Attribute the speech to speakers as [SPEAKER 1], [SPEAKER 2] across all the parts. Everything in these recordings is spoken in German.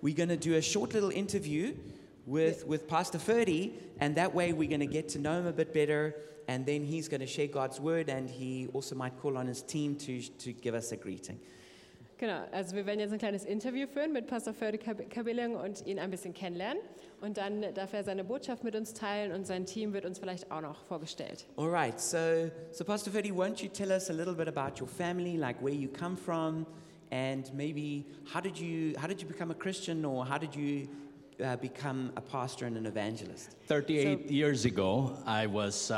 [SPEAKER 1] we're going to do a short little interview with, with Pastor Ferdy, and that way we're going to get to know him a bit better, and then he's going to share God's word, and he also might call on his team to, to give us a greeting.
[SPEAKER 2] Genau, also wir werden jetzt ein kleines Interview führen mit Pastor Förde Kab- Kabeling und ihn ein bisschen kennenlernen. Und dann darf er seine Botschaft mit uns teilen und sein Team wird uns vielleicht auch noch vorgestellt.
[SPEAKER 1] All right, so, so Pastor Ferdy, won't you tell us a little bit about your family, like where you come from, and maybe how did you, how did you become a Christian, or how did you uh, become a pastor and an evangelist?
[SPEAKER 3] 38 years ago, I was uh,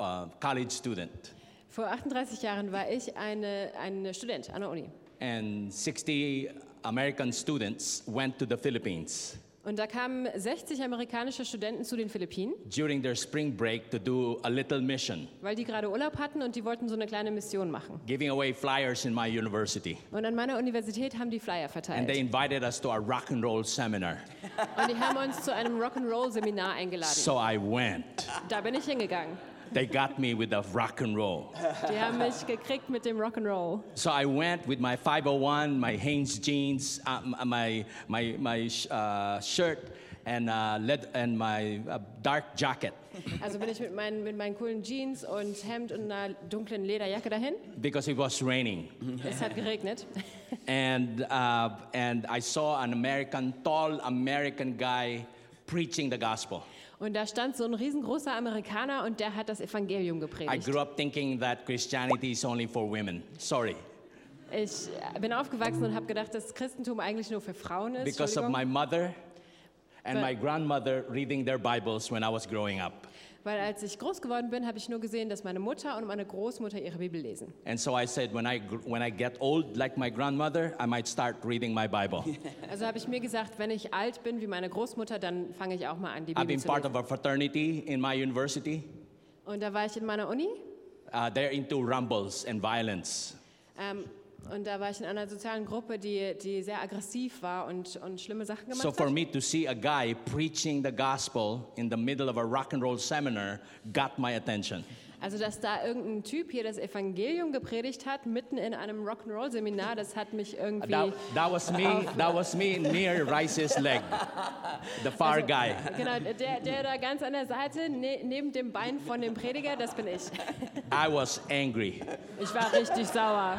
[SPEAKER 3] a, a college student,
[SPEAKER 2] Vor 38 Jahren war ich eine, eine Student an der Uni.
[SPEAKER 3] and 60 American students went to the Philippines
[SPEAKER 2] Und da kamen 60 amerikanische Studenten zu den Philippinen,
[SPEAKER 3] during their spring break to do a little mission,
[SPEAKER 2] weil die gerade Urlaub hatten und die wollten so eine kleine Mission machen.
[SPEAKER 3] giving away flyers in my university.
[SPEAKER 2] Und an meiner Universität haben die Flyer
[SPEAKER 3] And
[SPEAKER 2] verteilt.
[SPEAKER 3] they invited us to a rock and roll seminar.
[SPEAKER 2] Und die haben uns zu einem Rock'n'Roll-Seminar eingeladen.
[SPEAKER 3] So I went.
[SPEAKER 2] Da bin ich hingegangen.
[SPEAKER 3] They got me with the rock and roll.
[SPEAKER 2] Die haben mich gekriegt mit dem Rock'n'Roll.
[SPEAKER 3] So I went with my 501, my Hanes jeans, uh, m- my my my sh- uh, shirt, and uh, lead, and my uh, dark jacket
[SPEAKER 2] Also bin ich mit meinen, mit meinen coolen Jeans und Hemd und einer dunklen Lederjacke dahin.
[SPEAKER 3] because it was raining.
[SPEAKER 2] Es hat geregnet.
[SPEAKER 3] and uh, and I saw an American, tall American guy preaching the gospel.
[SPEAKER 2] Und da stand so ein riesengroßer Amerikaner und der hat das Evangelium
[SPEAKER 3] I
[SPEAKER 2] gepredigt.
[SPEAKER 3] grew up thinking that Christianity is only for women. Sorry,
[SPEAKER 2] Ich bin aufgewachsen und habe gedacht, dass Christentum eigentlich nur für Frauen ist.
[SPEAKER 3] because of
[SPEAKER 2] Entschuldigung.
[SPEAKER 3] my mother and
[SPEAKER 2] But-
[SPEAKER 3] my grandmother reading their Bibles when I was growing up.
[SPEAKER 2] Weil als ich groß geworden bin, habe ich nur gesehen, dass meine Mutter und meine Großmutter ihre Bibel lesen.
[SPEAKER 3] And so I said, when I, gr- when I get old like my grandmother, I might start reading my Bible.
[SPEAKER 2] Also habe ich mir gesagt, wenn ich alt bin wie meine Großmutter, dann fange ich auch mal an, die
[SPEAKER 3] I've
[SPEAKER 2] Bibel
[SPEAKER 3] been
[SPEAKER 2] zu
[SPEAKER 3] part of
[SPEAKER 2] lesen.
[SPEAKER 3] a fraternity in my university.
[SPEAKER 2] Und da war ich in meiner Uni
[SPEAKER 3] Uh, they're into rumbles and violence.
[SPEAKER 2] ähm, und da war ich in einer sozialen Gruppe, die, die sehr aggressiv war und, und schlimme Sachen gemacht
[SPEAKER 3] So
[SPEAKER 2] hat.
[SPEAKER 3] for me to see a guy preaching the gospel in the middle of a rock and roll seminar got my attention.
[SPEAKER 2] Also, dass da irgendein Typ hier das Evangelium gepredigt hat, mitten in einem Rock'n'Roll-Seminar, das hat mich irgendwie.
[SPEAKER 3] That, that was me. That was me near Rice's leg, the far guy.
[SPEAKER 2] Genau, der, der da ganz an der Seite, ne, neben dem Bein von dem Prediger, das bin ich.
[SPEAKER 3] I was angry
[SPEAKER 2] Ich war richtig sauer.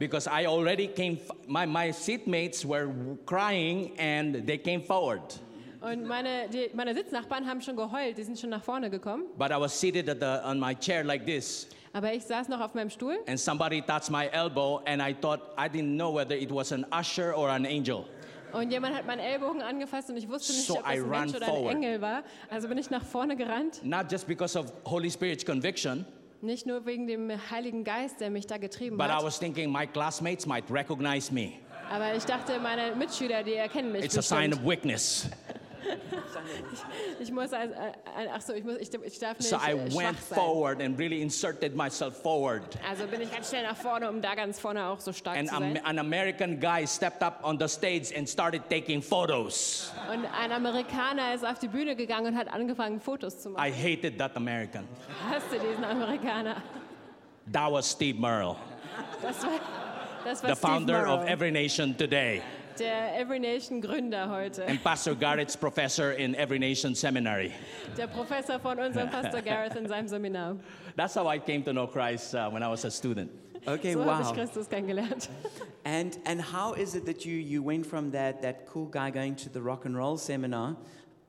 [SPEAKER 3] because I already came. f- My my seatmates were crying and they came forward,
[SPEAKER 2] Und meine, die, meine Sitznachbarn haben schon geheult, die sind schon nach vorne gekommen.
[SPEAKER 3] but I was seated at the, on my chair like this,
[SPEAKER 2] Aber ich saß noch auf meinem Stuhl
[SPEAKER 3] and somebody touched my elbow, and I thought I didn't know whether it was an usher or an angel.
[SPEAKER 2] und jemand hat meinen Ellbogen angefasst und ich wusste nicht,
[SPEAKER 3] So
[SPEAKER 2] ob das
[SPEAKER 3] I
[SPEAKER 2] ein
[SPEAKER 3] ran
[SPEAKER 2] Mensch oder ein
[SPEAKER 3] forward.
[SPEAKER 2] Engel war. Also bin ich nach vorne gerannt.
[SPEAKER 3] Not just because of Holy Spirit's conviction.
[SPEAKER 2] Nicht nur wegen dem Heiligen Geist, der mich da getrieben
[SPEAKER 3] But I
[SPEAKER 2] hat.
[SPEAKER 3] was thinking my classmates might recognize me.
[SPEAKER 2] Aber ich dachte, meine Mitschüler, die erkennen mich.
[SPEAKER 3] It's a sign
[SPEAKER 2] bestimmt.
[SPEAKER 3] of weakness.
[SPEAKER 2] Ich muss also, äh, äh, ach so, ich, muss, ich, ich darf nicht
[SPEAKER 3] So I
[SPEAKER 2] äh,
[SPEAKER 3] went
[SPEAKER 2] schwach sein.
[SPEAKER 3] forward and really inserted myself forward.
[SPEAKER 2] Also bin ich ganz schnell nach vorne, um da ganz vorne auch so stark
[SPEAKER 3] And
[SPEAKER 2] zu
[SPEAKER 3] am-
[SPEAKER 2] sein.
[SPEAKER 3] an American guy stepped up on the stage and started taking photos.
[SPEAKER 2] Und ein Amerikaner ist auf die Bühne gegangen und hat angefangen, Fotos zu machen.
[SPEAKER 3] I hated that American.
[SPEAKER 2] Hast du diesen Amerikaner?
[SPEAKER 3] That was Steve Merle,
[SPEAKER 2] Das war, das war Steve
[SPEAKER 3] the founder
[SPEAKER 2] Morrow,
[SPEAKER 3] of Every Nation Today
[SPEAKER 2] der Every Nation Gründer heute.
[SPEAKER 3] and Pastor Garrett's professor in Every Nation Seminary.
[SPEAKER 2] Der Professor von unserem Pastor Gareth in seinem Seminar.
[SPEAKER 3] That's how I came to know Christ uh, when I was a student.
[SPEAKER 1] Okay,
[SPEAKER 2] so habe ich
[SPEAKER 1] wow.
[SPEAKER 2] Christus kennengelernt.
[SPEAKER 1] And, and how is it that you, you went from that, that cool guy going to the rock and roll seminar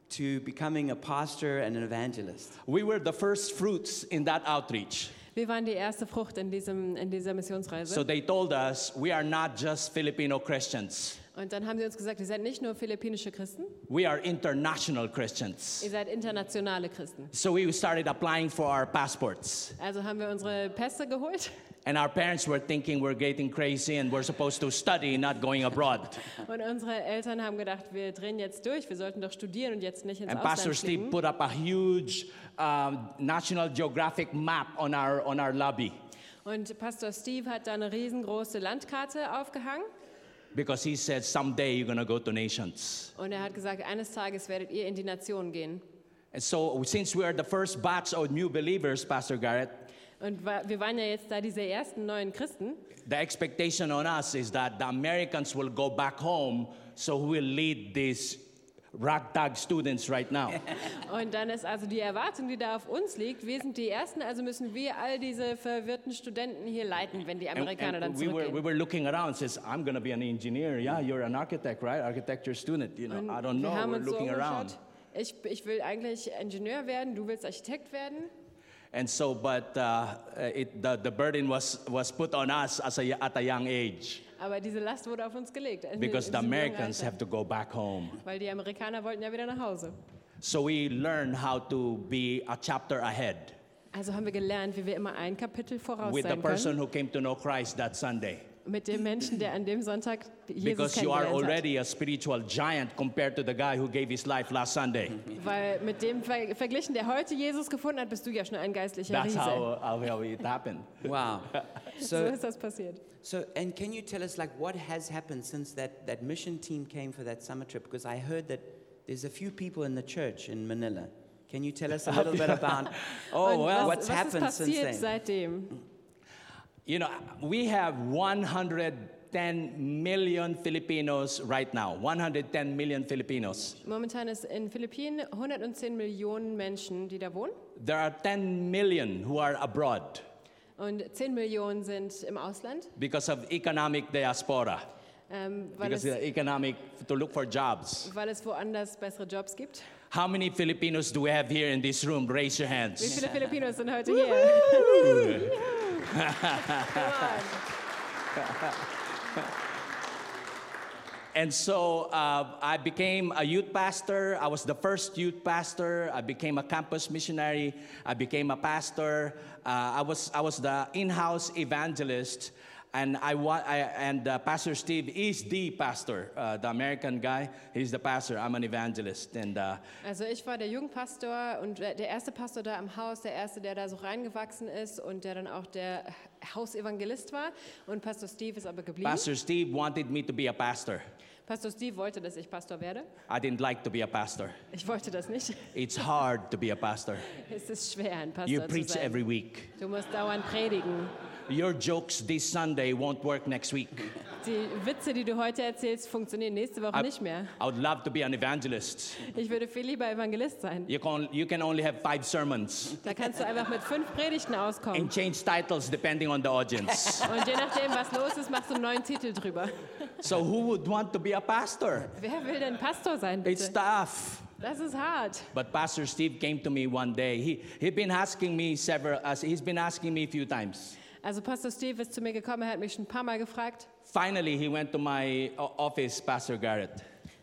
[SPEAKER 1] to becoming a pastor and an evangelist?
[SPEAKER 3] We were the first fruits in that outreach.
[SPEAKER 2] Wir waren die erste Frucht in, diesem, in dieser Missionsreise.
[SPEAKER 3] So they told us we are not just Filipino Christians.
[SPEAKER 2] und dann haben sie uns gesagt, ihr seid nicht nur philippinische Christen,
[SPEAKER 3] We are international
[SPEAKER 2] ihr
[SPEAKER 3] Christians.
[SPEAKER 2] seid internationale Christen.
[SPEAKER 3] So we started applying for our passports.
[SPEAKER 2] Also haben wir unsere Pässe geholt
[SPEAKER 3] And our parents were thinking we're getting crazy and we're supposed to study, not going abroad.
[SPEAKER 2] und unsere Eltern haben gedacht, wir drehen jetzt durch, wir sollten doch studieren und jetzt nicht ins
[SPEAKER 3] And Pastor
[SPEAKER 2] Ausland
[SPEAKER 3] Steve
[SPEAKER 2] fliegen.
[SPEAKER 3] put up a huge um, National Geographic map on our, on our lobby
[SPEAKER 2] Und Pastor Steve hat da eine riesengroße Landkarte aufgehangen
[SPEAKER 3] because he said someday you're going to go to nations.
[SPEAKER 2] und er hat gesagt, eines Tages werdet ihr in die Nation gehen.
[SPEAKER 3] And so, since we are the first batch of new believers, Pastor Garrett,
[SPEAKER 2] Und wa- wir waren ja jetzt da diese ersten neuen Christen.
[SPEAKER 3] The expectation on us is that the Americans will go back home, so we will lead these ragtag students right now.
[SPEAKER 2] Und dann ist also die Erwartung, die da auf uns liegt, wir sind die Ersten, also müssen wir all diese verwirrten Studenten hier leiten, wenn die
[SPEAKER 3] And-
[SPEAKER 2] Amerikaner dann
[SPEAKER 3] and we were we
[SPEAKER 2] zurückgehen.
[SPEAKER 3] were looking around. Says I'm gonna be an engineer. Yeah, you're an architect, right? Architecture student. You know, I don't know.
[SPEAKER 2] wir haben
[SPEAKER 3] We're
[SPEAKER 2] uns so
[SPEAKER 3] looking around.
[SPEAKER 2] umgeschaut. Ich, ich will eigentlich Ingenieur werden, du willst Architekt werden.
[SPEAKER 3] And so, but uh, it, the, the burden was, was put on us as a, at a young age
[SPEAKER 2] Aber diese Last wurde auf uns gelegt. in-
[SPEAKER 3] because
[SPEAKER 2] in
[SPEAKER 3] the
[SPEAKER 2] diesem jungen
[SPEAKER 3] Americans
[SPEAKER 2] Alter.
[SPEAKER 3] have to go back home.
[SPEAKER 2] Weil die Amerikaner wollten ja wieder nach Hause.
[SPEAKER 3] So we learn how to be a chapter ahead
[SPEAKER 2] Also haben wir gelernt, wie wir immer ein Kapitel voraus
[SPEAKER 3] with the
[SPEAKER 2] sein können.
[SPEAKER 3] person who came to know Christ that Sunday.
[SPEAKER 2] Mit dem Menschen, der an dem Sonntag Jesus
[SPEAKER 3] Because you are
[SPEAKER 2] kennengelernt
[SPEAKER 3] already a spiritual giant compared to the guy who gave his life last Sunday.
[SPEAKER 2] hat. Weil mit dem ver verglichen, der heute Jesus gefunden hat, bist du ja schon ein geistlicher
[SPEAKER 3] That's
[SPEAKER 2] Riese.
[SPEAKER 3] how, how, how it happened.
[SPEAKER 1] Wow.
[SPEAKER 2] so
[SPEAKER 1] So,
[SPEAKER 2] ist das passiert.
[SPEAKER 1] so, and can you tell us, like, what has happened since that, that mission team came for that summer trip? Because I heard that there's a few people in the church in Manila. Can you tell us a little bit about
[SPEAKER 2] Und
[SPEAKER 1] oh, well, what's
[SPEAKER 2] was, was
[SPEAKER 1] happened
[SPEAKER 2] ist
[SPEAKER 1] since
[SPEAKER 2] passiert
[SPEAKER 1] then?
[SPEAKER 2] seitdem?
[SPEAKER 3] You know, we have 110 million Filipinos right now. 110 million Filipinos.
[SPEAKER 2] Momentan ist in Philippinen 110 Millionen Menschen, die da wohnen.
[SPEAKER 3] There are 10 million who are abroad
[SPEAKER 2] Und 10 Millionen sind im Ausland,
[SPEAKER 3] because of economic diaspora,
[SPEAKER 2] ähm, weil,
[SPEAKER 3] because
[SPEAKER 2] es,
[SPEAKER 3] the economic to look for jobs.
[SPEAKER 2] weil es woanders bessere Jobs gibt.
[SPEAKER 3] How many Filipinos do we have here in this room? Raise your
[SPEAKER 2] Wie
[SPEAKER 3] hands.
[SPEAKER 2] viele Filipinos sind heute hier? Come on.
[SPEAKER 3] And so uh, I became a youth pastor. I was the first youth pastor. I became a campus missionary. I became a pastor. Uh, I was I was the in-house evangelist. And I, wa- I and uh, Pastor Steve is the pastor, uh, the American guy. He's the pastor. I'm an evangelist, and uh,
[SPEAKER 2] Also ich war der Jugendpastor und der der erste Pastor da im Haus, der erste, der da so reingewachsen ist und der dann auch der Hausevangelist war. Und Pastor Steve ist aber geblieben.
[SPEAKER 3] Pastor Steve wanted me to be a pastor.
[SPEAKER 2] Pastor Steve wollte, dass ich Pastor werde.
[SPEAKER 3] I didn't like to be a pastor.
[SPEAKER 2] Ich wollte das nicht.
[SPEAKER 3] It's hard to be a pastor.
[SPEAKER 2] Es ist schwer, ein Pastor
[SPEAKER 3] You
[SPEAKER 2] zu
[SPEAKER 3] preach
[SPEAKER 2] sein.
[SPEAKER 3] every week.
[SPEAKER 2] Du musst dauernd predigen.
[SPEAKER 3] Your jokes this Sunday won't work next week.
[SPEAKER 2] Die Witze, die du heute erzählst, funktionieren nächste Woche
[SPEAKER 3] I-
[SPEAKER 2] nicht mehr.
[SPEAKER 3] I would love to be an evangelist.
[SPEAKER 2] Ich würde viel lieber Evangelist sein.
[SPEAKER 3] You can, you can only have five sermons
[SPEAKER 2] Da kannst du einfach mit fünf Predigten auskommen.
[SPEAKER 3] and change titles depending on the audience.
[SPEAKER 2] Und je nachdem, was los ist, machst du einen neuen Titel drüber.
[SPEAKER 3] so, who would want to be a pastor?
[SPEAKER 2] Wer will denn Pastor sein,
[SPEAKER 3] It's
[SPEAKER 2] bitte?
[SPEAKER 3] tough.
[SPEAKER 2] Das ist hart.
[SPEAKER 3] But Pastor Steve came to me one day. He, he'd been asking me several, as he's been asking me a few times.
[SPEAKER 2] Also Pastor Steve ist zu mir gekommen, er hat mich schon ein paar Mal gefragt.
[SPEAKER 3] Finally, he went to my o- office, Pastor Garrett,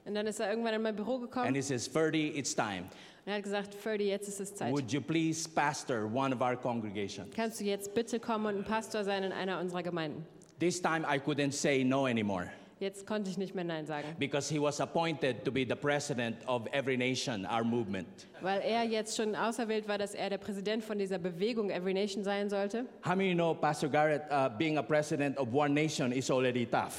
[SPEAKER 2] Und dann ist er irgendwann in mein Büro
[SPEAKER 3] and
[SPEAKER 2] gekommen
[SPEAKER 3] he says, Ferdy, it's time.
[SPEAKER 2] und er hat gesagt, Ferdy, jetzt ist es Zeit.
[SPEAKER 3] Would you please pastor one of our congregations?
[SPEAKER 2] Kannst du jetzt bitte kommen und ein Pastor sein in einer unserer Gemeinden?
[SPEAKER 3] This time I couldn't say no anymore
[SPEAKER 2] Jetzt konnte ich nicht mehr Nein sagen,
[SPEAKER 3] because he was appointed to be the president of every nation, our movement.
[SPEAKER 2] weil er jetzt schon auserwählt war, dass er der Präsident von dieser Bewegung Every Nation sein sollte.
[SPEAKER 3] How many know Pastor Garrett uh, being a president of one nation is already tough?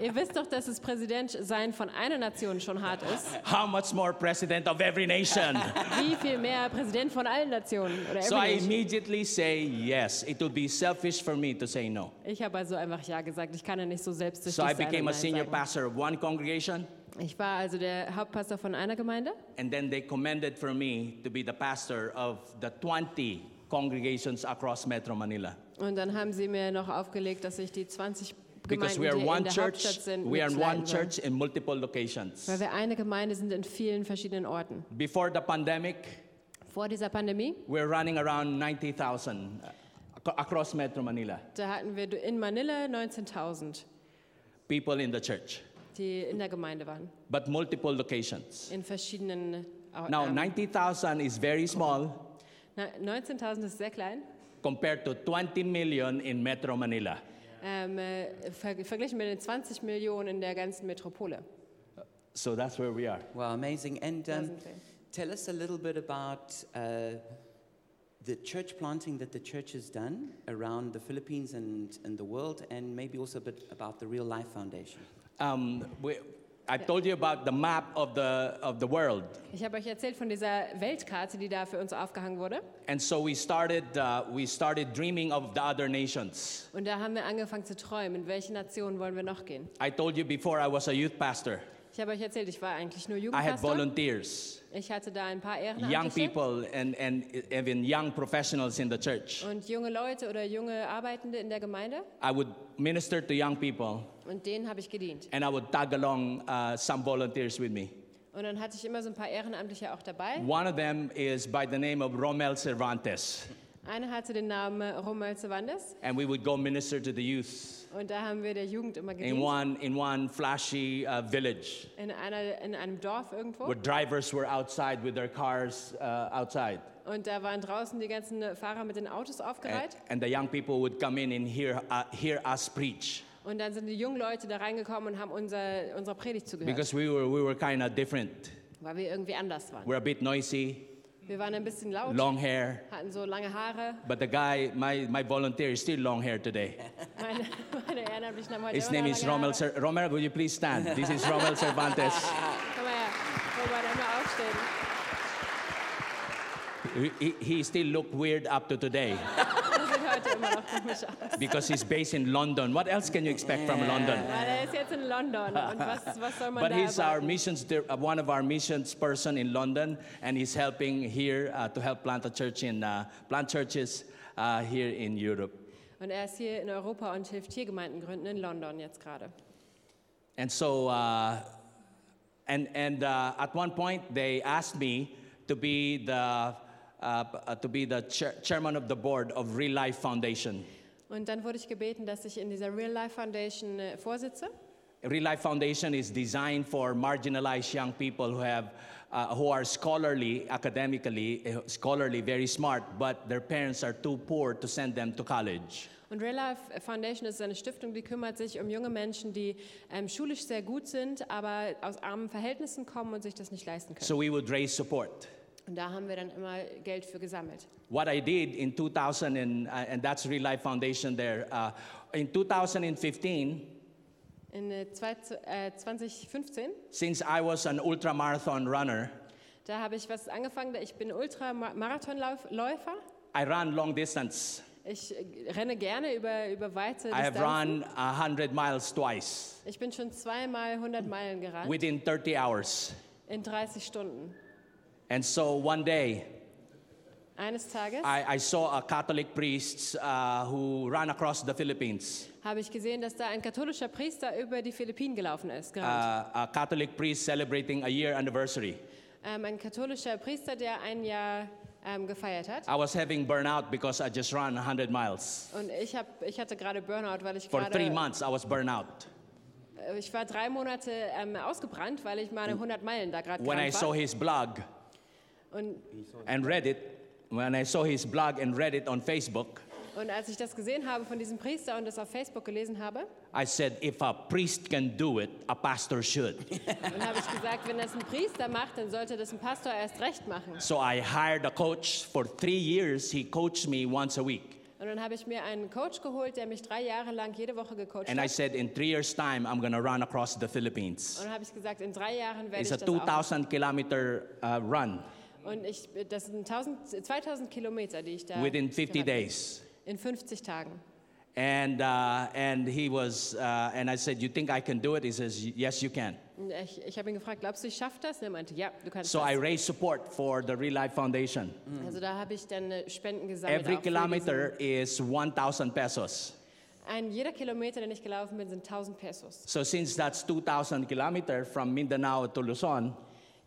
[SPEAKER 2] Ihr wisst doch, dass es Präsident sein von einer Nation schon hart ist.
[SPEAKER 3] How much more president of every nation?
[SPEAKER 2] Wie viel mehr Präsident von allen Nationen oder
[SPEAKER 3] so I
[SPEAKER 2] Every Nation?
[SPEAKER 3] immediately say yes. It would be selfish for me to say no.
[SPEAKER 2] Ich habe also einfach ja gesagt. Ich kann ja nicht so selbstsüchtig
[SPEAKER 3] So I
[SPEAKER 2] sein. und
[SPEAKER 3] became a
[SPEAKER 2] Nein
[SPEAKER 3] senior
[SPEAKER 2] sagen.
[SPEAKER 3] pastor of one congregation,
[SPEAKER 2] Ich war also der Hauptpastor von einer Gemeinde
[SPEAKER 3] and then they commended for me to be the pastor of the 20 congregations across Metro Manila.
[SPEAKER 2] und dann haben sie mir noch aufgelegt, dass ich die 20
[SPEAKER 3] Because
[SPEAKER 2] Gemeinden,
[SPEAKER 3] we are
[SPEAKER 2] die in
[SPEAKER 3] one
[SPEAKER 2] der
[SPEAKER 3] church,
[SPEAKER 2] Hauptstadt sind,
[SPEAKER 3] we are
[SPEAKER 2] mitleiten
[SPEAKER 3] one
[SPEAKER 2] soll.
[SPEAKER 3] church in multiple locations.
[SPEAKER 2] Weil wir eine Gemeinde sind in vielen verschiedenen Orten.
[SPEAKER 3] Before the pandemic,
[SPEAKER 2] Vor dieser Pandemie,
[SPEAKER 3] we're running around 90,000 ac- across Metro Manila,
[SPEAKER 2] da hatten wir in Manila 19.000,
[SPEAKER 3] people in the church,
[SPEAKER 2] die in der Gemeinde waren,
[SPEAKER 3] but multiple locations.
[SPEAKER 2] in verschiedenen Orten.
[SPEAKER 3] Now, 90,000 is very small
[SPEAKER 2] Na, 19.000 ist sehr klein.
[SPEAKER 3] compared to 20 million in Metro Manila.
[SPEAKER 2] Ähm, äh, ver verglichen mit den 20 Millionen in der ganzen Metropole.
[SPEAKER 3] So that's where we are.
[SPEAKER 1] Wow, amazing. And
[SPEAKER 2] Da
[SPEAKER 1] um,
[SPEAKER 2] sind wir.
[SPEAKER 1] tell us a little bit about uh, the church planting that the church has done around the Philippines and, and the world, and maybe also a bit about the Real Life Foundation.
[SPEAKER 3] Um, we, I told you about the map of the, of the world.
[SPEAKER 2] Ich habe euch erzählt von dieser Weltkarte, die da für uns aufgehangen wurde.
[SPEAKER 3] And so we started, uh, we started dreaming of the other nations.
[SPEAKER 2] Und da haben wir angefangen zu träumen, in welche Nationen wollen wir noch gehen.
[SPEAKER 3] I told you before I was a youth pastor.
[SPEAKER 2] Ich habe euch erzählt, ich war eigentlich nur
[SPEAKER 3] I had
[SPEAKER 2] Jugendpastor.
[SPEAKER 3] volunteers,
[SPEAKER 2] Ich hatte da ein paar
[SPEAKER 3] young
[SPEAKER 2] Ehrenamtliche
[SPEAKER 3] people, and, and even young professionals in the church.
[SPEAKER 2] und junge Leute oder junge Arbeitende in der Gemeinde.
[SPEAKER 3] I would minister to young people,
[SPEAKER 2] Und denen habe ich gedient.
[SPEAKER 3] and I would tag along uh, some volunteers with me.
[SPEAKER 2] Und dann hatte ich immer so ein paar Ehrenamtliche auch dabei.
[SPEAKER 3] One of them is by the name of Romel Cervantes,
[SPEAKER 2] Eine hatte den Namen äh, Rommel Cervantes
[SPEAKER 3] and we would go minister to the youth
[SPEAKER 2] und da haben wir der Jugend immer
[SPEAKER 3] in
[SPEAKER 2] gedient.
[SPEAKER 3] one, in one flashy uh, village
[SPEAKER 2] In, einer, in einem Dorf irgendwo.
[SPEAKER 3] where drivers were outside with their cars uh, outside.
[SPEAKER 2] Und da waren draußen die ganzen Fahrer mit den Autos
[SPEAKER 3] And,
[SPEAKER 2] aufgereiht.
[SPEAKER 3] and the young people would come in and hear, uh, hear us preach
[SPEAKER 2] Und dann sind die jungen Leute da reingekommen und haben unser, unserer Predigt zugehört,
[SPEAKER 3] because we were, we were kind of different.
[SPEAKER 2] weil wir irgendwie anders waren.
[SPEAKER 3] We're a bit noisy,
[SPEAKER 2] Wir waren ein bisschen laut,
[SPEAKER 3] long hair.
[SPEAKER 2] hatten so lange Haare.
[SPEAKER 3] But the guy, my, my volunteer, is still long hair today.
[SPEAKER 2] Meine, meine Ehrenamtlichen haben heute
[SPEAKER 3] His
[SPEAKER 2] immer
[SPEAKER 3] name
[SPEAKER 2] noch
[SPEAKER 3] is
[SPEAKER 2] lange
[SPEAKER 3] Romel.
[SPEAKER 2] Haare.
[SPEAKER 3] Cer- Romel, will you please stand? This is Romel Cervantes.
[SPEAKER 2] Komm mal her, komm mal, immer aufstehen.
[SPEAKER 3] He- He, he still look weird up to today
[SPEAKER 2] Das sieht heute immer noch komisch aus.
[SPEAKER 3] because he's based in London. What else can you expect from London?
[SPEAKER 2] Weil er ist jetzt in London und was, was soll man
[SPEAKER 3] But
[SPEAKER 2] da
[SPEAKER 3] he's our
[SPEAKER 2] erwarten?
[SPEAKER 3] missions, dir- uh, one of our missions person in London, and he's helping here uh, to help plant a church in uh, plant churches uh, here in Europe.
[SPEAKER 2] Und er ist hier in Europa und hilft Tiergemeinden gründen in London jetzt gerade.
[SPEAKER 3] And so, uh, and, and uh, at one point, they asked me to be the, uh, p- uh, to be the chair- chairman of the board of Real Life Foundation.
[SPEAKER 2] Und dann wurde ich gebeten, dass ich in dieser Real Life Foundation äh, vorsitze.
[SPEAKER 3] Real Life Foundation is designed for marginalized young people who have, uh, who are scholarly, academically, eh, scholarly, very smart, but their parents are too poor to send them to college.
[SPEAKER 2] Und Real Life Foundation ist eine Stiftung, die kümmert sich um junge Menschen, die ähm, schulisch sehr gut sind, aber aus armen Verhältnissen kommen und sich das nicht leisten können.
[SPEAKER 3] So we would raise support.
[SPEAKER 2] Und da haben wir dann immer Geld für gesammelt.
[SPEAKER 3] What I did in 2000, and, uh, and that's Real Life Foundation there. Uh, in 2015,
[SPEAKER 2] In äh, zwei, äh, 2015,
[SPEAKER 3] Since I was an ultra marathon runner,
[SPEAKER 2] da habe ich was angefangen. Ich bin Ultramarathonläufer.
[SPEAKER 3] I ran long distance.
[SPEAKER 2] Ich äh, renne gerne über, über weite
[SPEAKER 3] I have
[SPEAKER 2] Distanzen.
[SPEAKER 3] run 100 miles twice
[SPEAKER 2] Ich bin schon zweimal 100 Meilen gerannt
[SPEAKER 3] within 30 hours.
[SPEAKER 2] in 30 Stunden.
[SPEAKER 3] And so one day,
[SPEAKER 2] Eines Tages
[SPEAKER 3] I, I saw a Catholic priest uh, who ran across the Philippines.
[SPEAKER 2] habe ich gesehen, dass da ein katholischer Priester über die Philippinen gelaufen ist. genau. Gerannt.
[SPEAKER 3] Uh, a Catholic priest celebrating a year anniversary.
[SPEAKER 2] Ähm, ein katholischer Priester, der ein Jahr ähm, gefeiert hat.
[SPEAKER 3] I was having burnout because I just ran 100 miles.
[SPEAKER 2] Und ich, hab, ich hatte gerade Burnout, weil ich
[SPEAKER 3] For three
[SPEAKER 2] gerade.
[SPEAKER 3] months, I was burnout.
[SPEAKER 2] äh, Ich war drei Monate ähm, ausgebrannt, weil ich meine 100 Meilen da gerade
[SPEAKER 3] Hm. When I
[SPEAKER 2] krank
[SPEAKER 3] saw
[SPEAKER 2] war.
[SPEAKER 3] his blog
[SPEAKER 2] Und,
[SPEAKER 3] and read it, when I saw his blog and read it on Facebook,
[SPEAKER 2] und als ich das gesehen habe von diesem Priester und das auf Facebook gelesen habe,
[SPEAKER 3] I said, if a priest can do it, a pastor should.
[SPEAKER 2] dann habe ich gesagt, wenn das ein Priester macht, dann sollte das ein Pastor erst recht machen.
[SPEAKER 3] so I hired a coach. For three years, he coached me once a week.
[SPEAKER 2] Und dann habe ich mir einen Coach geholt, der mich drei Jahre lang jede Woche gecoacht
[SPEAKER 3] And I
[SPEAKER 2] hat.
[SPEAKER 3] said, in three years' time, I'm going to run across the
[SPEAKER 2] Und
[SPEAKER 3] Philippines.
[SPEAKER 2] dann habe ich gesagt, in drei Jahren werde
[SPEAKER 3] It's
[SPEAKER 2] ich
[SPEAKER 3] a
[SPEAKER 2] das auch.
[SPEAKER 3] 2,000 kilometer uh, run
[SPEAKER 2] Und ich, das sind 1000, 2000 Kilometer, die ich da
[SPEAKER 3] within 50
[SPEAKER 2] gerannt bin.
[SPEAKER 3] days.
[SPEAKER 2] In 50 Tagen.
[SPEAKER 3] And, uh, and he was, uh, and I said, you think I can do it? He says, yes, you can.
[SPEAKER 2] Und Ich, ich habe ihn gefragt, glaubst du, ich schaffe das? Und er meinte, ja, du kannst
[SPEAKER 3] So I
[SPEAKER 2] das.
[SPEAKER 3] raised support for the Real Life Foundation.
[SPEAKER 2] Also da habe ich dann äh, Spenden gesammelt.
[SPEAKER 3] Every
[SPEAKER 2] auch für
[SPEAKER 3] kilometer is 1,000 pesos.
[SPEAKER 2] diesen- Ein, jeder Kilometer, den ich gelaufen bin, sind 1000 Pesos.
[SPEAKER 3] So since that's 2,000 kilometer from Mindanao to Luzon,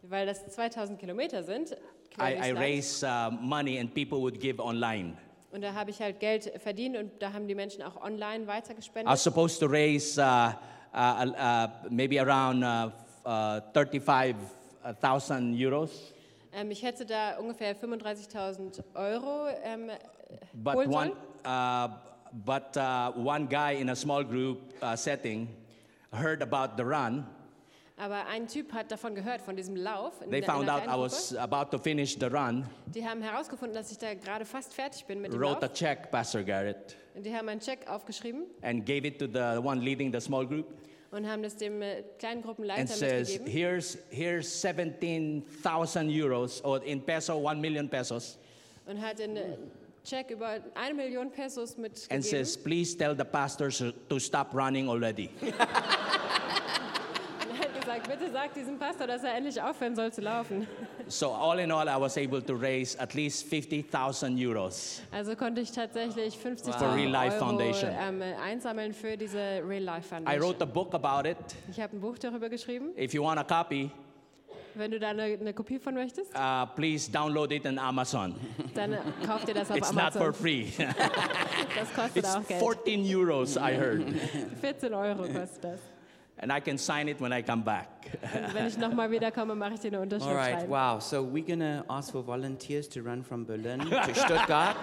[SPEAKER 2] Weil das 2000 Kilometer sind. quer
[SPEAKER 3] I, I
[SPEAKER 2] durchs Land.
[SPEAKER 3] raise uh, money and people would give online.
[SPEAKER 2] Und da habe ich halt Geld verdient und da haben die Menschen auch online
[SPEAKER 3] I was
[SPEAKER 2] weitergespendet.
[SPEAKER 3] supposed to raise uh, uh, uh, maybe around uh, uh, 35,000 euros,
[SPEAKER 2] Ähm, ich hätte da ungefähr 35.000 Euro ähm,
[SPEAKER 3] but
[SPEAKER 2] holen
[SPEAKER 3] one,
[SPEAKER 2] sollen.
[SPEAKER 3] uh, but uh, one guy in a small group uh, setting heard about the run.
[SPEAKER 2] Aber ein Typ hat davon gehört, von diesem Lauf. In
[SPEAKER 3] They
[SPEAKER 2] der- in
[SPEAKER 3] found
[SPEAKER 2] der
[SPEAKER 3] out I
[SPEAKER 2] kleinen
[SPEAKER 3] was about to finish the run.
[SPEAKER 2] Gruppe. Die haben herausgefunden, dass ich da gerade fast fertig bin mit dem
[SPEAKER 3] Wrote a
[SPEAKER 2] Lauf.
[SPEAKER 3] check, Pastor Garrett,
[SPEAKER 2] Und die haben einen Check aufgeschrieben
[SPEAKER 3] and gave it to the one leading the small group.
[SPEAKER 2] und haben das dem äh, kleinen
[SPEAKER 3] and
[SPEAKER 2] Gruppenleiter
[SPEAKER 3] says,
[SPEAKER 2] mitgegeben
[SPEAKER 3] here's, here's 17,000 euros, or in peso, 1 million pesos,
[SPEAKER 2] und hat den äh, Check über eine Million Pesos
[SPEAKER 3] and
[SPEAKER 2] mitgegeben
[SPEAKER 3] says, please tell the pastors to stop running already.
[SPEAKER 2] und hat gesagt, bitte sag diesem Pastor, dass er endlich aufhören soll zu laufen.
[SPEAKER 3] so all in all, I was able to raise at least 50,000 euros.
[SPEAKER 2] Also konnte ich tatsächlich 50.000
[SPEAKER 3] For Real Life
[SPEAKER 2] Euro
[SPEAKER 3] Foundation.
[SPEAKER 2] Ähm, einsammeln für diese Real Life
[SPEAKER 3] I
[SPEAKER 2] Foundation.
[SPEAKER 3] wrote a book about it.
[SPEAKER 2] ich habe ein Buch darüber geschrieben.
[SPEAKER 3] If you want a copy,
[SPEAKER 2] Wenn du da eine, eine Kopie von möchtest,
[SPEAKER 3] uh, please download it on Amazon.
[SPEAKER 2] dann kauf dir das auf
[SPEAKER 3] it's not for
[SPEAKER 2] Amazon.
[SPEAKER 3] free.
[SPEAKER 2] Das kostet
[SPEAKER 3] it's
[SPEAKER 2] auch Geld.
[SPEAKER 3] 14 euros, I heard.
[SPEAKER 2] 14 Euro kostet das.
[SPEAKER 3] and I can sign it when I come back.
[SPEAKER 2] Und Also wenn ich nochmal wiederkomme, mache ich dir eine Unterschrift
[SPEAKER 1] All right,
[SPEAKER 2] rein.
[SPEAKER 1] wow. So we're going to ask for volunteers to run from Berlin to Stuttgart.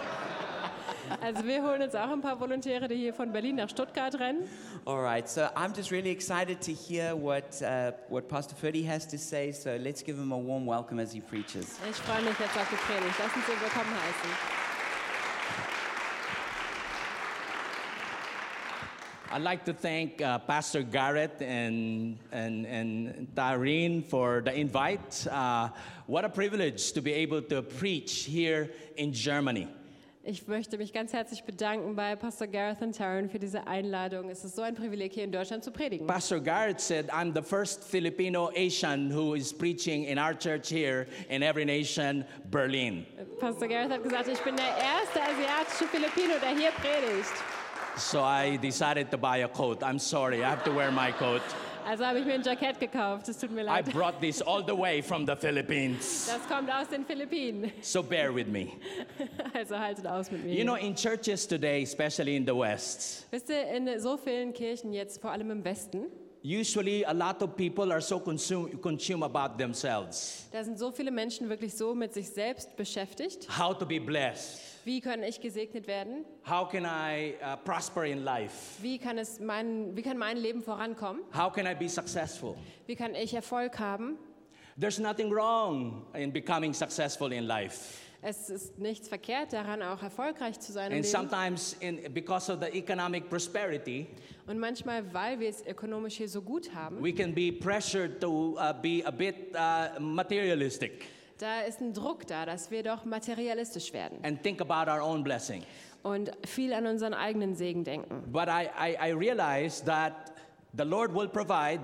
[SPEAKER 2] Also wir holen uns auch ein paar Volontäre, die hier von Berlin nach Stuttgart rennen.
[SPEAKER 1] All right, so I'm just really excited to hear what, uh, what Pastor Ferdy has to say. So let's give him a warm welcome as he preaches.
[SPEAKER 2] Ich freue mich jetzt auf die Predigt. Lass uns ihn willkommen heißen.
[SPEAKER 3] I'd like to thank uh, Pastor Garrett and, and, and Dareen for the invite. Uh, what a privilege to be able to preach here in Germany.
[SPEAKER 2] Ich möchte mich ganz herzlich bedanken bei Pastor Gareth und Taryn für diese Einladung. Es ist so ein Privileg, hier in Deutschland zu predigen.
[SPEAKER 3] Pastor Garrett said, I'm the first Filipino Asian who is preaching in our church here in every nation, Berlin.
[SPEAKER 2] Pastor Gareth hat gesagt, ich bin der erste asiatische Filipino, der hier predigt.
[SPEAKER 3] So I decided to buy a coat. I'm sorry, I have to wear my coat.
[SPEAKER 2] Also habe ich mir ein Jackett gekauft. Es tut mir
[SPEAKER 3] I
[SPEAKER 2] leid.
[SPEAKER 3] brought this all the way from the Philippines.
[SPEAKER 2] Das kommt aus den Philippinen.
[SPEAKER 3] So bear with me.
[SPEAKER 2] Also haltet aus mit mir.
[SPEAKER 3] You know, in churches today, especially in the West,
[SPEAKER 2] Wisst ihr, in so vielen Kirchen jetzt, vor allem im Westen,
[SPEAKER 3] usually a lot of people are so consumed consume about themselves.
[SPEAKER 2] da sind so viele Menschen wirklich so mit sich selbst beschäftigt.
[SPEAKER 3] How to be blessed.
[SPEAKER 2] Wie kann ich gesegnet werden?
[SPEAKER 3] How can I uh, prosper in life?
[SPEAKER 2] Wie kann, es mein, wie kann mein Leben vorankommen?
[SPEAKER 3] How can I be successful?
[SPEAKER 2] Wie kann ich Erfolg haben?
[SPEAKER 3] There's nothing wrong in becoming successful in life.
[SPEAKER 2] Es ist nichts verkehrt daran, auch erfolgreich zu sein. Im
[SPEAKER 3] And
[SPEAKER 2] Leben.
[SPEAKER 3] sometimes, in, because of the economic prosperity,
[SPEAKER 2] Und manchmal, weil wir es ökonomisch hier so gut haben,
[SPEAKER 3] we can be pressured to uh, be a bit uh, materialistic
[SPEAKER 2] da ist ein Druck da, dass wir doch materialistisch werden
[SPEAKER 3] and think about our own blessing.
[SPEAKER 2] und viel an unseren eigenen Segen denken.
[SPEAKER 3] But I, I, I realize that the Lord will provide,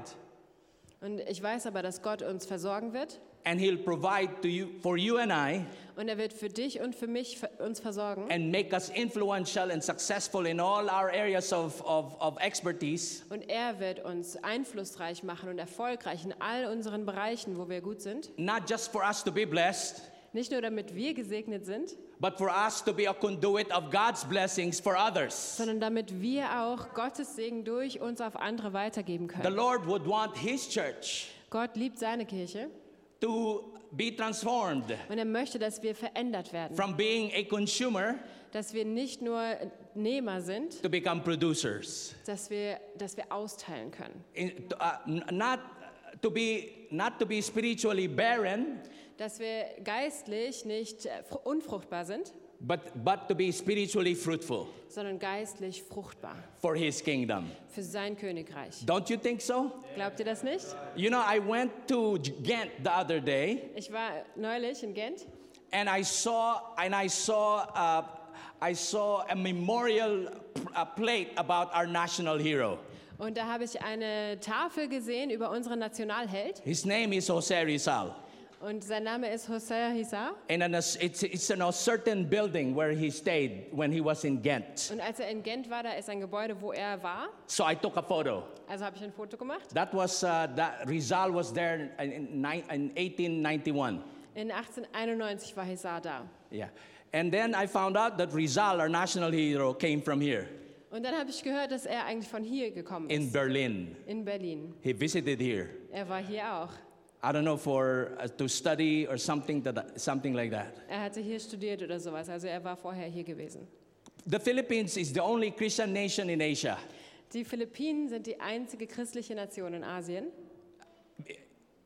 [SPEAKER 2] Und ich weiß aber, dass Gott uns versorgen wird
[SPEAKER 3] and He'll provide to you for you and I,
[SPEAKER 2] und er wird für dich und für mich ver- uns versorgen.
[SPEAKER 3] and make us influential and successful in all our areas of, of, of expertise.
[SPEAKER 2] Und er wird uns einflussreich machen und erfolgreich in all unseren Bereichen, wo wir gut sind.
[SPEAKER 3] Not just for us to be blessed,
[SPEAKER 2] Nicht nur damit wir gesegnet sind,
[SPEAKER 3] but for us to be a conduit of God's blessings for others.
[SPEAKER 2] sondern damit wir auch Gottes Segen durch uns auf andere weitergeben
[SPEAKER 3] The
[SPEAKER 2] können.
[SPEAKER 3] Lord would want His church
[SPEAKER 2] Gott liebt seine Kirche
[SPEAKER 3] to be transformed
[SPEAKER 2] und er möchte, dass wir verändert werden.
[SPEAKER 3] from being a consumer
[SPEAKER 2] Dass wir nicht nur Nehmer sind,
[SPEAKER 3] to become producers.
[SPEAKER 2] dass wir, dass wir austeilen können.
[SPEAKER 3] In- to- uh, n- not to be not to be spiritually barren,
[SPEAKER 2] Dass wir geistlich nicht äh, fru- unfruchtbar sind,
[SPEAKER 3] but but to be spiritually fruitful
[SPEAKER 2] sondern geistlich fruchtbar
[SPEAKER 3] for His kingdom.
[SPEAKER 2] für sein Königreich.
[SPEAKER 3] Don't you think so?
[SPEAKER 2] Glaubt ihr das nicht?
[SPEAKER 3] You know, I went to J- Ghent the other day,
[SPEAKER 2] Ich war neulich in Gent
[SPEAKER 3] and I saw and I saw uh, I saw a memorial p- a plate about our national hero.
[SPEAKER 2] Und da habe ich eine Tafel gesehen über unseren Nationalheld.
[SPEAKER 3] His name is Jose Rizal,
[SPEAKER 2] Und sein Name ist José Hissar.
[SPEAKER 3] and an, as- it's it's in a certain building where he stayed when he was in Ghent.
[SPEAKER 2] Und als er in Gent war, da ist ein Gebäude, wo er war.
[SPEAKER 3] So I took a photo.
[SPEAKER 2] Also habe ich ein Foto gemacht.
[SPEAKER 3] That was uh, that Rizal was there in, in, ni- in 1891.
[SPEAKER 2] In 1891 war Hissar da.
[SPEAKER 3] Yeah, and then I found out that Rizal, our national hero, came from here
[SPEAKER 2] Und dann habe ich gehört, dass er eigentlich von hier gekommen
[SPEAKER 3] in
[SPEAKER 2] ist.
[SPEAKER 3] Berlin.
[SPEAKER 2] In Berlin.
[SPEAKER 3] He visited here.
[SPEAKER 2] Er war hier auch.
[SPEAKER 3] I don't know for uh, to study or something that something like that.
[SPEAKER 2] Er hatte hier studiert oder sowas. Also er war vorher hier gewesen.
[SPEAKER 3] The Philippines is the only Christian nation in Asia.
[SPEAKER 2] Die Philippinen sind die einzige christliche Nation in Asien.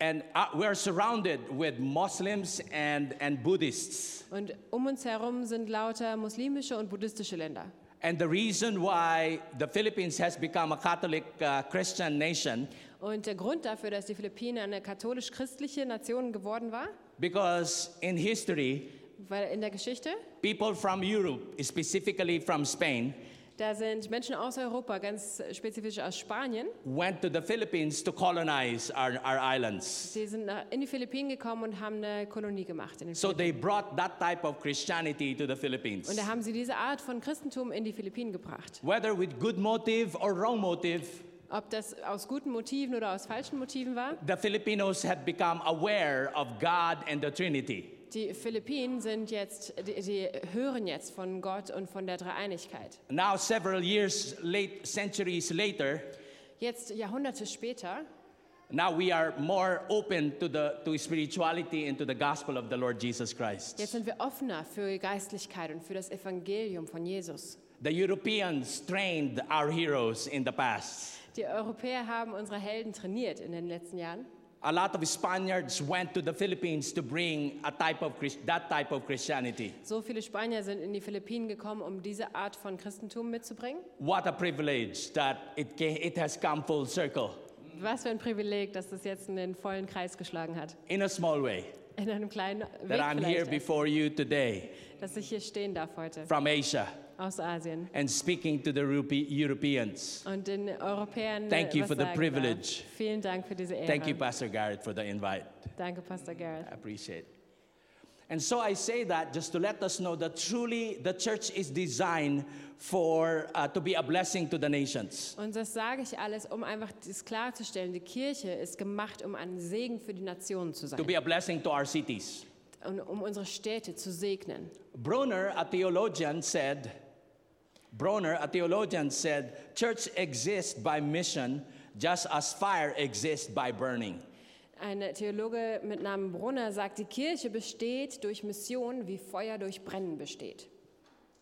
[SPEAKER 3] And uh, we're surrounded with Muslims and, and Buddhists.
[SPEAKER 2] Und um uns herum sind lauter muslimische und buddhistische Länder.
[SPEAKER 3] And the reason why the Philippines has become a Catholic uh, Christian nation
[SPEAKER 2] Und der Grund dafür, dass die Philippinen eine katholisch-christliche Nation geworden war,
[SPEAKER 3] because in history
[SPEAKER 2] weil in der Geschichte,
[SPEAKER 3] people from Europe, specifically from Spain,
[SPEAKER 2] da sind Menschen aus Europa, ganz spezifisch aus Spanien,
[SPEAKER 3] went to the Philippines to colonize our, our islands.
[SPEAKER 2] die sind nach- in die Philippinen gekommen und haben eine Kolonie gemacht. In den
[SPEAKER 3] So they brought that type of Christianity to the Philippines.
[SPEAKER 2] und da haben sie diese Art von Christentum in die Philippinen gebracht.
[SPEAKER 3] Whether with good motive or wrong motive,
[SPEAKER 2] Ob das aus guten Motiven oder aus falschen Motiven war,
[SPEAKER 3] the Filipinos have become aware of God and the Trinity.
[SPEAKER 2] die Philippinen sind jetzt, die, die hören jetzt von Gott und von der Dreieinigkeit.
[SPEAKER 3] Now, several years late, centuries later,
[SPEAKER 2] Jetzt Jahrhunderte später
[SPEAKER 3] now we are more open to, the, to spirituality and to the gospel of the Lord Jesus Christ.
[SPEAKER 2] Jetzt sind wir offener für Geistlichkeit und für das Evangelium von Jesus.
[SPEAKER 3] The Europeans trained our heroes in the past.
[SPEAKER 2] Die Europäer haben unsere Helden trainiert in den letzten Jahren.
[SPEAKER 3] A lot of Spaniards went to the Philippines to bring a type of Christ, that type of Christianity.
[SPEAKER 2] So viele Spanier sind in die Philippinen gekommen, um diese Art von Christentum mitzubringen.
[SPEAKER 3] What a privilege that it, ca- it has come full circle
[SPEAKER 2] Was für ein Privileg, dass das jetzt in den vollen Kreis geschlagen hat.
[SPEAKER 3] in a small way.
[SPEAKER 2] In einem kleinen
[SPEAKER 3] That I'm here
[SPEAKER 2] Weg vielleicht,
[SPEAKER 3] before you today
[SPEAKER 2] dass ich hier stehen darf heute
[SPEAKER 3] from Asia
[SPEAKER 2] aus Asien
[SPEAKER 3] and speaking to the Europe- Europeans.
[SPEAKER 2] und den Europäern
[SPEAKER 3] Thank you
[SPEAKER 2] was
[SPEAKER 3] for the
[SPEAKER 2] sagen
[SPEAKER 3] privilege.
[SPEAKER 2] Darf. Vielen Dank für diese Ehre.
[SPEAKER 3] Thank you, Pastor Garrett, for the invite.
[SPEAKER 2] Danke, Pastor Garrett.
[SPEAKER 3] I appreciate it. And so I say that just to let us know that truly the church is designed for uh, to be a blessing to the nations.
[SPEAKER 2] Und das sage ich alles, um einfach das klarzustellen. Die Kirche ist gemacht, um ein Segen für die Nationen zu sein.
[SPEAKER 3] to be a blessing to our cities.
[SPEAKER 2] und um unsere Städte zu segnen.
[SPEAKER 3] Brunner, a theologian, said, Brunner, a theologian, said, church exists by mission just as fire exists by burning.
[SPEAKER 2] Ein Theologe mit Namen Brunner sagt, die Kirche besteht durch Mission, wie Feuer durch Brennen besteht.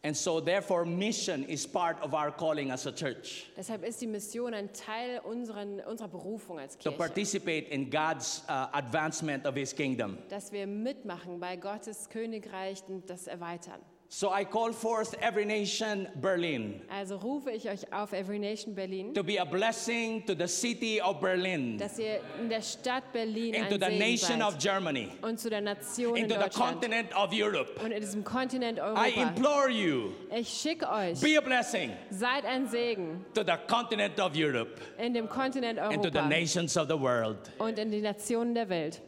[SPEAKER 3] And so, therefore, mission is part of our calling as a church
[SPEAKER 2] Deshalb ist die Mission ein Teil unseren, unserer Berufung als
[SPEAKER 3] to
[SPEAKER 2] Kirche,
[SPEAKER 3] participate in God's uh, advancement of His kingdom.
[SPEAKER 2] dass wir mitmachen bei Gottes Königreich und das erweitern.
[SPEAKER 3] So, I call forth every nation, Berlin,
[SPEAKER 2] Also rufe ich euch auf, Every Nation Berlin,
[SPEAKER 3] to be a blessing to the city of Berlin,
[SPEAKER 2] dass ihr in der Stadt Berlin ein
[SPEAKER 3] into the
[SPEAKER 2] Segen
[SPEAKER 3] nation of
[SPEAKER 2] seid
[SPEAKER 3] Germany,
[SPEAKER 2] und zu der Nation in
[SPEAKER 3] into the
[SPEAKER 2] Deutschland
[SPEAKER 3] continent of Europe.
[SPEAKER 2] und in diesem Kontinent
[SPEAKER 3] I
[SPEAKER 2] Europa.
[SPEAKER 3] implore you.
[SPEAKER 2] Ich schicke euch,
[SPEAKER 3] Be a blessing
[SPEAKER 2] seid ein Segen
[SPEAKER 3] to the continent of Europe
[SPEAKER 2] in dem Kontinent
[SPEAKER 3] and to the
[SPEAKER 2] Europa.
[SPEAKER 3] nations of the world.
[SPEAKER 2] und in die Nationen der Welt.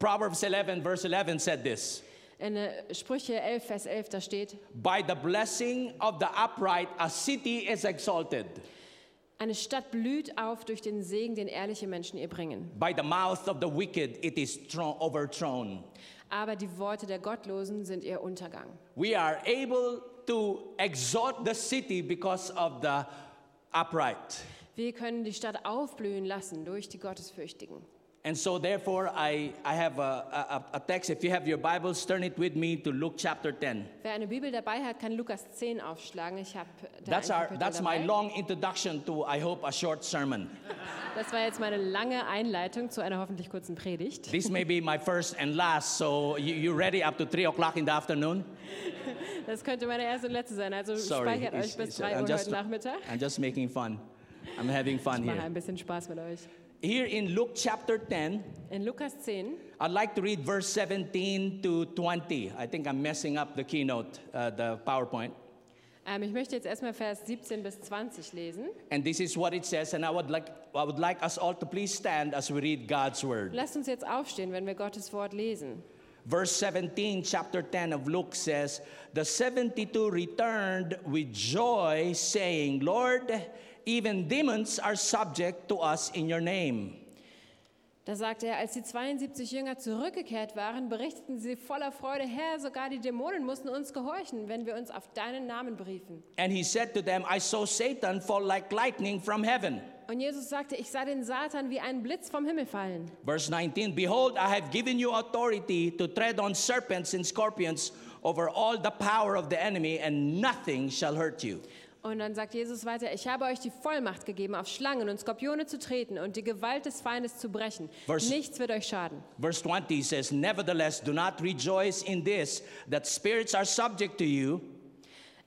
[SPEAKER 3] Proverbs 11, verse 11 said this
[SPEAKER 2] In äh, Sprüche 11, Vers 11, da steht,
[SPEAKER 3] By the blessing of the upright, a city is exalted.
[SPEAKER 2] eine Stadt blüht auf durch den Segen, den ehrliche Menschen ihr bringen.
[SPEAKER 3] By the mouth of the wicked, it is thro- overthrown.
[SPEAKER 2] Aber die Worte der Gottlosen sind ihr Untergang.
[SPEAKER 3] We are able to exalt the city because of the upright.
[SPEAKER 2] Wir können die Stadt aufblühen lassen durch die Gottesfürchtigen.
[SPEAKER 3] And so, therefore, I, I have a, a, a text. If you have your Bibles, turn it with me to Luke chapter 10.
[SPEAKER 2] Wer eine Bibel dabei hat, kann Lukas 10 aufschlagen. Ich habe da
[SPEAKER 3] That's,
[SPEAKER 2] ein
[SPEAKER 3] our,
[SPEAKER 2] Kapitel
[SPEAKER 3] that's my
[SPEAKER 2] dabei.
[SPEAKER 3] long introduction to, I hope, a short sermon.
[SPEAKER 2] Das war jetzt meine lange Einleitung zu einer hoffentlich kurzen Predigt.
[SPEAKER 3] This may be my first and last, so you, you ready up to 3 o'clock in the afternoon?
[SPEAKER 2] Das könnte meine erste und letzte sein. Also
[SPEAKER 3] Sorry.
[SPEAKER 2] speichert
[SPEAKER 3] it's-
[SPEAKER 2] euch bis
[SPEAKER 3] it's-
[SPEAKER 2] 3 Uhr heute Nachmittag.
[SPEAKER 3] I'm just making fun. I'm having fun
[SPEAKER 2] Ich mache
[SPEAKER 3] here.
[SPEAKER 2] ein bisschen Spaß mit euch.
[SPEAKER 3] Here in Luke chapter 10,
[SPEAKER 2] In Lukas 10
[SPEAKER 3] I'd like to read verse 17 to 20. I think I'm messing up the keynote, uh, the PowerPoint.
[SPEAKER 2] Ähm, ich möchte jetzt erstmal Vers 17 bis 20 lesen.
[SPEAKER 3] And this is what it says, and I would, like, I would like us all to please stand as we read God's word.
[SPEAKER 2] Lasst uns jetzt aufstehen, wenn wir Gottes Wort lesen.
[SPEAKER 3] Verse 17, chapter 10 of Luke says, The 72 returned with joy, saying, Lord, even demons are subject to us in your name.
[SPEAKER 2] Da sagt er, als die 72 Jünger zurückgekehrt waren, berichteten sie voller Freude, Herr, sogar die Dämonen mussten uns gehorchen, wenn wir uns auf deinen Namen beriefen.
[SPEAKER 3] And he said to them, I saw Satan fall like lightning from heaven.
[SPEAKER 2] Und Jesus sagte, ich sah den Satan wie einen Blitz vom Himmel fallen.
[SPEAKER 3] Verse 19, Behold, I have given you authority to tread on serpents and scorpions over all the power of the enemy, and nothing shall hurt you.
[SPEAKER 2] Und dann sagt Jesus weiter, ich habe euch die Vollmacht gegeben, auf Schlangen und Skorpione zu treten und die Gewalt des Feindes zu brechen.
[SPEAKER 3] Vers-
[SPEAKER 2] Nichts wird euch schaden.
[SPEAKER 3] Verse 20 says, Nevertheless, do not rejoice in this, that spirits are subject to you.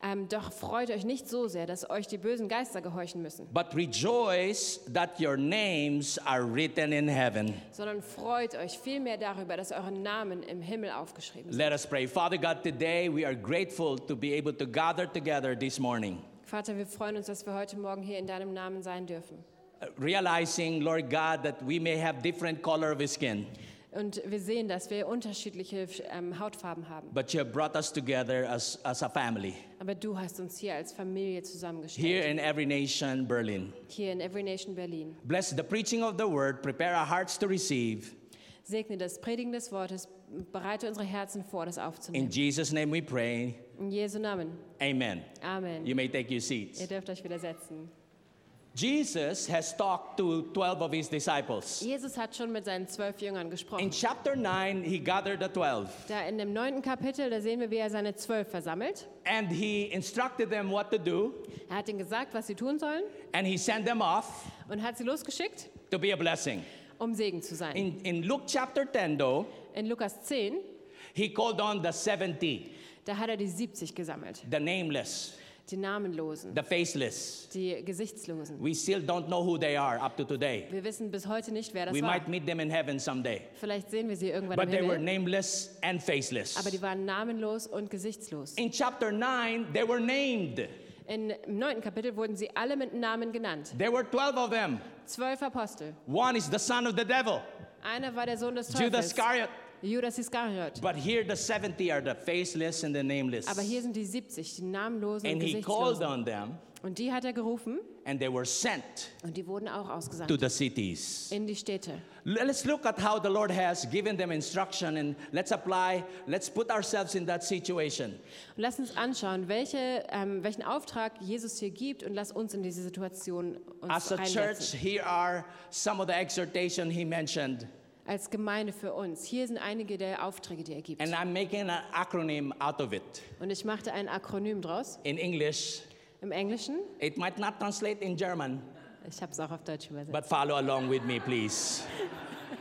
[SPEAKER 2] Ähm, doch freut euch nicht so sehr, dass euch die bösen Geister gehorchen müssen,
[SPEAKER 3] but rejoice that your names are written in heaven.
[SPEAKER 2] sondern freut euch vielmehr darüber, dass eure Namen im Himmel aufgeschrieben sind.
[SPEAKER 3] Let us pray. Father God, today we are grateful to be able to gather together this morning,
[SPEAKER 2] Vater, wir freuen uns, dass wir heute Morgen hier in deinem Namen sein dürfen.
[SPEAKER 3] uh, realizing, Lord God, that we may have different color of skin,
[SPEAKER 2] Und wir sehen, dass wir unterschiedliche ähm, Hautfarben haben.
[SPEAKER 3] but you have brought us together as, as a family
[SPEAKER 2] Aber du hast uns hier als Familie
[SPEAKER 3] here
[SPEAKER 2] zusammengestellt.
[SPEAKER 3] in Every Nation, Berlin.
[SPEAKER 2] Hier in Every Nation Berlin.
[SPEAKER 3] Bless the preaching of the word, prepare our hearts to receive.
[SPEAKER 2] Segne das Predigen des Wortes, bereite unsere Herzen vor, das
[SPEAKER 3] In
[SPEAKER 2] aufzunehmen.
[SPEAKER 3] Jesus' name we pray.
[SPEAKER 2] In Jesu Namen.
[SPEAKER 3] Amen.
[SPEAKER 2] Amen.
[SPEAKER 3] You may take your seats.
[SPEAKER 2] Ihr dürft euch wieder setzen.
[SPEAKER 3] Jesus has talked to 12 of his disciples.
[SPEAKER 2] Jesus hat schon mit seinen zwölf Jüngern
[SPEAKER 3] In
[SPEAKER 2] gesprochen.
[SPEAKER 3] chapter 9, he gathered the 12
[SPEAKER 2] Da in dem neunten Kapitel, da sehen wir, wie er seine zwölf versammelt.
[SPEAKER 3] and he instructed them what to do
[SPEAKER 2] Er hat ihnen gesagt, was sie tun sollen
[SPEAKER 3] and he sent them off
[SPEAKER 2] und hat sie losgeschickt,
[SPEAKER 3] to be a blessing.
[SPEAKER 2] um Segen zu sein.
[SPEAKER 3] In, in Luke chapter 10, though,
[SPEAKER 2] In Lukas 10,
[SPEAKER 3] he called on the 70,
[SPEAKER 2] da hat er die 70 gesammelt.
[SPEAKER 3] the nameless,
[SPEAKER 2] Die Namenlosen,
[SPEAKER 3] the faceless.
[SPEAKER 2] die Gesichtslosen.
[SPEAKER 3] We still don't know who they are up to today.
[SPEAKER 2] Wir wissen bis heute nicht, wer das
[SPEAKER 3] We
[SPEAKER 2] war.
[SPEAKER 3] might meet them in heaven someday.
[SPEAKER 2] Vielleicht sehen wir sie irgendwann im Ah,
[SPEAKER 3] But they were
[SPEAKER 2] Himmel.
[SPEAKER 3] nameless and
[SPEAKER 2] Aber
[SPEAKER 3] faceless.
[SPEAKER 2] die waren namenlos und gesichtslos.
[SPEAKER 3] In chapter 9, they were named.
[SPEAKER 2] In, Im neunten Kapitel wurden sie alle mit Namen genannt.
[SPEAKER 3] There were 12 of them.
[SPEAKER 2] Zwölf Apostel.
[SPEAKER 3] One is the son of the devil,
[SPEAKER 2] Einer war der Sohn des
[SPEAKER 3] Judas
[SPEAKER 2] Teufels,
[SPEAKER 3] Iscariot.
[SPEAKER 2] Judas Iskariot.
[SPEAKER 3] But here the 70 are the faceless and the nameless.
[SPEAKER 2] Aber hier sind die 70, die namenlosen und
[SPEAKER 3] and he called
[SPEAKER 2] gesichtslosen.
[SPEAKER 3] on them,
[SPEAKER 2] Und die hat er gerufen
[SPEAKER 3] and they were sent
[SPEAKER 2] und die wurden auch ausgesandt
[SPEAKER 3] to the cities.
[SPEAKER 2] in die Städte.
[SPEAKER 3] L- Let's look at how the Lord has given them instruction and let's apply, let's put ourselves in that situation.
[SPEAKER 2] Und lass uns anschauen, welche, ähm, welchen Auftrag Jesus hier gibt und lass uns in diese Situation uns
[SPEAKER 3] As a church,
[SPEAKER 2] reinsetzen.
[SPEAKER 3] here are some of the exhortation he mentioned,
[SPEAKER 2] Als Gemeinde für uns. Hier sind einige der Aufträge, die er gibt.
[SPEAKER 3] and I'm making an acronym out of it.
[SPEAKER 2] Und ich machte ein Akronym draus.
[SPEAKER 3] In English,
[SPEAKER 2] Im Englischen,
[SPEAKER 3] it might not translate in German,
[SPEAKER 2] ich habe es auch auf Deutsch übersetzt.
[SPEAKER 3] but follow along with me, please.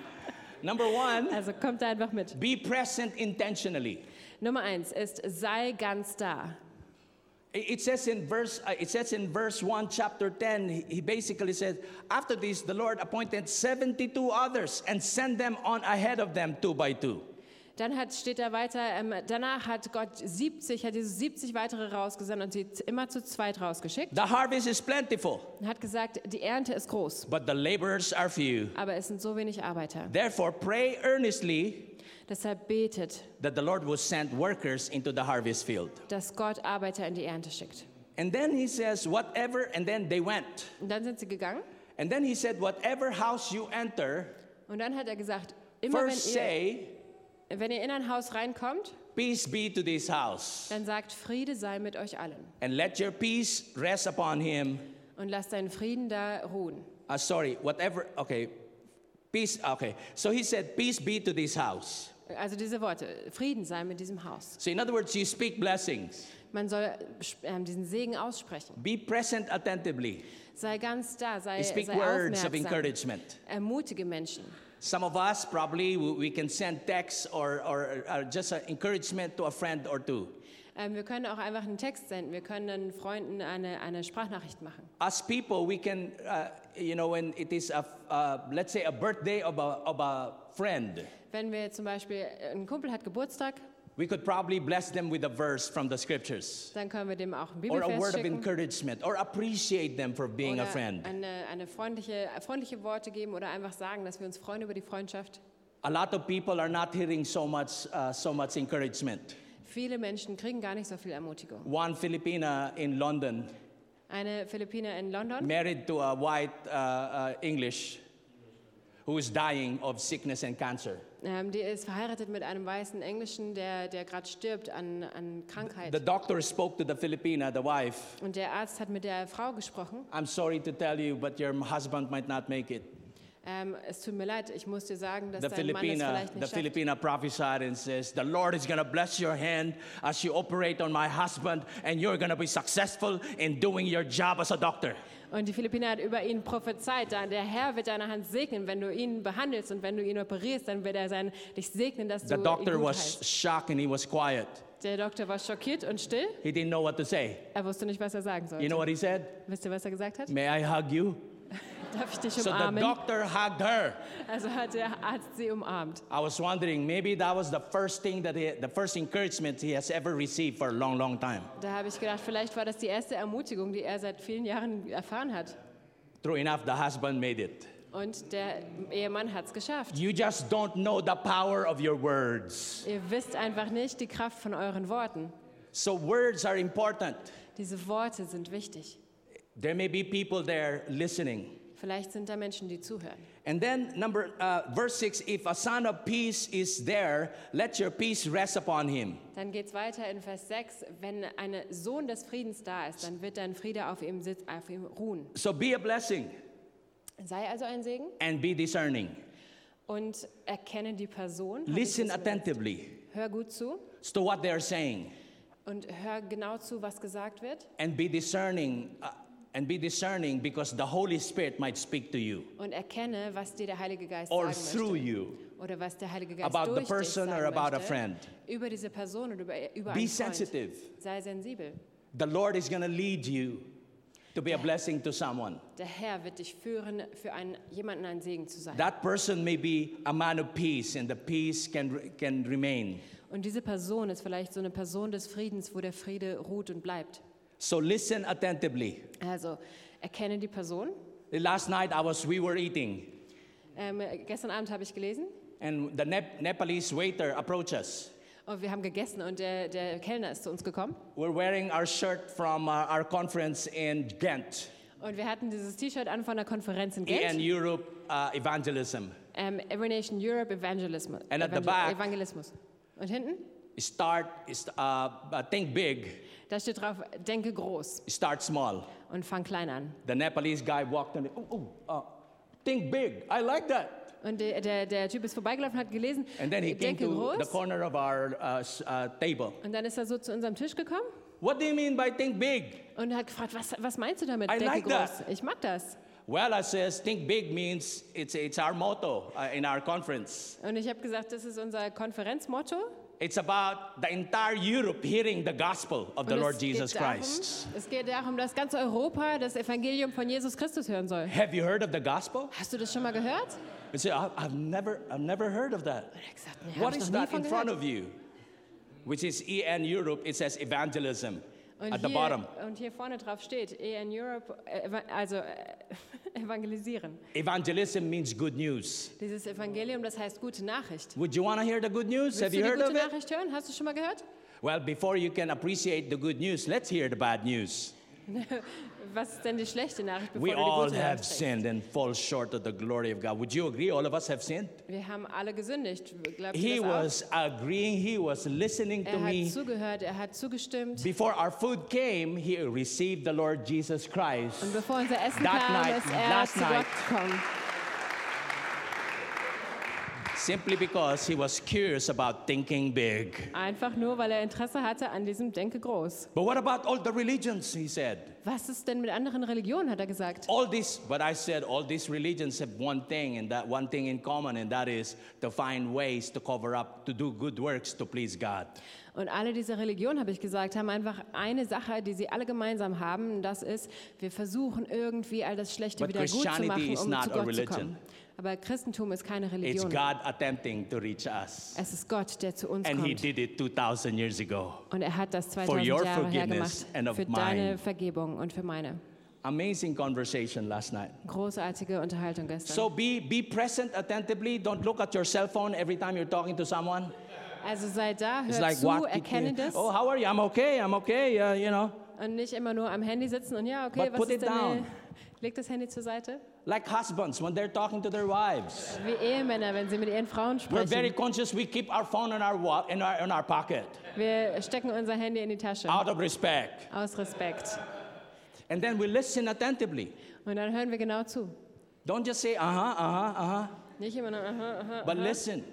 [SPEAKER 3] Number one,
[SPEAKER 2] Also kommt da einfach mit.
[SPEAKER 3] be present intentionally.
[SPEAKER 2] Nummer eins ist, sei ganz da.
[SPEAKER 3] It it says in verse uh, it says in verse 1 chapter 10 he- he basically says after this the Lord appointed 72 others and sent them on ahead of them two by two.
[SPEAKER 2] Dann hat, steht da weiter, ähm, danach hat Gott 70, hat diese 70 weitere rausgesandt und sie z- immer zu zweit rausgeschickt
[SPEAKER 3] The harvest is plentiful
[SPEAKER 2] und hat gesagt, die Ernte ist groß,
[SPEAKER 3] but the laborers are few.
[SPEAKER 2] aber es sind so wenig Arbeiter.
[SPEAKER 3] Therefore pray earnestly
[SPEAKER 2] Deshalb betet,
[SPEAKER 3] that the Lord will send workers into the harvest field.
[SPEAKER 2] dass Gott Arbeiter in die Ernte schickt.
[SPEAKER 3] And then he says whatever and then they went.
[SPEAKER 2] Und dann sind sie gegangen
[SPEAKER 3] And then he said whatever house you enter
[SPEAKER 2] und dann hat er gesagt, immer
[SPEAKER 3] first
[SPEAKER 2] wenn
[SPEAKER 3] say
[SPEAKER 2] ihr, wenn ihr in ein Haus reinkommt,
[SPEAKER 3] peace be to this house
[SPEAKER 2] dann sagt, Friede sei mit euch allen
[SPEAKER 3] and let your peace rest upon him.
[SPEAKER 2] und lasst deinen Frieden da ruhen.
[SPEAKER 3] Uh, sorry, whatever. Okay, peace. Okay, so he said, "Peace be to this house."
[SPEAKER 2] Also diese Worte, Frieden sei mit diesem Haus.
[SPEAKER 3] So in other words, you speak blessings.
[SPEAKER 2] Man soll ähm, diesen Segen aussprechen.
[SPEAKER 3] Be present attentively.
[SPEAKER 2] Sei ganz da, sei,
[SPEAKER 3] You speak
[SPEAKER 2] sei
[SPEAKER 3] words of
[SPEAKER 2] aufmerksam.
[SPEAKER 3] encouragement.
[SPEAKER 2] Ermutige Menschen.
[SPEAKER 3] Some of us probably we we can send texts or, or, or just an encouragement to a friend or two.
[SPEAKER 2] Ähm, wir können auch einfach einen Text senden. Wir können den Freunden eine, eine Sprachnachricht machen.
[SPEAKER 3] As people, we can, uh, you know, when it is a, uh, let's say a birthday of a, of a friend,
[SPEAKER 2] Wenn wir zum Beispiel, äh, ein Kumpel hat Geburtstag,
[SPEAKER 3] we could probably bless them with a verse from the scriptures
[SPEAKER 2] dann können wir dem auch ein
[SPEAKER 3] or a
[SPEAKER 2] Bibelvers
[SPEAKER 3] word of
[SPEAKER 2] schicken.
[SPEAKER 3] encouragement or appreciate them for being a
[SPEAKER 2] Oder
[SPEAKER 3] friend.
[SPEAKER 2] eine, eine freundliche, äh, freundliche Worte geben oder einfach sagen, dass wir uns freuen über die Freundschaft.
[SPEAKER 3] A lot of people are not hearing so much, uh, so much encouragement.
[SPEAKER 2] Viele Menschen kriegen gar nicht so viel Ermutigung.
[SPEAKER 3] One Filipina in London,
[SPEAKER 2] Eine Philippiner in London,
[SPEAKER 3] married to a white uh, uh, English, who is dying of sickness and cancer.
[SPEAKER 2] ähm, die ist verheiratet mit einem weißen Englischen, der, der gerade stirbt an, an Krankheit.
[SPEAKER 3] The doctor spoke to the Filipina, the wife.
[SPEAKER 2] Und der Arzt hat mit der Frau gesprochen.
[SPEAKER 3] I'm sorry to tell you, but your husband might not make it.
[SPEAKER 2] Ähm, es tut mir leid, ich muss dir sagen, dass
[SPEAKER 3] The
[SPEAKER 2] dein Mann es
[SPEAKER 3] Filipina,
[SPEAKER 2] vielleicht
[SPEAKER 3] the
[SPEAKER 2] nicht schafft.
[SPEAKER 3] Filipina prophesied and says, "The Lord is going to bless your hand as you operate on my husband, and you're going to be successful in doing your job as a doctor."
[SPEAKER 2] Und die Philippiner hat über ihn prophezeit, da- der Herr wird deine Hand segnen, wenn du ihn behandelst und wenn du ihn operierst, dann wird er sein, dich segnen, dass
[SPEAKER 3] The
[SPEAKER 2] du ihn
[SPEAKER 3] doctor
[SPEAKER 2] gut
[SPEAKER 3] was
[SPEAKER 2] heilst.
[SPEAKER 3] shocked and he was quiet.
[SPEAKER 2] Der Doktor war schockiert und still.
[SPEAKER 3] He didn't know what to say.
[SPEAKER 2] Er wusste nicht, was er sagen sollte.
[SPEAKER 3] You know what he said?
[SPEAKER 2] Wisst ihr, was er gesagt hat?
[SPEAKER 3] May I hug you?
[SPEAKER 2] Darf ich dich
[SPEAKER 3] So the
[SPEAKER 2] umarmen?
[SPEAKER 3] doctor hugged her.
[SPEAKER 2] also hat der Arzt sie umarmt.
[SPEAKER 3] I was wondering, maybe that was the first thing that he, the first encouragement he has ever received for a long, long time
[SPEAKER 2] Da habe ich gedacht, vielleicht war das die erste Ermutigung, die er seit vielen Jahren erfahren hat.
[SPEAKER 3] True enough, the husband made it.
[SPEAKER 2] Und der Ehemann hat es geschafft.
[SPEAKER 3] You just don't know the power of your words.
[SPEAKER 2] Ihr wisst einfach nicht die Kraft von euren Worten.
[SPEAKER 3] So, words are important.
[SPEAKER 2] Diese Worte sind wichtig.
[SPEAKER 3] There may be people there listening.
[SPEAKER 2] Vielleicht sind da Menschen, die zuhören.
[SPEAKER 3] And then, number uh, verse 6 if a son of peace is there, let your peace rest upon him.
[SPEAKER 2] Dann geht es weiter in Vers 6. Wenn ein Sohn des Friedens da ist, dann wird dein Friede auf ihm, sitz, auf ihm ruhen.
[SPEAKER 3] So, be a blessing
[SPEAKER 2] Sei also ein Segen
[SPEAKER 3] and be discerning.
[SPEAKER 2] und erkenne die Person. Hab ich
[SPEAKER 3] Listen
[SPEAKER 2] das-
[SPEAKER 3] attentively
[SPEAKER 2] Hör gut zu
[SPEAKER 3] as to what they are saying
[SPEAKER 2] und hör genau zu, was gesagt wird.
[SPEAKER 3] and be discerning. uh, and be discerning because the Holy Spirit might speak to you
[SPEAKER 2] Und erkenne, was dir der Heilige Geist
[SPEAKER 3] or
[SPEAKER 2] sagen
[SPEAKER 3] through
[SPEAKER 2] möchte.
[SPEAKER 3] you.
[SPEAKER 2] Oder was der Heilige Geist
[SPEAKER 3] About the
[SPEAKER 2] durch dich
[SPEAKER 3] person
[SPEAKER 2] sagen
[SPEAKER 3] or about a
[SPEAKER 2] möchte.
[SPEAKER 3] friend.
[SPEAKER 2] Über diese Person oder über, über
[SPEAKER 3] Be
[SPEAKER 2] einen Freund.
[SPEAKER 3] sensitive.
[SPEAKER 2] Sei sensibel.
[SPEAKER 3] The Lord is going to lead you to be a blessing to someone.
[SPEAKER 2] Der Herr wird dich führen, für einen, jemanden ein Segen zu sein.
[SPEAKER 3] That person may be a man of peace, and the peace can, can remain.
[SPEAKER 2] Und diese Person ist vielleicht so eine Person des Friedens, wo der Friede ruht und bleibt.
[SPEAKER 3] So listen attentively.
[SPEAKER 2] Also erkenne die Person.
[SPEAKER 3] Last night I was we were eating,
[SPEAKER 2] Ähm, gestern Abend habe ich gelesen
[SPEAKER 3] and the Nep- Nepalese waiter approached us.
[SPEAKER 2] und oh, wir haben gegessen und der, der Kellner ist zu uns gekommen.
[SPEAKER 3] We're wearing our shirt from uh, our conference in Ghent,
[SPEAKER 2] Und wir hatten dieses T-Shirt an von der Konferenz in
[SPEAKER 3] EN
[SPEAKER 2] Gent,
[SPEAKER 3] Europe uh, Evangelism.
[SPEAKER 2] ähm, Every Nation Europe Evangelism,
[SPEAKER 3] And at the back-
[SPEAKER 2] Evangelismus. Und hinten,
[SPEAKER 3] Start, is- uh, uh, think big,
[SPEAKER 2] da steht drauf, denke groß
[SPEAKER 3] start small.
[SPEAKER 2] und fang klein an.
[SPEAKER 3] The Nepalese guy walked in. Oh, oh, uh, think big. I like that.
[SPEAKER 2] Und der, der, der Typ ist vorbeigelaufen, hat gelesen,
[SPEAKER 3] And then he came
[SPEAKER 2] denke
[SPEAKER 3] to the
[SPEAKER 2] groß.
[SPEAKER 3] corner of our uh, s- uh, table.
[SPEAKER 2] Und dann ist er so zu unserem Tisch gekommen
[SPEAKER 3] What do you mean by think big?
[SPEAKER 2] und hat gefragt, was, was meinst du damit?
[SPEAKER 3] I
[SPEAKER 2] denke
[SPEAKER 3] like
[SPEAKER 2] groß.
[SPEAKER 3] that.
[SPEAKER 2] Ich mag das.
[SPEAKER 3] Well, I says think big means it's it's our motto uh, in our conference.
[SPEAKER 2] Und ich habe gesagt, das ist unser Konferenzmotto.
[SPEAKER 3] It's about the entire Europe hearing the gospel of the
[SPEAKER 2] Und
[SPEAKER 3] Lord
[SPEAKER 2] es
[SPEAKER 3] Jesus
[SPEAKER 2] geht darum,
[SPEAKER 3] Christ.
[SPEAKER 2] Es geht darum, dass ganz Europa das Evangelium von Jesus Christus hören soll.
[SPEAKER 3] Have you heard of the gospel?
[SPEAKER 2] Hast du das schon mal gehört?
[SPEAKER 3] You say, "I- I've never I've never heard of that.
[SPEAKER 2] Er hat gesagt, nee,
[SPEAKER 3] What
[SPEAKER 2] hab ich
[SPEAKER 3] is
[SPEAKER 2] noch nie
[SPEAKER 3] that
[SPEAKER 2] von
[SPEAKER 3] in front
[SPEAKER 2] gehört.
[SPEAKER 3] of you? Which is EN Europe. It says evangelism
[SPEAKER 2] Und
[SPEAKER 3] at the
[SPEAKER 2] hier-
[SPEAKER 3] bottom.
[SPEAKER 2] Und hier vorne drauf steht, EN Europe, äh, eva- also äh, evangelisieren.
[SPEAKER 3] Evangelism means good news.
[SPEAKER 2] Dieses Evangelium, das heißt gute Nachricht.
[SPEAKER 3] Would you want to hear the good news? Have
[SPEAKER 2] Willst du
[SPEAKER 3] you
[SPEAKER 2] die
[SPEAKER 3] heard
[SPEAKER 2] gute
[SPEAKER 3] of it?
[SPEAKER 2] Nachricht hören? Hast du schon mal gehört?
[SPEAKER 3] Well, before you can appreciate the good news, let's hear the bad news.
[SPEAKER 2] Was ist denn die schlechte Nachricht, bevor
[SPEAKER 3] We
[SPEAKER 2] du die
[SPEAKER 3] all
[SPEAKER 2] gute
[SPEAKER 3] have
[SPEAKER 2] Nachricht kriegst?
[SPEAKER 3] sinned and fall short of the glory of God. Would you agree? All of us have sinned.
[SPEAKER 2] Wir haben alle gesündigt. Glaubt
[SPEAKER 3] He
[SPEAKER 2] ihr das auch?
[SPEAKER 3] was agreeing, he was listening to
[SPEAKER 2] Er hat
[SPEAKER 3] me.
[SPEAKER 2] zugehört, er hat zugestimmt.
[SPEAKER 3] Before our food came, he received the Lord Jesus Christ.
[SPEAKER 2] Und bevor unser Essen
[SPEAKER 3] That
[SPEAKER 2] kam,
[SPEAKER 3] night,
[SPEAKER 2] ist er
[SPEAKER 3] last
[SPEAKER 2] zu Gott
[SPEAKER 3] night.
[SPEAKER 2] gekommen.
[SPEAKER 3] Simply because he was curious about thinking big.
[SPEAKER 2] Einfach nur, weil er Interesse hatte an diesem Denke groß.
[SPEAKER 3] But what about all the religions? He said.
[SPEAKER 2] Was ist denn mit anderen Religionen, hat er gesagt.
[SPEAKER 3] All these, but I said, all these religions have one thing, and that one thing in common, and that is to find ways to cover up, to do good works to please God.
[SPEAKER 2] Und alle diese Religionen, habe ich gesagt, haben einfach eine Sache, die sie alle gemeinsam haben. Und das ist, wir versuchen irgendwie all das Schlechte
[SPEAKER 3] But
[SPEAKER 2] wieder gut zu
[SPEAKER 3] Christianity
[SPEAKER 2] machen,
[SPEAKER 3] is
[SPEAKER 2] um
[SPEAKER 3] not
[SPEAKER 2] zu
[SPEAKER 3] a
[SPEAKER 2] Gott zu
[SPEAKER 3] religion.
[SPEAKER 2] kommen. Aber Christentum ist keine
[SPEAKER 3] It's
[SPEAKER 2] Religion.
[SPEAKER 3] God attempting to reach us.
[SPEAKER 2] Es ist Gott, der zu uns
[SPEAKER 3] And he
[SPEAKER 2] kommt.
[SPEAKER 3] did it 2,000 years ago.
[SPEAKER 2] Und er hat das
[SPEAKER 3] your
[SPEAKER 2] 2000 Jahre her
[SPEAKER 3] forgiveness
[SPEAKER 2] gemacht.
[SPEAKER 3] and of
[SPEAKER 2] Für
[SPEAKER 3] mine.
[SPEAKER 2] deine Vergebung und für meine.
[SPEAKER 3] Amazing conversation last night.
[SPEAKER 2] Großartige Unterhaltung gestern.
[SPEAKER 3] So be, be present attentively. Don't look at your cell phone every time you're talking to someone.
[SPEAKER 2] Also sei da, hör
[SPEAKER 3] It's like,
[SPEAKER 2] zu,
[SPEAKER 3] what? did
[SPEAKER 2] erkenne
[SPEAKER 3] you-
[SPEAKER 2] das
[SPEAKER 3] Oh, how are you? I'm okay. I'm okay. Uh, you know,
[SPEAKER 2] und nicht immer nur am Handy sitzen und ja, okay,
[SPEAKER 3] But
[SPEAKER 2] was
[SPEAKER 3] put
[SPEAKER 2] ist
[SPEAKER 3] it
[SPEAKER 2] denn,
[SPEAKER 3] down.
[SPEAKER 2] äh, leg das Handy zur Seite.
[SPEAKER 3] like husbands when they're talking to their wives.
[SPEAKER 2] Wie Ehemänner, wenn sie mit ihren Frauen
[SPEAKER 3] We're very
[SPEAKER 2] sprechen.
[SPEAKER 3] conscious. We keep our phone in our wa- in our in our pocket
[SPEAKER 2] Wir stecken unser Handy in die Tasche.
[SPEAKER 3] out of respect,
[SPEAKER 2] Aus Respekt.
[SPEAKER 3] and then we listen attentively.
[SPEAKER 2] Und dann hören wir genau zu.
[SPEAKER 3] Don't just say uh huh, uh huh, uh huh,
[SPEAKER 2] Nicht immer nur, aha, aha,
[SPEAKER 3] but
[SPEAKER 2] aha.
[SPEAKER 3] listen.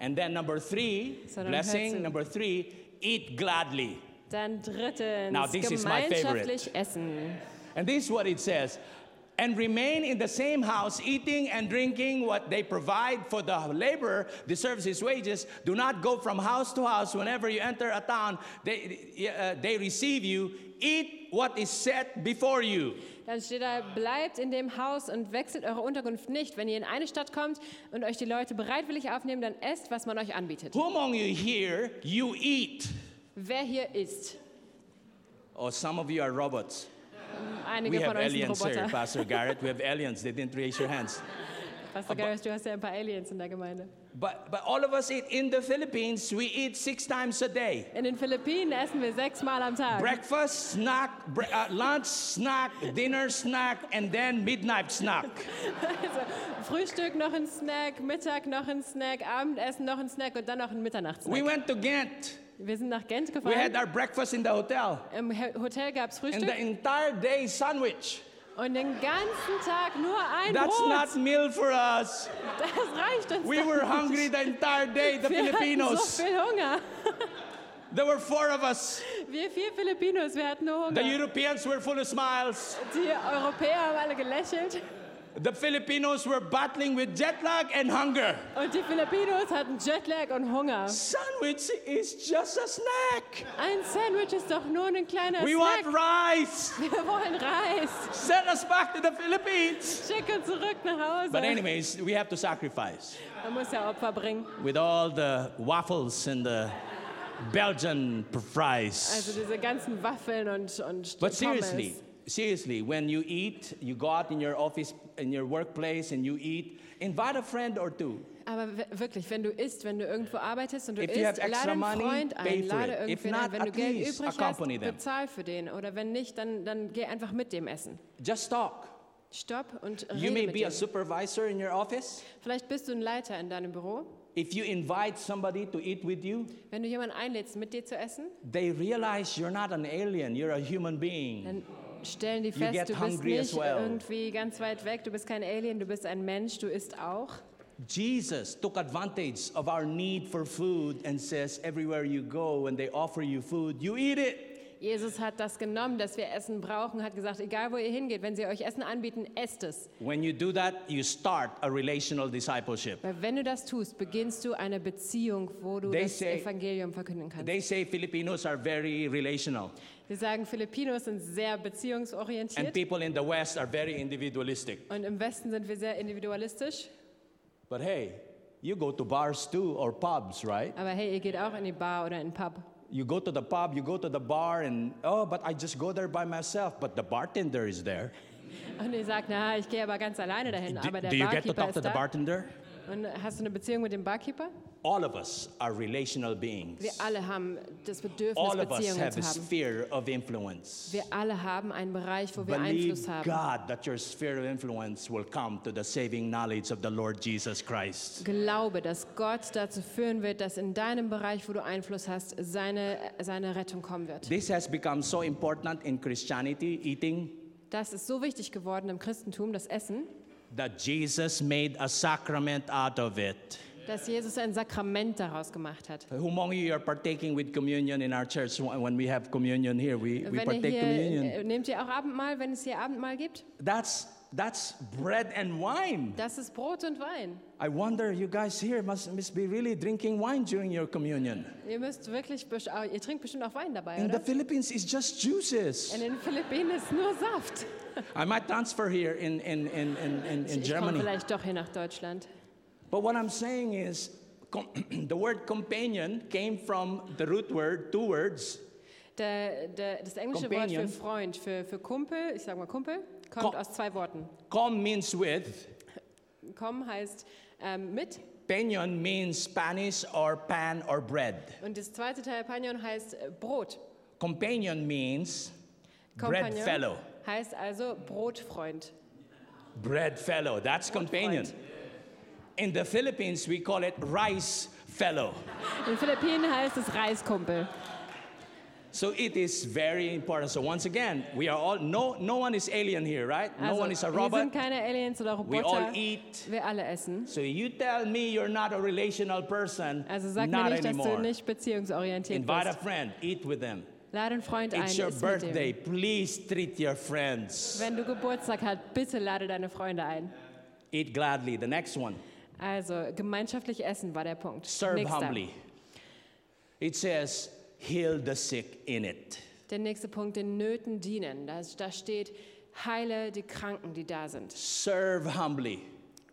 [SPEAKER 3] And then number three,
[SPEAKER 2] So don't hurt
[SPEAKER 3] blessing
[SPEAKER 2] you.
[SPEAKER 3] number three, eat gladly.
[SPEAKER 2] Dann drittens,
[SPEAKER 3] Now this is my favorite.
[SPEAKER 2] gemeinschaftlich essen.
[SPEAKER 3] And this is what it says and remain in the same house, eating and drinking what they provide for the laborer deserves his wages. Do not go from house to house. Whenever you enter a town, they, uh, they receive you. Eat what is set before you.
[SPEAKER 2] Dann steht da, bleibt in dem Haus und wechselt eure Unterkunft nicht. Wenn ihr in eine Stadt kommt und euch die Leute bereitwillig aufnehmen, dann esst, was man euch anbietet.
[SPEAKER 3] Whom among you here, you eat.
[SPEAKER 2] Wer hier isst?
[SPEAKER 3] Oh, some of you are robots. We
[SPEAKER 2] Einige
[SPEAKER 3] have
[SPEAKER 2] von euch sind
[SPEAKER 3] aliens here,
[SPEAKER 2] Roboter.
[SPEAKER 3] Pastor Garrett. We have aliens. They didn't raise your hands.
[SPEAKER 2] Pastor Garris, du hast ja ein paar Aliens in der Gemeinde.
[SPEAKER 3] But, but all of us eat in the Philippines, we eat six times a day.
[SPEAKER 2] In den Philippinen essen wir sechsmal am Tag.
[SPEAKER 3] Breakfast, snack, bre- uh, lunch, snack, dinner, snack, and then midnight snack.
[SPEAKER 2] Frühstück noch ein Snack, Mittag noch ein Snack, Abendessen noch ein Snack und dann noch ein
[SPEAKER 3] We
[SPEAKER 2] Mitternachtsnack.
[SPEAKER 3] went to Ghent.
[SPEAKER 2] Wir sind nach Gent
[SPEAKER 3] We had
[SPEAKER 2] gefahren.
[SPEAKER 3] our breakfast in the hotel.
[SPEAKER 2] Im He- Hotel gab es
[SPEAKER 3] And the
[SPEAKER 2] Frühstück
[SPEAKER 3] entire day sandwich.
[SPEAKER 2] und den ganzen Tag nur ein
[SPEAKER 3] That's
[SPEAKER 2] Brot.
[SPEAKER 3] not meal for us.
[SPEAKER 2] Das reicht uns.
[SPEAKER 3] We
[SPEAKER 2] doch
[SPEAKER 3] were
[SPEAKER 2] nicht.
[SPEAKER 3] hungry the entire day, the
[SPEAKER 2] Wir hatten so
[SPEAKER 3] Filipinos.
[SPEAKER 2] viel Hunger.
[SPEAKER 3] There were four of us.
[SPEAKER 2] Wir vier Filipinos, wir hatten nur Hunger.
[SPEAKER 3] The Europeans were full of smiles.
[SPEAKER 2] Die Europäer haben alle gelächelt
[SPEAKER 3] The Filipinos were battling with jet lag and hunger.
[SPEAKER 2] und die Filipinos hatten Jetlag und Hunger.
[SPEAKER 3] Sandwich is just a snack.
[SPEAKER 2] Ein Sandwich ist doch nur ein kleiner
[SPEAKER 3] We want
[SPEAKER 2] Snack.
[SPEAKER 3] rice.
[SPEAKER 2] Wir wollen Reis.
[SPEAKER 3] Send us back to the Philippines.
[SPEAKER 2] Schick uns zurück nach Hause.
[SPEAKER 3] But anyways, we have to sacrifice
[SPEAKER 2] Man muss ja Opfer bringen.
[SPEAKER 3] with all the waffles and the Belgian
[SPEAKER 2] Also
[SPEAKER 3] fries.
[SPEAKER 2] diese ganzen Waffeln und und Pommes.
[SPEAKER 3] But seriously, seriously, when you eat, you go out in your office, in your workplace, and you eat. Invite a friend or two.
[SPEAKER 2] Aber w- wirklich, wenn du isst, wenn du irgendwo arbeitest und du
[SPEAKER 3] If you
[SPEAKER 2] isst,
[SPEAKER 3] have extra
[SPEAKER 2] lade einen
[SPEAKER 3] money,
[SPEAKER 2] Freund
[SPEAKER 3] pay
[SPEAKER 2] ein,
[SPEAKER 3] for
[SPEAKER 2] lade
[SPEAKER 3] it. If
[SPEAKER 2] irgendwen
[SPEAKER 3] not,
[SPEAKER 2] ein. Wenn du
[SPEAKER 3] at
[SPEAKER 2] Geld
[SPEAKER 3] least
[SPEAKER 2] übrig hast,
[SPEAKER 3] accompany them.
[SPEAKER 2] bezahl für den. Oder wenn nicht, dann, dann geh einfach mit dem essen.
[SPEAKER 3] Just talk.
[SPEAKER 2] Stopp und
[SPEAKER 3] You may
[SPEAKER 2] rede mit
[SPEAKER 3] be
[SPEAKER 2] ihm.
[SPEAKER 3] a supervisor in your office.
[SPEAKER 2] Vielleicht bist du ein Leiter in deinem Büro.
[SPEAKER 3] If you invite somebody to eat with you,
[SPEAKER 2] Wenn du jemanden einlädst, mit dir zu essen,
[SPEAKER 3] they realize you're not an alien, you're a human being.
[SPEAKER 2] dann stellen die
[SPEAKER 3] Mm. get
[SPEAKER 2] fest, du bist
[SPEAKER 3] hungry as
[SPEAKER 2] nicht
[SPEAKER 3] well.
[SPEAKER 2] irgendwie ganz weit weg, du bist kein Alien, du bist ein Mensch, du isst auch.
[SPEAKER 3] Jesus took advantage of our need for food and says, Everywhere you go, when they offer you food, you eat it.
[SPEAKER 2] Jesus hat das genommen, dass wir Essen brauchen, hat gesagt, egal wo ihr hingeht, wenn sie euch Essen anbieten, esst es.
[SPEAKER 3] When you do that, you start a relational discipleship.
[SPEAKER 2] Weil wenn du das tust, beginnst du eine Beziehung, wo du
[SPEAKER 3] They
[SPEAKER 2] das
[SPEAKER 3] say-
[SPEAKER 2] Evangelium verkünden kannst.
[SPEAKER 3] They say Filipinos are very relational,
[SPEAKER 2] Wir sagen, Filipinos sind sehr
[SPEAKER 3] and
[SPEAKER 2] beziehungsorientiert
[SPEAKER 3] people in the West are very individualistic.
[SPEAKER 2] und im Westen sind wir sehr individualistisch.
[SPEAKER 3] But hey, you go to bars too or pubs, right?
[SPEAKER 2] Aber hey, ihr geht auch in die Bar oder in den Pub.
[SPEAKER 3] You go to the pub, you go to the bar, and oh, but I just go there by myself. But the bartender is there.
[SPEAKER 2] Und ihr sagt, na, ich gehe aber ganz alleine dahin.
[SPEAKER 3] Do,
[SPEAKER 2] aber der
[SPEAKER 3] do you get to
[SPEAKER 2] Barkeeper
[SPEAKER 3] talk
[SPEAKER 2] ist
[SPEAKER 3] to the
[SPEAKER 2] da.
[SPEAKER 3] bartender?
[SPEAKER 2] Und hast du eine Beziehung mit dem Barkeeper?
[SPEAKER 3] All of us are relational beings.
[SPEAKER 2] Wir alle haben das Bedürfnis,
[SPEAKER 3] All of us
[SPEAKER 2] Beziehungen
[SPEAKER 3] have
[SPEAKER 2] zu
[SPEAKER 3] a
[SPEAKER 2] haben.
[SPEAKER 3] sphere of influence.
[SPEAKER 2] Wir alle haben einen Bereich, wo wir
[SPEAKER 3] Believe
[SPEAKER 2] Einfluss haben.
[SPEAKER 3] God that your sphere of influence will come to the saving knowledge of the Lord Jesus Christ.
[SPEAKER 2] Glaube, dass Gott dazu führen wird, dass in deinem Bereich, wo du Einfluss hast, seine, seine Rettung kommen wird.
[SPEAKER 3] This has become so important in Christianity, eating,
[SPEAKER 2] Das ist so wichtig geworden im Christentum, das Essen,
[SPEAKER 3] that Jesus made a sacrament out of it.
[SPEAKER 2] dass Jesus ein Sakrament daraus gemacht hat.
[SPEAKER 3] Who among you are partaking with communion in our church? When we have communion here, we, we
[SPEAKER 2] Wenn ihr
[SPEAKER 3] partake
[SPEAKER 2] hier,
[SPEAKER 3] communion.
[SPEAKER 2] äh, nehmt ihr auch Abendmahl, wenn es hier Abendmahl gibt?
[SPEAKER 3] That's that's bread and wine.
[SPEAKER 2] Das ist Brot und Wein.
[SPEAKER 3] I wonder you guys here must, must be really drinking wine during your communion.
[SPEAKER 2] Ihr müsst wirklich, best- ah, ihr trinkt bestimmt auch Wein dabei,
[SPEAKER 3] In the
[SPEAKER 2] oder?
[SPEAKER 3] Philippines it's just juices.
[SPEAKER 2] In den Philippinen ist nur Saft.
[SPEAKER 3] I might transfer here in, in, in, in, in, in
[SPEAKER 2] Ich komme
[SPEAKER 3] Germany.
[SPEAKER 2] vielleicht doch hier nach Deutschland.
[SPEAKER 3] But what I'm saying is com- the word companion came from the root word, two words.
[SPEAKER 2] Der, der, das englische
[SPEAKER 3] Companion.
[SPEAKER 2] Wort für Freund, für, für Kumpel, ich sage mal Kumpel, kommt
[SPEAKER 3] Ko-
[SPEAKER 2] aus zwei Worten.
[SPEAKER 3] Com means with,
[SPEAKER 2] Kommen heißt ähm, mit
[SPEAKER 3] penion means Spanish or pan or bread.
[SPEAKER 2] und das zweite Teil Panion heißt äh, Brot.
[SPEAKER 3] Companion means bread
[SPEAKER 2] Companion
[SPEAKER 3] fellow.
[SPEAKER 2] heißt also Brotfreund.
[SPEAKER 3] Bread fellow, that's companion. In the Philippines, we call it rice fellow.
[SPEAKER 2] In den Philippinen heißt es Reiskumpel.
[SPEAKER 3] So it is very important. So once again, we are all no no one is alien here, right? no
[SPEAKER 2] Also,
[SPEAKER 3] one is a
[SPEAKER 2] wir sind
[SPEAKER 3] robot.
[SPEAKER 2] keine Aliens oder
[SPEAKER 3] We all
[SPEAKER 2] Roboter.
[SPEAKER 3] eat.
[SPEAKER 2] Wir alle essen.
[SPEAKER 3] So you tell me you're not a relational person,
[SPEAKER 2] Also sag mir
[SPEAKER 3] not
[SPEAKER 2] nicht, dass
[SPEAKER 3] anymore.
[SPEAKER 2] du nicht beziehungsorientiert
[SPEAKER 3] Invite a
[SPEAKER 2] bist.
[SPEAKER 3] friend, eat with them.
[SPEAKER 2] Lade einen Freund ein.
[SPEAKER 3] It's your
[SPEAKER 2] isst mit dem.
[SPEAKER 3] birthday. Please treat your friends.
[SPEAKER 2] Wenn du Geburtstag hast, bitte lade deine Freunde ein.
[SPEAKER 3] Eat gladly. The next one.
[SPEAKER 2] Also, gemeinschaftlich essen war der Punkt.
[SPEAKER 3] Serve
[SPEAKER 2] Nächster.
[SPEAKER 3] humbly. It says, heal the sick in it.
[SPEAKER 2] Der nächste Punkt, den Nöten dienen. Da, da steht, heile die Kranken, die da sind.
[SPEAKER 3] Serve humbly.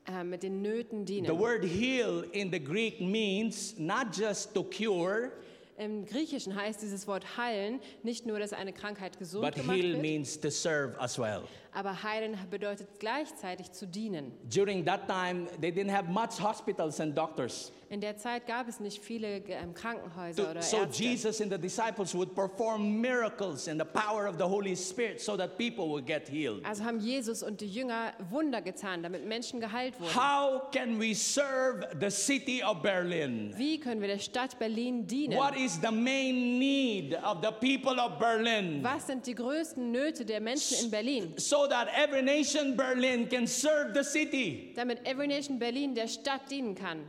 [SPEAKER 2] Äh, mit den Nöten
[SPEAKER 3] The
[SPEAKER 2] dienen.
[SPEAKER 3] word heal in the Greek means not just to cure,
[SPEAKER 2] Im Griechischen heißt dieses Wort heilen nicht nur, dass eine Krankheit gesund
[SPEAKER 3] but
[SPEAKER 2] gemacht
[SPEAKER 3] heal
[SPEAKER 2] wird,
[SPEAKER 3] means to serve as well.
[SPEAKER 2] aber heilen bedeutet gleichzeitig zu dienen.
[SPEAKER 3] During that time, they didn't have much hospitals and doctors.
[SPEAKER 2] In der Zeit gab es nicht viele ähm, Krankenhäuser
[SPEAKER 3] To-
[SPEAKER 2] oder
[SPEAKER 3] so
[SPEAKER 2] Ärzte.
[SPEAKER 3] Jesus and the disciples would perform miracles in the power of the Holy Spirit so that people would get healed.
[SPEAKER 2] Also haben Jesus und die Jünger Wunder getan, damit Menschen geheilt wurden.
[SPEAKER 3] How can we serve the city of Berlin?
[SPEAKER 2] Wie können wir der Stadt Berlin dienen?
[SPEAKER 3] What is the main need of the people of Berlin?
[SPEAKER 2] Was sind die größten Nöte der Menschen in Berlin?
[SPEAKER 3] So that every nation Berlin can serve the city.
[SPEAKER 2] Damit Every Nation Berlin der Stadt dienen kann.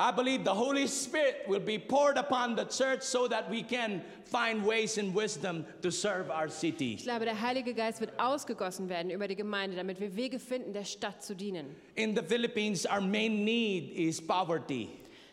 [SPEAKER 3] I believe the Holy Spirit will be poured upon the church so that we can find ways and wisdom to serve our
[SPEAKER 2] Ich
[SPEAKER 3] city.
[SPEAKER 2] glaube, der Heilige Geist wird ausgegossen werden über die Gemeinde, damit wir Wege finden, der Stadt zu dienen.
[SPEAKER 3] In the Philippines, our main need is poverty.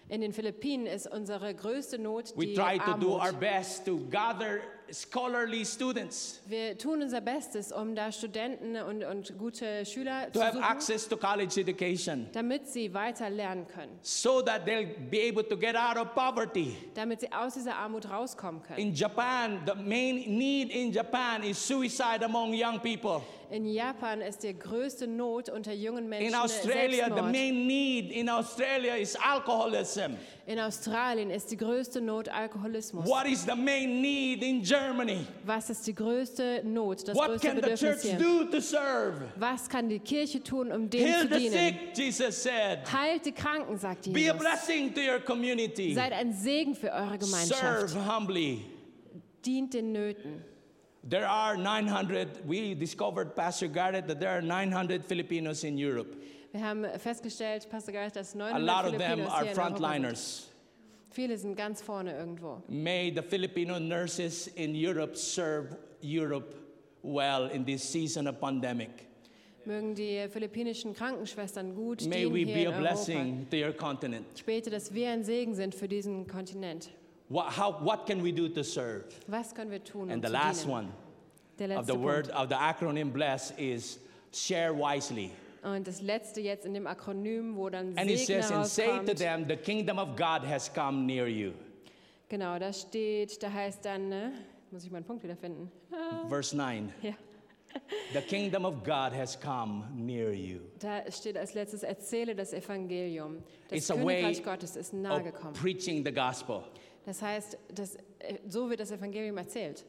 [SPEAKER 2] In den Philippinen ist unsere größte Not
[SPEAKER 3] We
[SPEAKER 2] die
[SPEAKER 3] try to do our
[SPEAKER 2] Armut.
[SPEAKER 3] best to gather scholarly students
[SPEAKER 2] Wir tun unser Bestes, um da Studenten und, und gute Schüler
[SPEAKER 3] to
[SPEAKER 2] zu
[SPEAKER 3] have
[SPEAKER 2] suchen,
[SPEAKER 3] access to college education
[SPEAKER 2] damit sie weiter lernen können,
[SPEAKER 3] so that they'll be able to get out of poverty.
[SPEAKER 2] damit sie aus dieser Armut rauskommen können.
[SPEAKER 3] In Japan, the main need in Japan is suicide among young people.
[SPEAKER 2] In Japan ist die größte Not unter jungen Menschen
[SPEAKER 3] In Australia, the
[SPEAKER 2] Selbstmord.
[SPEAKER 3] main need in Australia is alcoholism.
[SPEAKER 2] In Australien ist die größte Not Alkoholismus.
[SPEAKER 3] What is the main need in Germany?
[SPEAKER 2] Was ist die größte Not, das
[SPEAKER 3] What
[SPEAKER 2] größte
[SPEAKER 3] can the
[SPEAKER 2] Bedürfnis
[SPEAKER 3] church
[SPEAKER 2] hier?
[SPEAKER 3] do to serve?
[SPEAKER 2] Was kann die Kirche tun, um dem
[SPEAKER 3] Heal
[SPEAKER 2] zu
[SPEAKER 3] the
[SPEAKER 2] dienen?
[SPEAKER 3] sick, Jesus said.
[SPEAKER 2] Heilt die Kranken, sagt
[SPEAKER 3] Be a
[SPEAKER 2] Jesus.
[SPEAKER 3] blessing to your community.
[SPEAKER 2] Seid ein Segen für eure
[SPEAKER 3] Serve
[SPEAKER 2] Gemeinschaft.
[SPEAKER 3] humbly.
[SPEAKER 2] Dient den Nöten.
[SPEAKER 3] There are 900, we discovered, Pastor Garrett, that there are 900 Filipinos in Europe.
[SPEAKER 2] Wir haben festgestellt, Pastor Geist, dass
[SPEAKER 3] A lot
[SPEAKER 2] 900
[SPEAKER 3] of them
[SPEAKER 2] Filipinos
[SPEAKER 3] are
[SPEAKER 2] hier in Europa sind.
[SPEAKER 3] frontliners.
[SPEAKER 2] Viele sind ganz vorne irgendwo.
[SPEAKER 3] May the Filipino nurses in Europe serve Europe well in this season of pandemic.
[SPEAKER 2] Mögen die philippinischen Krankenschwestern gut
[SPEAKER 3] May
[SPEAKER 2] dienen
[SPEAKER 3] we
[SPEAKER 2] hier
[SPEAKER 3] be
[SPEAKER 2] in
[SPEAKER 3] a
[SPEAKER 2] Europa.
[SPEAKER 3] blessing to your continent.
[SPEAKER 2] Ich bete, dass wir ein Segen sind für diesen Kontinent.
[SPEAKER 3] What, how, what can we do to serve?
[SPEAKER 2] Was können wir tun, um
[SPEAKER 3] And the
[SPEAKER 2] zu
[SPEAKER 3] last
[SPEAKER 2] dienen?
[SPEAKER 3] one
[SPEAKER 2] Der
[SPEAKER 3] of
[SPEAKER 2] letzte
[SPEAKER 3] the word
[SPEAKER 2] Punkt.
[SPEAKER 3] of the acronym bless is share wisely.
[SPEAKER 2] Und das letzte jetzt in dem Akronym, wo dann
[SPEAKER 3] And it
[SPEAKER 2] Segen
[SPEAKER 3] says, and say to
[SPEAKER 2] herauskommt.
[SPEAKER 3] them, the kingdom of God has come near you.
[SPEAKER 2] Genau, da steht, da heißt dann, ne? muss ich meinen Punkt wiederfinden.
[SPEAKER 3] Verse 9.
[SPEAKER 2] Ja.
[SPEAKER 3] The kingdom of God has come near you.
[SPEAKER 2] Da steht als letztes, erzähle das Evangelium. Das
[SPEAKER 3] It's a way
[SPEAKER 2] Königreich Gottes ist nahe
[SPEAKER 3] Of
[SPEAKER 2] gekommen.
[SPEAKER 3] Oh, preaching the gospel.
[SPEAKER 2] Das heißt, das, äh, so wird das Evangelium erzählt.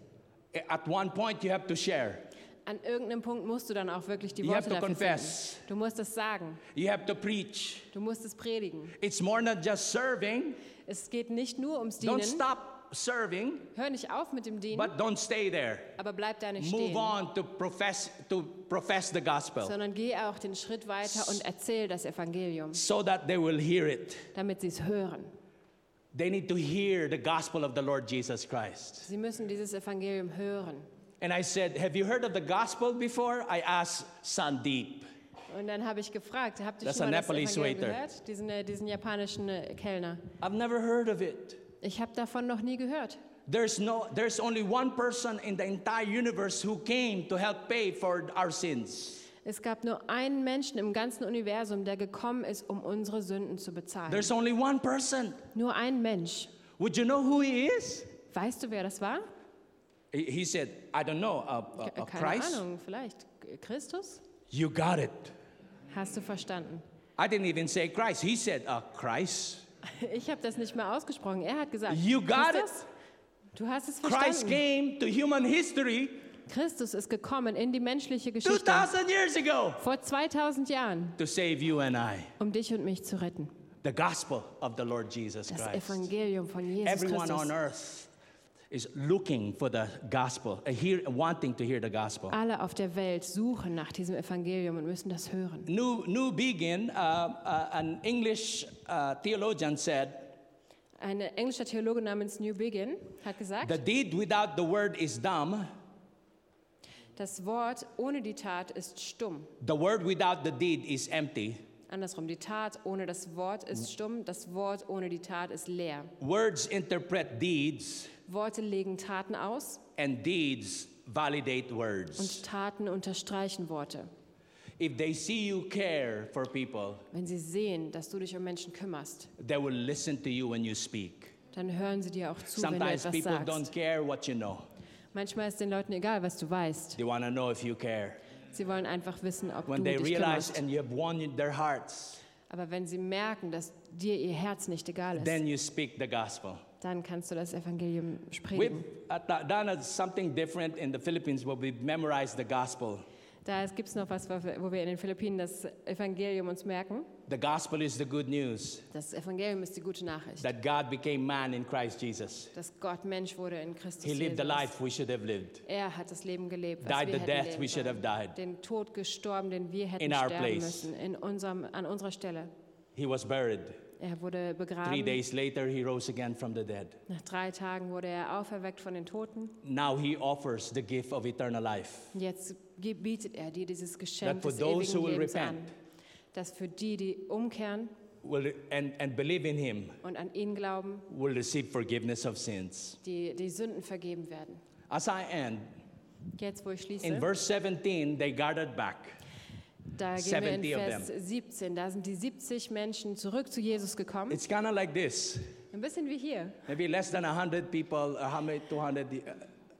[SPEAKER 3] At one point, you have to share.
[SPEAKER 2] An irgendeinem Punkt musst du dann auch wirklich die
[SPEAKER 3] You have
[SPEAKER 2] Worte
[SPEAKER 3] to
[SPEAKER 2] dafür
[SPEAKER 3] confess.
[SPEAKER 2] finden. Du musst es sagen,
[SPEAKER 3] You have to preach.
[SPEAKER 2] du musst es predigen.
[SPEAKER 3] It's more than just serving.
[SPEAKER 2] Es geht nicht nur ums
[SPEAKER 3] Don't
[SPEAKER 2] Dienen.
[SPEAKER 3] stop serving,
[SPEAKER 2] Hör nicht auf mit dem Dienen,
[SPEAKER 3] but don't stay there.
[SPEAKER 2] aber bleib da nicht
[SPEAKER 3] Move
[SPEAKER 2] stehen.
[SPEAKER 3] on to profess to profess the gospel
[SPEAKER 2] Sondern geh auch den Schritt weiter und erzähl das Evangelium,
[SPEAKER 3] so that they will hear it.
[SPEAKER 2] damit sie es hören.
[SPEAKER 3] They need to hear the gospel of the Lord Jesus Christ.
[SPEAKER 2] Sie müssen dieses Evangelium hören.
[SPEAKER 3] And I said, "Have you heard of the gospel before?" I asked Sandeep.
[SPEAKER 2] Und dann habe ich gefragt, habt ihr
[SPEAKER 3] That's
[SPEAKER 2] schon
[SPEAKER 3] a
[SPEAKER 2] mal das
[SPEAKER 3] Nepalese
[SPEAKER 2] Evangelium
[SPEAKER 3] waiter.
[SPEAKER 2] gehört? Diesen, äh, diesen japanischen äh, Kellner.
[SPEAKER 3] I've never heard of it.
[SPEAKER 2] Ich habe davon noch nie gehört.
[SPEAKER 3] There's no there's only one person in the entire universe who came to help pay for our sins.
[SPEAKER 2] Es gab nur einen Menschen im ganzen Universum, der gekommen ist, um unsere Sünden zu bezahlen.
[SPEAKER 3] There's only one person.
[SPEAKER 2] nur ein Mensch.
[SPEAKER 3] Would you know who he is?
[SPEAKER 2] Weißt du, wer das war?
[SPEAKER 3] He he said, I don't know, uh, uh,
[SPEAKER 2] Ke-
[SPEAKER 3] uh,
[SPEAKER 2] Keine
[SPEAKER 3] Christ?
[SPEAKER 2] Ahnung, vielleicht Christus?
[SPEAKER 3] You got it.
[SPEAKER 2] Hast du verstanden?
[SPEAKER 3] I didn't even say Christ. He said, uh, Christ.
[SPEAKER 2] Ich habe das nicht mal ausgesprochen. Er hat gesagt,
[SPEAKER 3] You got
[SPEAKER 2] Christus, du hast es
[SPEAKER 3] Christ
[SPEAKER 2] verstanden.
[SPEAKER 3] came to human history
[SPEAKER 2] Christus ist gekommen in die menschliche Geschichte
[SPEAKER 3] 2,000 years ago
[SPEAKER 2] vor 2000 Jahren,
[SPEAKER 3] to save you and I.
[SPEAKER 2] um dich und mich zu retten.
[SPEAKER 3] The gospel of the Lord Jesus
[SPEAKER 2] Das
[SPEAKER 3] Christ.
[SPEAKER 2] Evangelium von Jesus
[SPEAKER 3] Everyone
[SPEAKER 2] Christus.
[SPEAKER 3] on earth is looking for the gospel, uh, hear, wanting to hear the gospel.
[SPEAKER 2] Alle auf der Welt suchen nach diesem Evangelium und müssen das hören.
[SPEAKER 3] New, New Begin, uh, uh, an English uh, theologian said,
[SPEAKER 2] Äh, Ein englischer Theologe namens New Begin hat gesagt,
[SPEAKER 3] The deed without the word is dumb.
[SPEAKER 2] das Wort ohne die Tat ist stumm.
[SPEAKER 3] The word without the deed is empty.
[SPEAKER 2] Andersrum, die Tat ohne das Wort ist stumm, das Wort ohne die Tat ist leer.
[SPEAKER 3] Words interpret deeds,
[SPEAKER 2] Worte legen Taten aus
[SPEAKER 3] and deeds validate words.
[SPEAKER 2] und Taten unterstreichen Worte.
[SPEAKER 3] If they see you care for people,
[SPEAKER 2] Wenn sie sehen, dass du dich um Menschen kümmerst,
[SPEAKER 3] they will listen to you when you speak.
[SPEAKER 2] dann hören sie dir auch zu, wenn du
[SPEAKER 3] Sometimes
[SPEAKER 2] etwas
[SPEAKER 3] people don't
[SPEAKER 2] sagst.
[SPEAKER 3] care what you know.
[SPEAKER 2] Manchmal ist den Leuten egal, was du weißt.
[SPEAKER 3] They want to know if you care.
[SPEAKER 2] Sie wollen einfach wissen, ob
[SPEAKER 3] When
[SPEAKER 2] du
[SPEAKER 3] they
[SPEAKER 2] dich
[SPEAKER 3] realize
[SPEAKER 2] kümmerst.
[SPEAKER 3] and you have won their hearts,
[SPEAKER 2] Aber wenn sie merken, dass dir ihr Herz nicht egal ist,
[SPEAKER 3] then you speak the gospel.
[SPEAKER 2] dann kannst du das Evangelium
[SPEAKER 3] We've
[SPEAKER 2] predigen.
[SPEAKER 3] uh, th- done something different in the Philippines where we memorized the gospel.
[SPEAKER 2] Da gibt es noch was, wo wir wo wir in den Philippinen das Evangelium uns merken.
[SPEAKER 3] The gospel is the good news
[SPEAKER 2] Das Evangelium ist die gute Nachricht,
[SPEAKER 3] that God became man in Christ Jesus.
[SPEAKER 2] dass Gott Mensch wurde in Christus
[SPEAKER 3] He lived the
[SPEAKER 2] Jesus.
[SPEAKER 3] life we should have lived.
[SPEAKER 2] Er hat das Leben gelebt, was
[SPEAKER 3] Died
[SPEAKER 2] wir
[SPEAKER 3] the
[SPEAKER 2] hätten
[SPEAKER 3] death
[SPEAKER 2] leben
[SPEAKER 3] we should have
[SPEAKER 2] sollen.
[SPEAKER 3] died.
[SPEAKER 2] Den Tod gestorben, den wir hätten
[SPEAKER 3] In our
[SPEAKER 2] sterben
[SPEAKER 3] place.
[SPEAKER 2] müssen, in unserem, an unserer Stelle.
[SPEAKER 3] He was buried.
[SPEAKER 2] Er wurde
[SPEAKER 3] Three
[SPEAKER 2] begraben.
[SPEAKER 3] days later, he rose again from the dead.
[SPEAKER 2] Nach drei Tagen wurde er auferweckt von den Toten.
[SPEAKER 3] Now he offers the gift of eternal life.
[SPEAKER 2] Jetzt ge- bietet er dir dieses Geschenk
[SPEAKER 3] That for
[SPEAKER 2] des
[SPEAKER 3] those who
[SPEAKER 2] ewigen
[SPEAKER 3] will
[SPEAKER 2] Lebens an,
[SPEAKER 3] repent.
[SPEAKER 2] dass für die, die umkehren
[SPEAKER 3] Will, and, and believe in him,
[SPEAKER 2] und an ihn glauben,
[SPEAKER 3] will receive forgiveness of sins.
[SPEAKER 2] die, die Sünden vergeben werden.
[SPEAKER 3] As I end,
[SPEAKER 2] Jetzt, wo ich
[SPEAKER 3] in
[SPEAKER 2] schließe,
[SPEAKER 3] verse 17, they gathered back.
[SPEAKER 2] da gehen wir in
[SPEAKER 3] 70 of
[SPEAKER 2] Vers 17. Da sind die 70 Menschen zurück zu Jesus gekommen.
[SPEAKER 3] It's kind of like this
[SPEAKER 2] Ein bisschen wie hier.
[SPEAKER 3] maybe less than 100 people, or how many, 200. uh,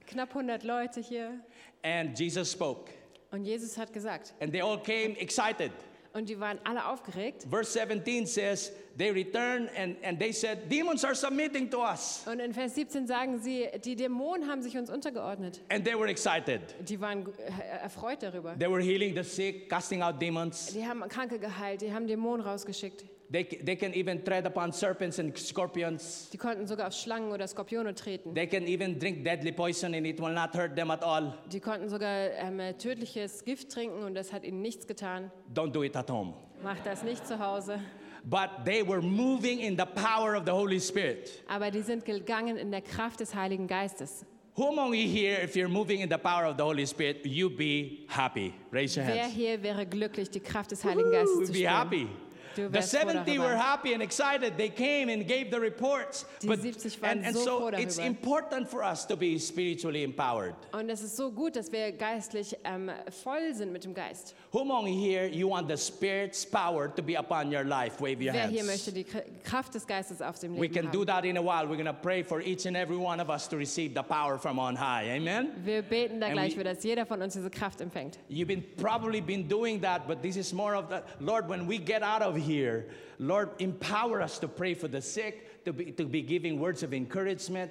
[SPEAKER 2] Knapp 100 Leute hier.
[SPEAKER 3] And Jesus spoke.
[SPEAKER 2] Und Jesus hat gesagt.
[SPEAKER 3] And they all came excited.
[SPEAKER 2] Und die waren alle aufgeregt.
[SPEAKER 3] Verse 17 says, They returned and, and they said, Demons are submitting to us.
[SPEAKER 2] Und in Vers 17 sagen sie, die Dämonen haben sich uns untergeordnet.
[SPEAKER 3] And they were excited.
[SPEAKER 2] Die waren äh, erfreut darüber.
[SPEAKER 3] They were healing the sick, casting out demons.
[SPEAKER 2] Die haben Kranke geheilt, die haben Dämonen rausgeschickt.
[SPEAKER 3] They, c- they can even tread upon serpents and scorpions.
[SPEAKER 2] Die konnten sogar auf Schlangen oder Skorpione treten.
[SPEAKER 3] They can even drink deadly poison and it will not hurt them at all.
[SPEAKER 2] Die konnten sogar ähm, äh, tödliches Gift trinken und das hat ihnen nichts getan.
[SPEAKER 3] Don't do it at home.
[SPEAKER 2] Macht das nicht zu Hause.
[SPEAKER 3] But they were moving in the power of the Holy Spirit.
[SPEAKER 2] Aber die sind gegangen in der Kraft des Heiligen Geistes.
[SPEAKER 3] Who among you here, if you're moving in the power of the Holy Spirit, you be happy? Raise your
[SPEAKER 2] Wer
[SPEAKER 3] hands.
[SPEAKER 2] hier wäre glücklich, die Kraft des Heiligen Geistes
[SPEAKER 3] We'll
[SPEAKER 2] zu
[SPEAKER 3] be
[SPEAKER 2] spüren?
[SPEAKER 3] happy.
[SPEAKER 2] Du
[SPEAKER 3] The
[SPEAKER 2] wärst froh
[SPEAKER 3] 70 were
[SPEAKER 2] darüber.
[SPEAKER 3] happy and excited. They came and gave the reports.
[SPEAKER 2] Die 70 waren
[SPEAKER 3] and, and
[SPEAKER 2] so
[SPEAKER 3] so
[SPEAKER 2] froh darüber.
[SPEAKER 3] it's important for us to be spiritually empowered.
[SPEAKER 2] Und es ist so gut, dass wir geistlich ähm, voll sind mit dem Geist.
[SPEAKER 3] Who among here you want the Spirit's power to be upon your life? Wave your
[SPEAKER 2] Wer hier
[SPEAKER 3] hands.
[SPEAKER 2] möchte die Kr- Kraft des Geistes auf dem
[SPEAKER 3] We
[SPEAKER 2] Leben
[SPEAKER 3] can do
[SPEAKER 2] haben?
[SPEAKER 3] that in a while. We're going to pray for each and every one of us to receive the power from on high. Amen.
[SPEAKER 2] Wir beten da
[SPEAKER 3] And
[SPEAKER 2] gleich
[SPEAKER 3] we-
[SPEAKER 2] für, dass jeder von uns diese Kraft empfängt.
[SPEAKER 3] You've been probably been doing that, but this is more of the Lord. When we get out of here, Lord, empower us to pray for the sick, to be to be giving words of encouragement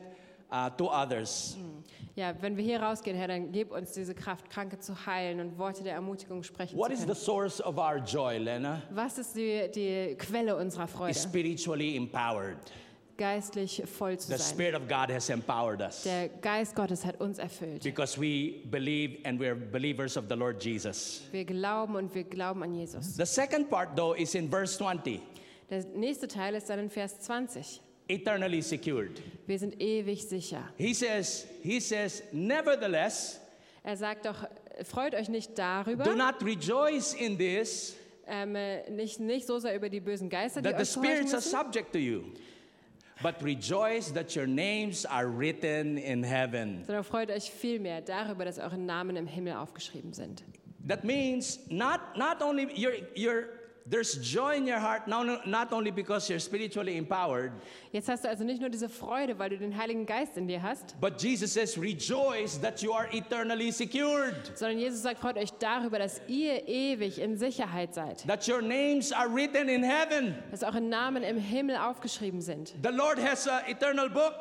[SPEAKER 3] uh, to others.
[SPEAKER 2] Ja, wenn wir hier rausgehen, Herr, dann gib uns diese Kraft, Kranke zu heilen und Worte der Ermutigung sprechen
[SPEAKER 3] What
[SPEAKER 2] zu
[SPEAKER 3] is
[SPEAKER 2] können.
[SPEAKER 3] the source of our joy, Lena?
[SPEAKER 2] Was ist die, die Quelle unserer Freude?
[SPEAKER 3] Is spiritually empowered.
[SPEAKER 2] Geistlich voll zu
[SPEAKER 3] The
[SPEAKER 2] sein.
[SPEAKER 3] Spirit of God has empowered us
[SPEAKER 2] Der Geist Gottes hat uns erfüllt.
[SPEAKER 3] because we believe and we're believers of the Lord Jesus.
[SPEAKER 2] Wir glauben und wir glauben an Jesus.
[SPEAKER 3] The second part, though, is in verse 20
[SPEAKER 2] Der nächste Teil ist dann in Vers 20.
[SPEAKER 3] eternally secured.
[SPEAKER 2] Wir sind ewig sicher.
[SPEAKER 3] He says, He says, nevertheless,
[SPEAKER 2] Er sagt doch, freut euch nicht
[SPEAKER 3] do
[SPEAKER 2] darüber,
[SPEAKER 3] not rejoice in this
[SPEAKER 2] ähm, äh, nicht, nicht so sehr über die bösen Geister, die
[SPEAKER 3] that the
[SPEAKER 2] euch gehorchen
[SPEAKER 3] spirits are
[SPEAKER 2] müssen,
[SPEAKER 3] subject to you, but rejoice that your names are written in heaven.
[SPEAKER 2] sondern freut euch vielmehr darüber, dass eure Namen im Himmel aufgeschrieben sind.
[SPEAKER 3] That means not, not only you're, you're, there's joy in your heart, not, not only because you're spiritually empowered,
[SPEAKER 2] Jetzt hast du also nicht nur diese Freude, weil du den Heiligen Geist in dir hast,
[SPEAKER 3] but Jesus says, rejoice that you are eternally secured,
[SPEAKER 2] sondern Jesus sagt, freut euch darüber, dass ihr ewig in Sicherheit seid,
[SPEAKER 3] that your names are written in heaven.
[SPEAKER 2] dass eure Namen im Himmel aufgeschrieben sind.
[SPEAKER 3] The Lord has an eternal book.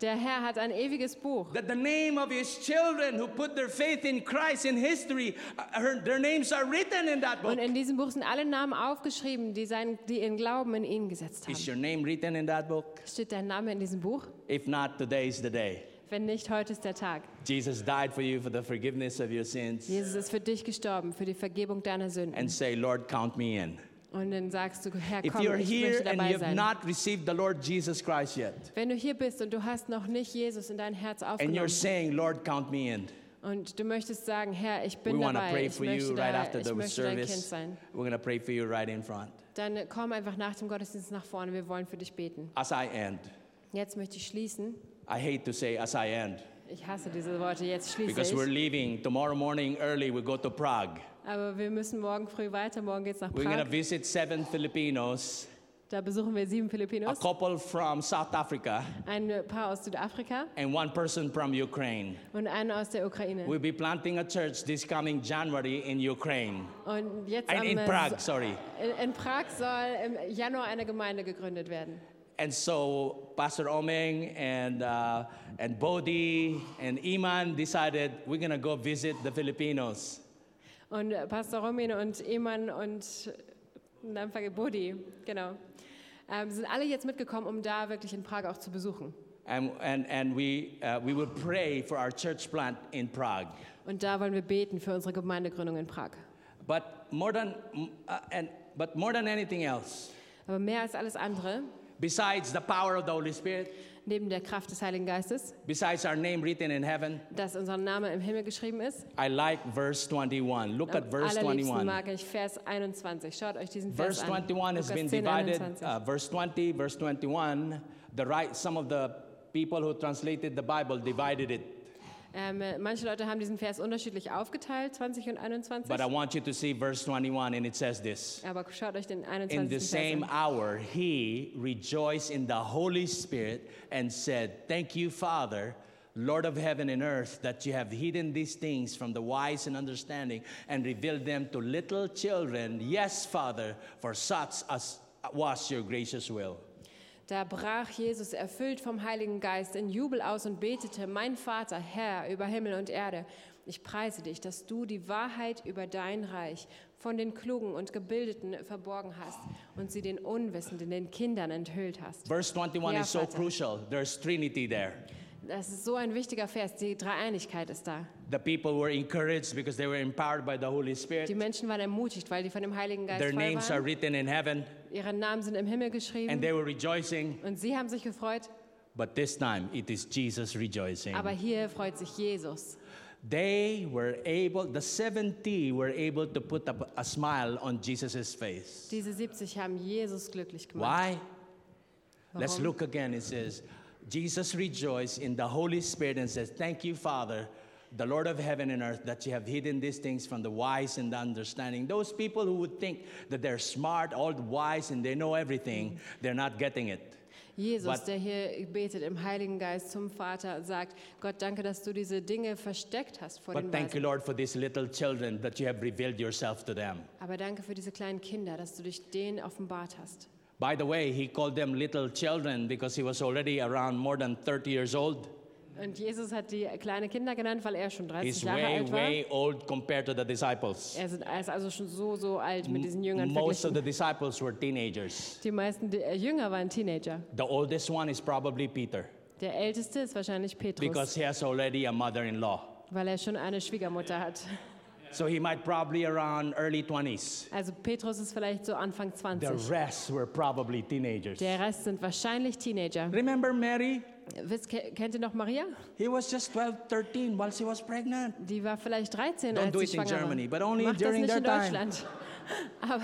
[SPEAKER 2] Der Herr hat ein ewiges Buch,
[SPEAKER 3] That the name of his children who put their faith in Christ in history, uh, her- their names are written in that book.
[SPEAKER 2] und in diesem Buch sind alle Namen aufgeschrieben, die, sein, die ihren Glauben in ihn gesetzt
[SPEAKER 3] Is
[SPEAKER 2] haben.
[SPEAKER 3] your name written in that book?
[SPEAKER 2] Steht dein Name in diesem Buch?
[SPEAKER 3] If not, today is the day.
[SPEAKER 2] Wenn nicht, heute ist der Tag.
[SPEAKER 3] Jesus died for you for the forgiveness of your sins.
[SPEAKER 2] Jesus ist für dich gestorben, für die Vergebung deiner Sünden.
[SPEAKER 3] And say, Lord, count me in.
[SPEAKER 2] Und dann sagst du, Herr,
[SPEAKER 3] If
[SPEAKER 2] komm,
[SPEAKER 3] you're
[SPEAKER 2] ich
[SPEAKER 3] here
[SPEAKER 2] möchte
[SPEAKER 3] and you
[SPEAKER 2] dabei
[SPEAKER 3] have
[SPEAKER 2] sein.
[SPEAKER 3] not received the Lord Jesus Christ yet,
[SPEAKER 2] Wenn du hier bist und du hast noch nicht Jesus in dein Herz
[SPEAKER 3] and you're
[SPEAKER 2] aufgenommen
[SPEAKER 3] saying, Lord, count me in,
[SPEAKER 2] und du möchtest sagen, Herr, ich
[SPEAKER 3] we
[SPEAKER 2] bin
[SPEAKER 3] want to
[SPEAKER 2] dabei,
[SPEAKER 3] pray
[SPEAKER 2] ich
[SPEAKER 3] for you
[SPEAKER 2] möchte,
[SPEAKER 3] right
[SPEAKER 2] da,
[SPEAKER 3] after
[SPEAKER 2] ich
[SPEAKER 3] the
[SPEAKER 2] möchte dein Kind
[SPEAKER 3] service.
[SPEAKER 2] sein,
[SPEAKER 3] We're going to pray for you right in front.
[SPEAKER 2] dann komm einfach nach dem Gottesdienst nach vorne, wir wollen für dich beten.
[SPEAKER 3] As I end,
[SPEAKER 2] Jetzt möchte ich schließen.
[SPEAKER 3] I hate to say as I end
[SPEAKER 2] Ich hasse diese Worte, jetzt schließe
[SPEAKER 3] because we're
[SPEAKER 2] ich.
[SPEAKER 3] leaving tomorrow morning early. We go to Prague.
[SPEAKER 2] Aber wir müssen morgen früh weiter, morgen geht's nach
[SPEAKER 3] We're going to
[SPEAKER 2] Prag.
[SPEAKER 3] visit seven Filipinos,
[SPEAKER 2] Da besuchen wir sieben
[SPEAKER 3] a
[SPEAKER 2] Filipinos,
[SPEAKER 3] couple from South Africa,
[SPEAKER 2] ein Paar aus Südafrika
[SPEAKER 3] and one person from Ukraine.
[SPEAKER 2] und einen aus der Ukraine.
[SPEAKER 3] We'll be planting a church this coming January in Ukraine.
[SPEAKER 2] Und jetzt
[SPEAKER 3] And
[SPEAKER 2] am,
[SPEAKER 3] in
[SPEAKER 2] äh,
[SPEAKER 3] Prague, sorry.
[SPEAKER 2] in, in Prag soll im Januar eine Gemeinde gegründet werden.
[SPEAKER 3] And so Pastor Omeng and, uh, and Bodhi and Iman decided we're going to go visit the Filipinos.
[SPEAKER 2] Und äh, Pastor Romin und Eman und äh, dann verge- Budi, genau, ähm, sind alle jetzt mitgekommen, um da wirklich in Prag auch zu besuchen.
[SPEAKER 3] And, and, and we, uh, we will pray for our church plant in Prague.
[SPEAKER 2] Und da wollen wir beten für unsere Gemeindegründung in Prag.
[SPEAKER 3] But more than, mm, uh, and, but more than anything else,
[SPEAKER 2] Aber mehr als alles andere,
[SPEAKER 3] besides the power of the Holy Spirit,
[SPEAKER 2] neben der Kraft des Heiligen Geistes,
[SPEAKER 3] besides our name written in heaven,
[SPEAKER 2] dass unser Name im Himmel geschrieben ist,
[SPEAKER 3] I like verse 21. Look at
[SPEAKER 2] am
[SPEAKER 3] verse
[SPEAKER 2] allerliebsten
[SPEAKER 3] 21.
[SPEAKER 2] mag ich Vers 21. Schaut euch diesen Vers
[SPEAKER 3] Verse
[SPEAKER 2] an.
[SPEAKER 3] 21 has
[SPEAKER 2] Lukas
[SPEAKER 3] been
[SPEAKER 2] 10,
[SPEAKER 3] divided.
[SPEAKER 2] 21.
[SPEAKER 3] uh, verse 20, verse 21. The right, some of the people who translated the Bible divided it,
[SPEAKER 2] Ähm, äh, manche Leute haben diesen Vers unterschiedlich aufgeteilt, 20 und 21.
[SPEAKER 3] but I want you to see verse 21, and it says this:
[SPEAKER 2] aber schaut euch den 21.
[SPEAKER 3] In the
[SPEAKER 2] Vers
[SPEAKER 3] same
[SPEAKER 2] an.
[SPEAKER 3] hour, he rejoiced in the Holy Spirit and said, "Thank you, Father." Lord of heaven and earth, that you have hidden these things from the wise and understanding and revealed them to little children. Yes, Father, for such as was your gracious will.
[SPEAKER 2] Da brach Jesus, erfüllt vom Heiligen Geist, in Jubel aus und betete, mein Vater, Herr über Himmel und Erde, ich preise dich, dass du die Wahrheit über dein Reich von den Klugen und Gebildeten verborgen hast und sie den Unwissenden, den Kindern enthüllt hast.
[SPEAKER 3] Verse 21
[SPEAKER 2] Yeah,
[SPEAKER 3] is so
[SPEAKER 2] Father.
[SPEAKER 3] crucial. There's Trinity there.
[SPEAKER 2] Das ist so ein wichtiger Vers, die Dreieinigkeit ist da.
[SPEAKER 3] The people were encouraged because they were empowered by the Holy
[SPEAKER 2] Die
[SPEAKER 3] Spirit.
[SPEAKER 2] Menschen waren ermutigt, weil die von dem Heiligen Geist
[SPEAKER 3] Their
[SPEAKER 2] voll
[SPEAKER 3] names are
[SPEAKER 2] waren.
[SPEAKER 3] written in heaven
[SPEAKER 2] Ihre Namen sind im Himmel geschrieben.
[SPEAKER 3] and they were rejoicing.
[SPEAKER 2] Und sie haben sich gefreut,
[SPEAKER 3] But this time it is Jesus rejoicing.
[SPEAKER 2] aber hier freut sich Jesus.
[SPEAKER 3] They were able, the 70 were able to put up a smile on Jesus' face.
[SPEAKER 2] Diese 70 haben Jesus glücklich gemacht.
[SPEAKER 3] Why? Let's
[SPEAKER 2] Warum?
[SPEAKER 3] look again. It says, Jesus rejoiced in the Holy Spirit and says, Thank you, Father, the Lord of heaven and earth, that you have hidden these things from the wise and the understanding. Those people who would think that they're smart, all wise, and they know everything, they're not getting it.
[SPEAKER 2] Jesus,
[SPEAKER 3] But-
[SPEAKER 2] der hier betet im Heiligen Geist zum Vater, sagt, Gott, danke, dass du diese Dinge versteckt hast vor
[SPEAKER 3] But
[SPEAKER 2] den
[SPEAKER 3] thank you,
[SPEAKER 2] Weisen.
[SPEAKER 3] Lord, for these little children that you have revealed yourself to them.
[SPEAKER 2] Aber danke für diese kleinen Kinder, dass du dich denen offenbart hast.
[SPEAKER 3] By the way, he called them little children because he was already around more than 30 years old.
[SPEAKER 2] Und Jesus hat die kleinen Kinder genannt, weil er schon 30
[SPEAKER 3] He's
[SPEAKER 2] Jahre
[SPEAKER 3] way,
[SPEAKER 2] alt war.
[SPEAKER 3] way old compared to the disciples.
[SPEAKER 2] Er sind- er ist also schon so, so alt mit diesen Jüngern
[SPEAKER 3] Most of
[SPEAKER 2] verglichen.
[SPEAKER 3] the disciples were teenagers.
[SPEAKER 2] Die meisten der Jünger waren Teenager.
[SPEAKER 3] The oldest one is probably Peter
[SPEAKER 2] Der Älteste ist wahrscheinlich
[SPEAKER 3] because
[SPEAKER 2] Petrus,
[SPEAKER 3] he has already a mother in law.
[SPEAKER 2] weil er schon eine Schwiegermutter hat.
[SPEAKER 3] So he might probably around early 20s.
[SPEAKER 2] Also Petrus ist vielleicht so Anfang
[SPEAKER 3] The
[SPEAKER 2] 20.
[SPEAKER 3] rest were probably teenagers.
[SPEAKER 2] Der Rest sind wahrscheinlich Teenager.
[SPEAKER 3] Remember Mary?
[SPEAKER 2] Wisst, ke- kennt ihr noch Maria?
[SPEAKER 3] He was just 12, 13 while she was pregnant.
[SPEAKER 2] Die war vielleicht 13,
[SPEAKER 3] Don't
[SPEAKER 2] als
[SPEAKER 3] do
[SPEAKER 2] sie
[SPEAKER 3] it in
[SPEAKER 2] schwanger
[SPEAKER 3] Germany,
[SPEAKER 2] war.
[SPEAKER 3] but only
[SPEAKER 2] Macht das
[SPEAKER 3] during
[SPEAKER 2] nicht
[SPEAKER 3] their
[SPEAKER 2] in
[SPEAKER 3] time.
[SPEAKER 2] Deutschland. Aber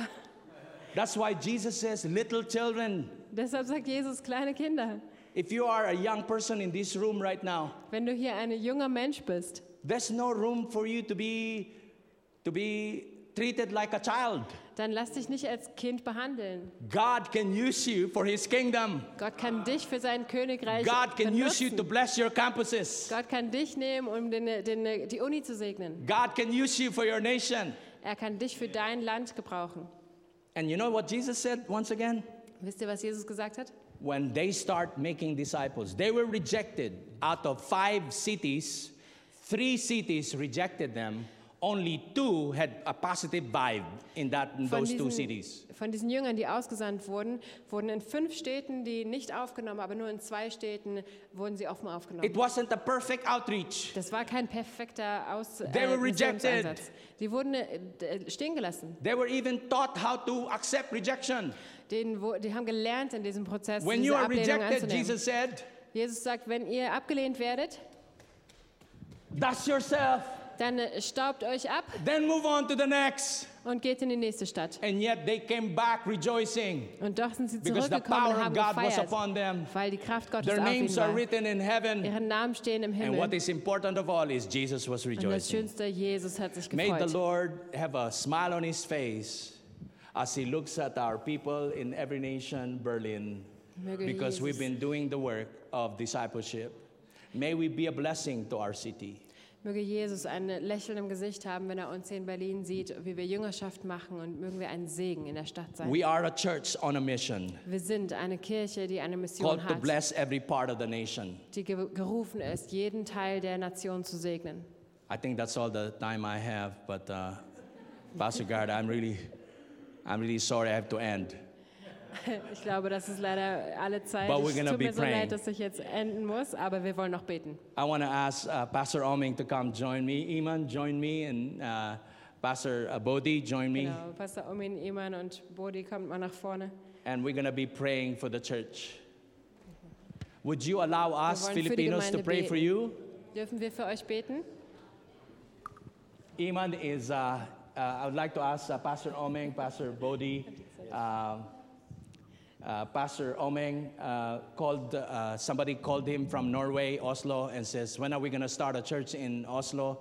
[SPEAKER 3] That's why Jesus says, Little children,
[SPEAKER 2] deshalb sagt Jesus, kleine Kinder,
[SPEAKER 3] if you are a young person in this room right now,
[SPEAKER 2] wenn du hier ein junger Mensch bist,
[SPEAKER 3] there's no room for you to be, to be treated like a child.
[SPEAKER 2] dann lass dich nicht als Kind behandeln.
[SPEAKER 3] God can use you for his kingdom.
[SPEAKER 2] Gott kann dich für sein Königreich
[SPEAKER 3] God can use you to
[SPEAKER 2] benutzen.
[SPEAKER 3] bless your campuses.
[SPEAKER 2] Gott kann dich nehmen, um den, den, die Uni zu segnen.
[SPEAKER 3] God can use you for your nation.
[SPEAKER 2] Er kann dich für dein Land gebrauchen.
[SPEAKER 3] And you know what Jesus said once again?
[SPEAKER 2] Wisst ihr, was Jesus gesagt hat?
[SPEAKER 3] When they start making disciples, they were rejected out of five cities, three cities rejected them, only two had a positive vibe in, that, in
[SPEAKER 2] Von
[SPEAKER 3] those two
[SPEAKER 2] diesen,
[SPEAKER 3] cities.
[SPEAKER 2] von diesen Jüngern, die ausgesandt wurden, wurden in fünf Städten die nicht aufgenommen, aber nur in zwei Städten wurden sie offen aufgenommen.
[SPEAKER 3] It wasn't a perfect outreach.
[SPEAKER 2] Das war kein perfekter Aus
[SPEAKER 3] They were rejected.
[SPEAKER 2] Missionseinsatz. Sie wurden äh, d- stehen gelassen.
[SPEAKER 3] They were even taught how to accept rejection.
[SPEAKER 2] Denen, wo, die haben gelernt in diesem Prozess,
[SPEAKER 3] When
[SPEAKER 2] diese
[SPEAKER 3] you are
[SPEAKER 2] Ablehnung
[SPEAKER 3] rejected,
[SPEAKER 2] anzunehmen.
[SPEAKER 3] Jesus said,
[SPEAKER 2] Jesus sagt, wenn ihr abgelehnt werdet,
[SPEAKER 3] dust yourself,
[SPEAKER 2] dann äh, staubt euch ab
[SPEAKER 3] then move on to the next.
[SPEAKER 2] und geht in die nächste Stadt.
[SPEAKER 3] And yet they came back rejoicing
[SPEAKER 2] Und doch sind sie
[SPEAKER 3] because the
[SPEAKER 2] zurückgekommen
[SPEAKER 3] power
[SPEAKER 2] und
[SPEAKER 3] of
[SPEAKER 2] haben
[SPEAKER 3] God was
[SPEAKER 2] gefeiert,
[SPEAKER 3] upon them.
[SPEAKER 2] weil die Kraft Gottes
[SPEAKER 3] Their
[SPEAKER 2] auf
[SPEAKER 3] names
[SPEAKER 2] ihnen
[SPEAKER 3] are
[SPEAKER 2] war.
[SPEAKER 3] written in heaven.
[SPEAKER 2] Ihre Namen stehen im
[SPEAKER 3] And
[SPEAKER 2] Himmel.
[SPEAKER 3] what
[SPEAKER 2] Und
[SPEAKER 3] is important of all is Jesus was
[SPEAKER 2] das
[SPEAKER 3] rejoicing.
[SPEAKER 2] Schönste, Jesus hat sich
[SPEAKER 3] May the
[SPEAKER 2] gefreut.
[SPEAKER 3] Lord have a smile on his face as he looks at our people in every nation, Berlin,
[SPEAKER 2] Möge
[SPEAKER 3] because
[SPEAKER 2] Jesus-
[SPEAKER 3] we've been doing the work of discipleship. May we be a blessing to our city.
[SPEAKER 2] Möge Jesus ein Lächeln im Gesicht haben, wenn er uns hier in Berlin sieht, wie wir Jüngerschaft machen und mögen wir ein Segen in der Stadt sein.
[SPEAKER 3] We are a church on a mission
[SPEAKER 2] wir sind eine Kirche, die eine Mission
[SPEAKER 3] called to
[SPEAKER 2] hat,
[SPEAKER 3] bless every part of the nation.
[SPEAKER 2] die ge gerufen ist, jeden Teil der Nation zu segnen.
[SPEAKER 3] I think that's all the time I have, but uh, Pastor Guard, I'm really, I'm really sorry I have to end.
[SPEAKER 2] Ich glaube, das ist leider alle Zeit.
[SPEAKER 3] But we're
[SPEAKER 2] Es
[SPEAKER 3] gonna
[SPEAKER 2] tut
[SPEAKER 3] be
[SPEAKER 2] mir so
[SPEAKER 3] praying.
[SPEAKER 2] leid, dass ich jetzt enden muss, aber wir wollen noch beten.
[SPEAKER 3] I want to ask uh, Pastor Oming to come join me. Iman, join me, and uh, Pastor uh, Bodhi, join me.
[SPEAKER 2] Genau, Pastor Omin, Iman und Bodhi, kommt mal nach vorne.
[SPEAKER 3] And we're going to be praying for the church. Would you allow us
[SPEAKER 2] wollen für die
[SPEAKER 3] Filipinos to
[SPEAKER 2] Gemeinde
[SPEAKER 3] pray
[SPEAKER 2] beten.
[SPEAKER 3] for you?
[SPEAKER 2] Dürfen wir für euch beten?
[SPEAKER 3] Iman is, uh, uh, I would like to ask uh, Pastor Omeng, Pastor Bodhi, um, uh, Pastor Omeng uh, called, uh, somebody called him from Norway, Oslo, and says, When are we going to start a church in Oslo?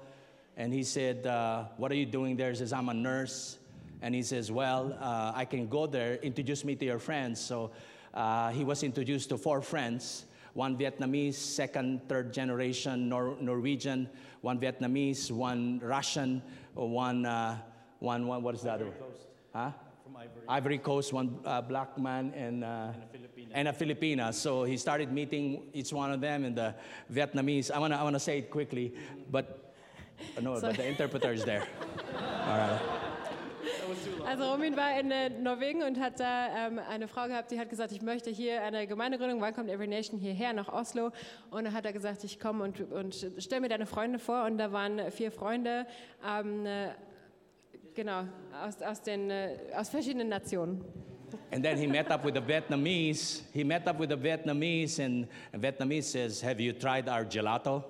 [SPEAKER 3] And he said, uh, What are you doing there? He says, I'm a nurse. And he says, Well, uh, I can go there, introduce me to your friends. So uh, he was introduced to four friends one Vietnamese, second, third generation Nor- Norwegian, one Vietnamese, one Russian, one, uh, one, one, what is the other one? Huh? From Ivory. Coast, one uh, black man and, uh, and a Filipina. So he started meeting each one of them and the Vietnamese. I want to I wanna say it quickly, but no, but the interpreter is there.
[SPEAKER 2] Also Romin war in äh, Norwegen und hat da ähm, eine Frau gehabt, die hat gesagt, ich möchte hier eine Gemeindegründung, wann kommt Every Nation hierher nach Oslo? Und dann hat er gesagt, ich komme und, und stell mir deine Freunde vor. Und da waren vier Freunde, ähm, äh, genau, aus, aus, den, äh, aus verschiedenen Nationen.
[SPEAKER 3] And then he met up with the Vietnamese. He met up with the Vietnamese, and the Vietnamese says, Have you tried our gelato?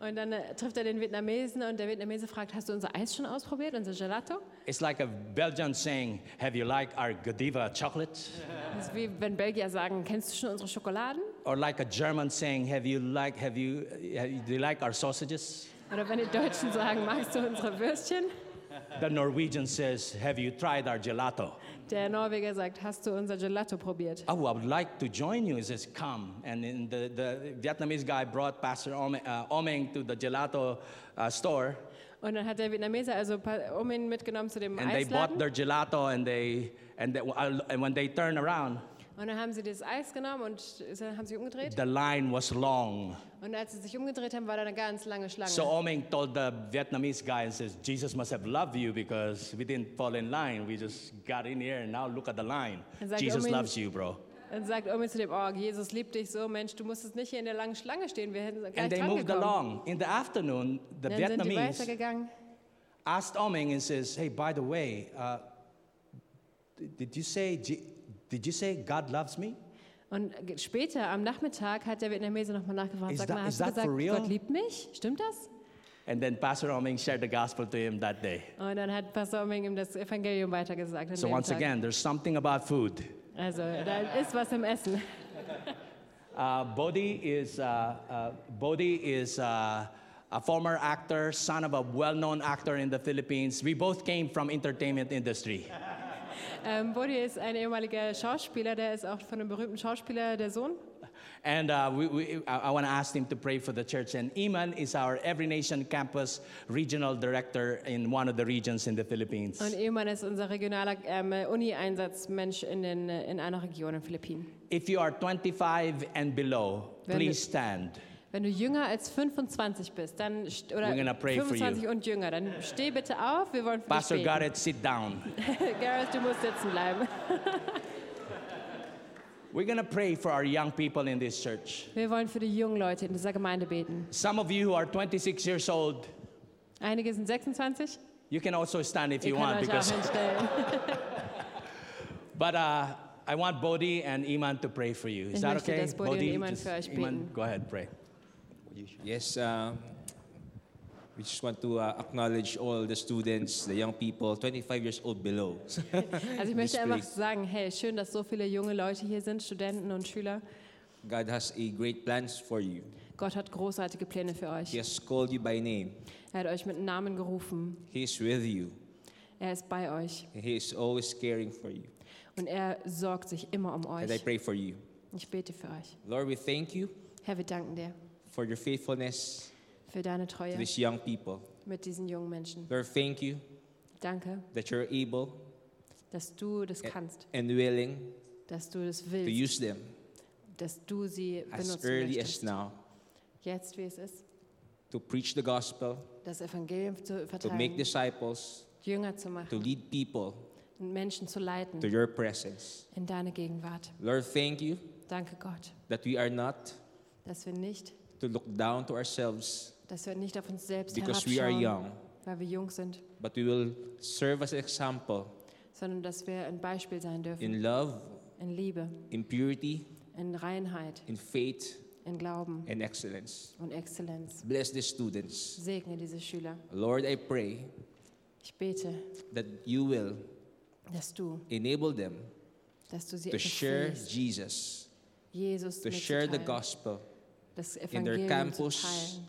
[SPEAKER 2] Und dann äh, trifft er den Vietnamesen und der Vietnamese fragt, hast du unser Eis schon ausprobiert, unser Gelato?
[SPEAKER 3] It's like a Belgian saying, Have you liked our Godiva chocolate?
[SPEAKER 2] Das ist wie wenn Belgier sagen, kennst du schon unsere Schokoladen?
[SPEAKER 3] Or like a German saying, Have you like, have you, have, do you like our sausages?
[SPEAKER 2] Oder wenn die Deutschen sagen, magst du unsere Würstchen?
[SPEAKER 3] The Norwegian says, Have you tried our gelato?
[SPEAKER 2] Der Norweger sagt, hast du unser Gelato probiert?
[SPEAKER 3] Oh, I would like to join you. He says, Come. And then the, the Vietnamese guy brought Pastor Omeng, uh, Omeng to the gelato uh, store,
[SPEAKER 2] Und dann hat der Vietnameser also Pa- Omin mitgenommen zu dem
[SPEAKER 3] and they bought
[SPEAKER 2] Eisladen.
[SPEAKER 3] their gelato, and, they, and, they, uh, and when they turned around,
[SPEAKER 2] Und dann haben sie das Eis genommen und dann haben sie umgedreht.
[SPEAKER 3] the line was long.
[SPEAKER 2] Und als sie sich umgedreht haben, war da eine ganz lange Schlange.
[SPEAKER 3] So Omeng told the Vietnamese guy and says, Jesus must have loved you because we didn't fall in line. We just got in here and now look at the line.
[SPEAKER 2] It's like
[SPEAKER 3] Jesus
[SPEAKER 2] Omeng-
[SPEAKER 3] loves you, bro.
[SPEAKER 2] Dann sagt Omin zu dem, oh, Jesus liebt dich so, Mensch, du musstest nicht hier in der langen Schlange stehen, wir hätten gleich
[SPEAKER 3] And they
[SPEAKER 2] dran
[SPEAKER 3] moved
[SPEAKER 2] gekommen.
[SPEAKER 3] along. In the afternoon, the
[SPEAKER 2] Dann sind die
[SPEAKER 3] Vietnamese
[SPEAKER 2] weitergegangen.
[SPEAKER 3] asked Omeng and says, Hey, by the way, uh, d- did you say Je- did you say God loves me?
[SPEAKER 2] Und ge- später am Nachmittag hat der Vietnameser nochmal nachgefragt,
[SPEAKER 3] Is
[SPEAKER 2] sag
[SPEAKER 3] that-
[SPEAKER 2] mal, hast
[SPEAKER 3] is
[SPEAKER 2] du
[SPEAKER 3] that
[SPEAKER 2] gesagt,
[SPEAKER 3] for real?
[SPEAKER 2] Gott liebt mich? Stimmt das?
[SPEAKER 3] And then Pastor Omeng shared the gospel to him that day.
[SPEAKER 2] Und dann hat Pastor Omin ihm das Evangelium weitergesagt. an
[SPEAKER 3] So
[SPEAKER 2] dem
[SPEAKER 3] once
[SPEAKER 2] Tag.
[SPEAKER 3] again, there's something about food.
[SPEAKER 2] Also, da ist was im Essen.
[SPEAKER 3] Uh, Bodhi is, uh, uh, Bodhi is uh, a former actor, son of a well-known actor in the Philippines. We both came from entertainment industry.
[SPEAKER 2] Ähm, Bodhi ist ein ehemaliger Schauspieler, der ist auch von einem berühmten Schauspieler der Sohn.
[SPEAKER 3] And uh, we, we, I, I want to ask him to pray for the church. And Iman is our Every Nation Campus regional director in one of the regions in the Philippines.
[SPEAKER 2] Und Ehemann ist unser regionaler ähm, Uni-Einsatzmensch in, den, äh, in einer Region in Philippinen.
[SPEAKER 3] If you are 25 and below,
[SPEAKER 2] Wenn-
[SPEAKER 3] please stand.
[SPEAKER 2] Wenn du jünger als 25 bist, dann st- oder
[SPEAKER 3] We're gonna pray for
[SPEAKER 2] 25 und jünger, dann steh bitte auf. Wir wollen für
[SPEAKER 3] Pastor
[SPEAKER 2] dich beten.
[SPEAKER 3] Garrett, sit down.
[SPEAKER 2] Gareth, du musst sitzen bleiben.
[SPEAKER 3] We're going to pray for our young people in this church.
[SPEAKER 2] Wir wollen für die jungen Leute in dieser Gemeinde beten.
[SPEAKER 3] Some of you who are 26 years old,
[SPEAKER 2] Einige sind 26.
[SPEAKER 3] you can also stand if
[SPEAKER 2] Ihr
[SPEAKER 3] you
[SPEAKER 2] könnt
[SPEAKER 3] want
[SPEAKER 2] euch
[SPEAKER 3] because
[SPEAKER 2] auch hinstellen.
[SPEAKER 3] But uh, I want Bodhi and Iman to pray for you. Is
[SPEAKER 2] Ich
[SPEAKER 3] that
[SPEAKER 2] möchte,
[SPEAKER 3] okay?
[SPEAKER 2] dass Bodhi und Iman
[SPEAKER 3] just-
[SPEAKER 2] für euch
[SPEAKER 3] Iman,
[SPEAKER 2] beten.
[SPEAKER 3] go ahead, pray.
[SPEAKER 4] Yes, um, we just want to uh, acknowledge all the students, the young people, 25 years old below.
[SPEAKER 2] Also ich möchte
[SPEAKER 4] Display.
[SPEAKER 2] einfach sagen, hey, schön, dass so viele junge Leute hier sind, Studenten und Schüler.
[SPEAKER 4] God has a great plans for you.
[SPEAKER 2] Gott hat großartige Pläne für euch.
[SPEAKER 4] He has called you by name.
[SPEAKER 2] Er hat euch mit Namen gerufen.
[SPEAKER 4] He is with you.
[SPEAKER 2] Er ist bei euch
[SPEAKER 4] He is always caring for you.
[SPEAKER 2] und er sorgt sich immer um
[SPEAKER 4] And I
[SPEAKER 2] euch.
[SPEAKER 4] pray for you.
[SPEAKER 2] Ich bete für euch.
[SPEAKER 4] Lord, we thank you
[SPEAKER 2] Herr, wir danken dir
[SPEAKER 4] for your faithfulness
[SPEAKER 2] für deine
[SPEAKER 4] to
[SPEAKER 2] Treue
[SPEAKER 4] these young people.
[SPEAKER 2] mit diesen jungen Menschen.
[SPEAKER 4] Lord, thank you
[SPEAKER 2] Danke,
[SPEAKER 4] that you're able
[SPEAKER 2] dass du das
[SPEAKER 4] Ä-
[SPEAKER 2] kannst,
[SPEAKER 4] and willing
[SPEAKER 2] dass du das
[SPEAKER 4] to
[SPEAKER 2] willst,
[SPEAKER 4] use them
[SPEAKER 2] dass du sie
[SPEAKER 4] as
[SPEAKER 2] benutzen
[SPEAKER 4] early as
[SPEAKER 2] möchtest.
[SPEAKER 4] now
[SPEAKER 2] Jetzt, wie es ist,
[SPEAKER 4] to preach the gospel,
[SPEAKER 2] das Evangelium zu
[SPEAKER 4] to make
[SPEAKER 2] verteilen,
[SPEAKER 4] disciples,
[SPEAKER 2] Jünger zu
[SPEAKER 4] to
[SPEAKER 2] machen
[SPEAKER 4] lead people
[SPEAKER 2] und Menschen zu leiten
[SPEAKER 4] to your presence.
[SPEAKER 2] in deine Gegenwart.
[SPEAKER 4] Lord, thank you
[SPEAKER 2] Danke Gott,
[SPEAKER 4] that we are not
[SPEAKER 2] dass wir nicht
[SPEAKER 4] to look down to ourselves
[SPEAKER 2] dass wir nicht auf uns selbst
[SPEAKER 4] because we are
[SPEAKER 2] herabschauen,
[SPEAKER 4] young,
[SPEAKER 2] weil wir jung sind,
[SPEAKER 4] but we will serve as an example
[SPEAKER 2] sondern dass wir ein Beispiel sein dürfen
[SPEAKER 4] in love,
[SPEAKER 2] in Liebe,
[SPEAKER 4] in purity,
[SPEAKER 2] in Reinheit,
[SPEAKER 4] in faith,
[SPEAKER 2] in Glauben
[SPEAKER 4] and excellence.
[SPEAKER 2] und Exzellenz.
[SPEAKER 4] Bless the students.
[SPEAKER 2] Segne diese Schüler.
[SPEAKER 4] Lord, I pray
[SPEAKER 2] Ich bete,
[SPEAKER 4] that you will
[SPEAKER 2] dass du,
[SPEAKER 4] enable them
[SPEAKER 2] dass du sie
[SPEAKER 4] to share
[SPEAKER 2] befähigst,
[SPEAKER 4] Jesus,
[SPEAKER 2] Jesus
[SPEAKER 4] to share the
[SPEAKER 2] mitzuteilen,
[SPEAKER 4] gospel
[SPEAKER 2] das
[SPEAKER 4] in their
[SPEAKER 2] Evangelium
[SPEAKER 4] campus,
[SPEAKER 2] zu teilen,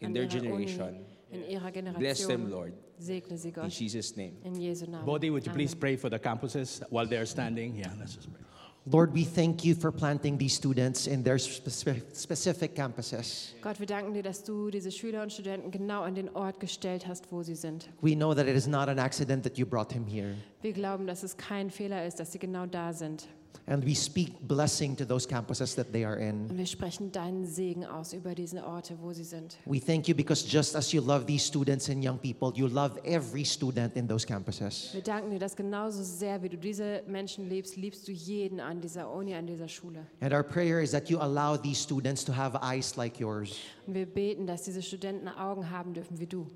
[SPEAKER 4] in
[SPEAKER 2] an
[SPEAKER 4] their
[SPEAKER 2] ihrer Uni,
[SPEAKER 4] generation.
[SPEAKER 2] in ihrer Generation.
[SPEAKER 4] Bless them, Lord,
[SPEAKER 2] Segne sie,
[SPEAKER 4] in
[SPEAKER 2] Gott,
[SPEAKER 4] Jesus' name.
[SPEAKER 2] in Jesu Namen.
[SPEAKER 3] Bodhi, would you
[SPEAKER 2] Amen.
[SPEAKER 3] please pray for the campuses while they're standing? Yeah, let's just pray.
[SPEAKER 5] Lord, we thank you for planting these students in their speci- specific campuses.
[SPEAKER 2] Gott, wir danken dir, dass du diese Schüler und Studenten genau an den Ort gestellt hast, wo sie sind.
[SPEAKER 5] We know that it is not an accident that you brought him here.
[SPEAKER 2] Wir glauben, dass es kein Fehler ist, dass sie genau da sind.
[SPEAKER 5] And we speak blessing to those campuses that they are in.
[SPEAKER 2] Und wir sprechen deinen Segen aus über diese Orte, wo sie sind.
[SPEAKER 5] We thank you because just as you love these students and young people, you love every student in those campuses.
[SPEAKER 2] Wir danken dir, dass genauso sehr, wie du diese Menschen liebst, liebst du jeden an dieser Uni, an dieser Schule.
[SPEAKER 5] And our prayer is that you allow these students to have eyes like yours,
[SPEAKER 2] Und wir beten, dass diese Studenten Augen haben dürfen wie du.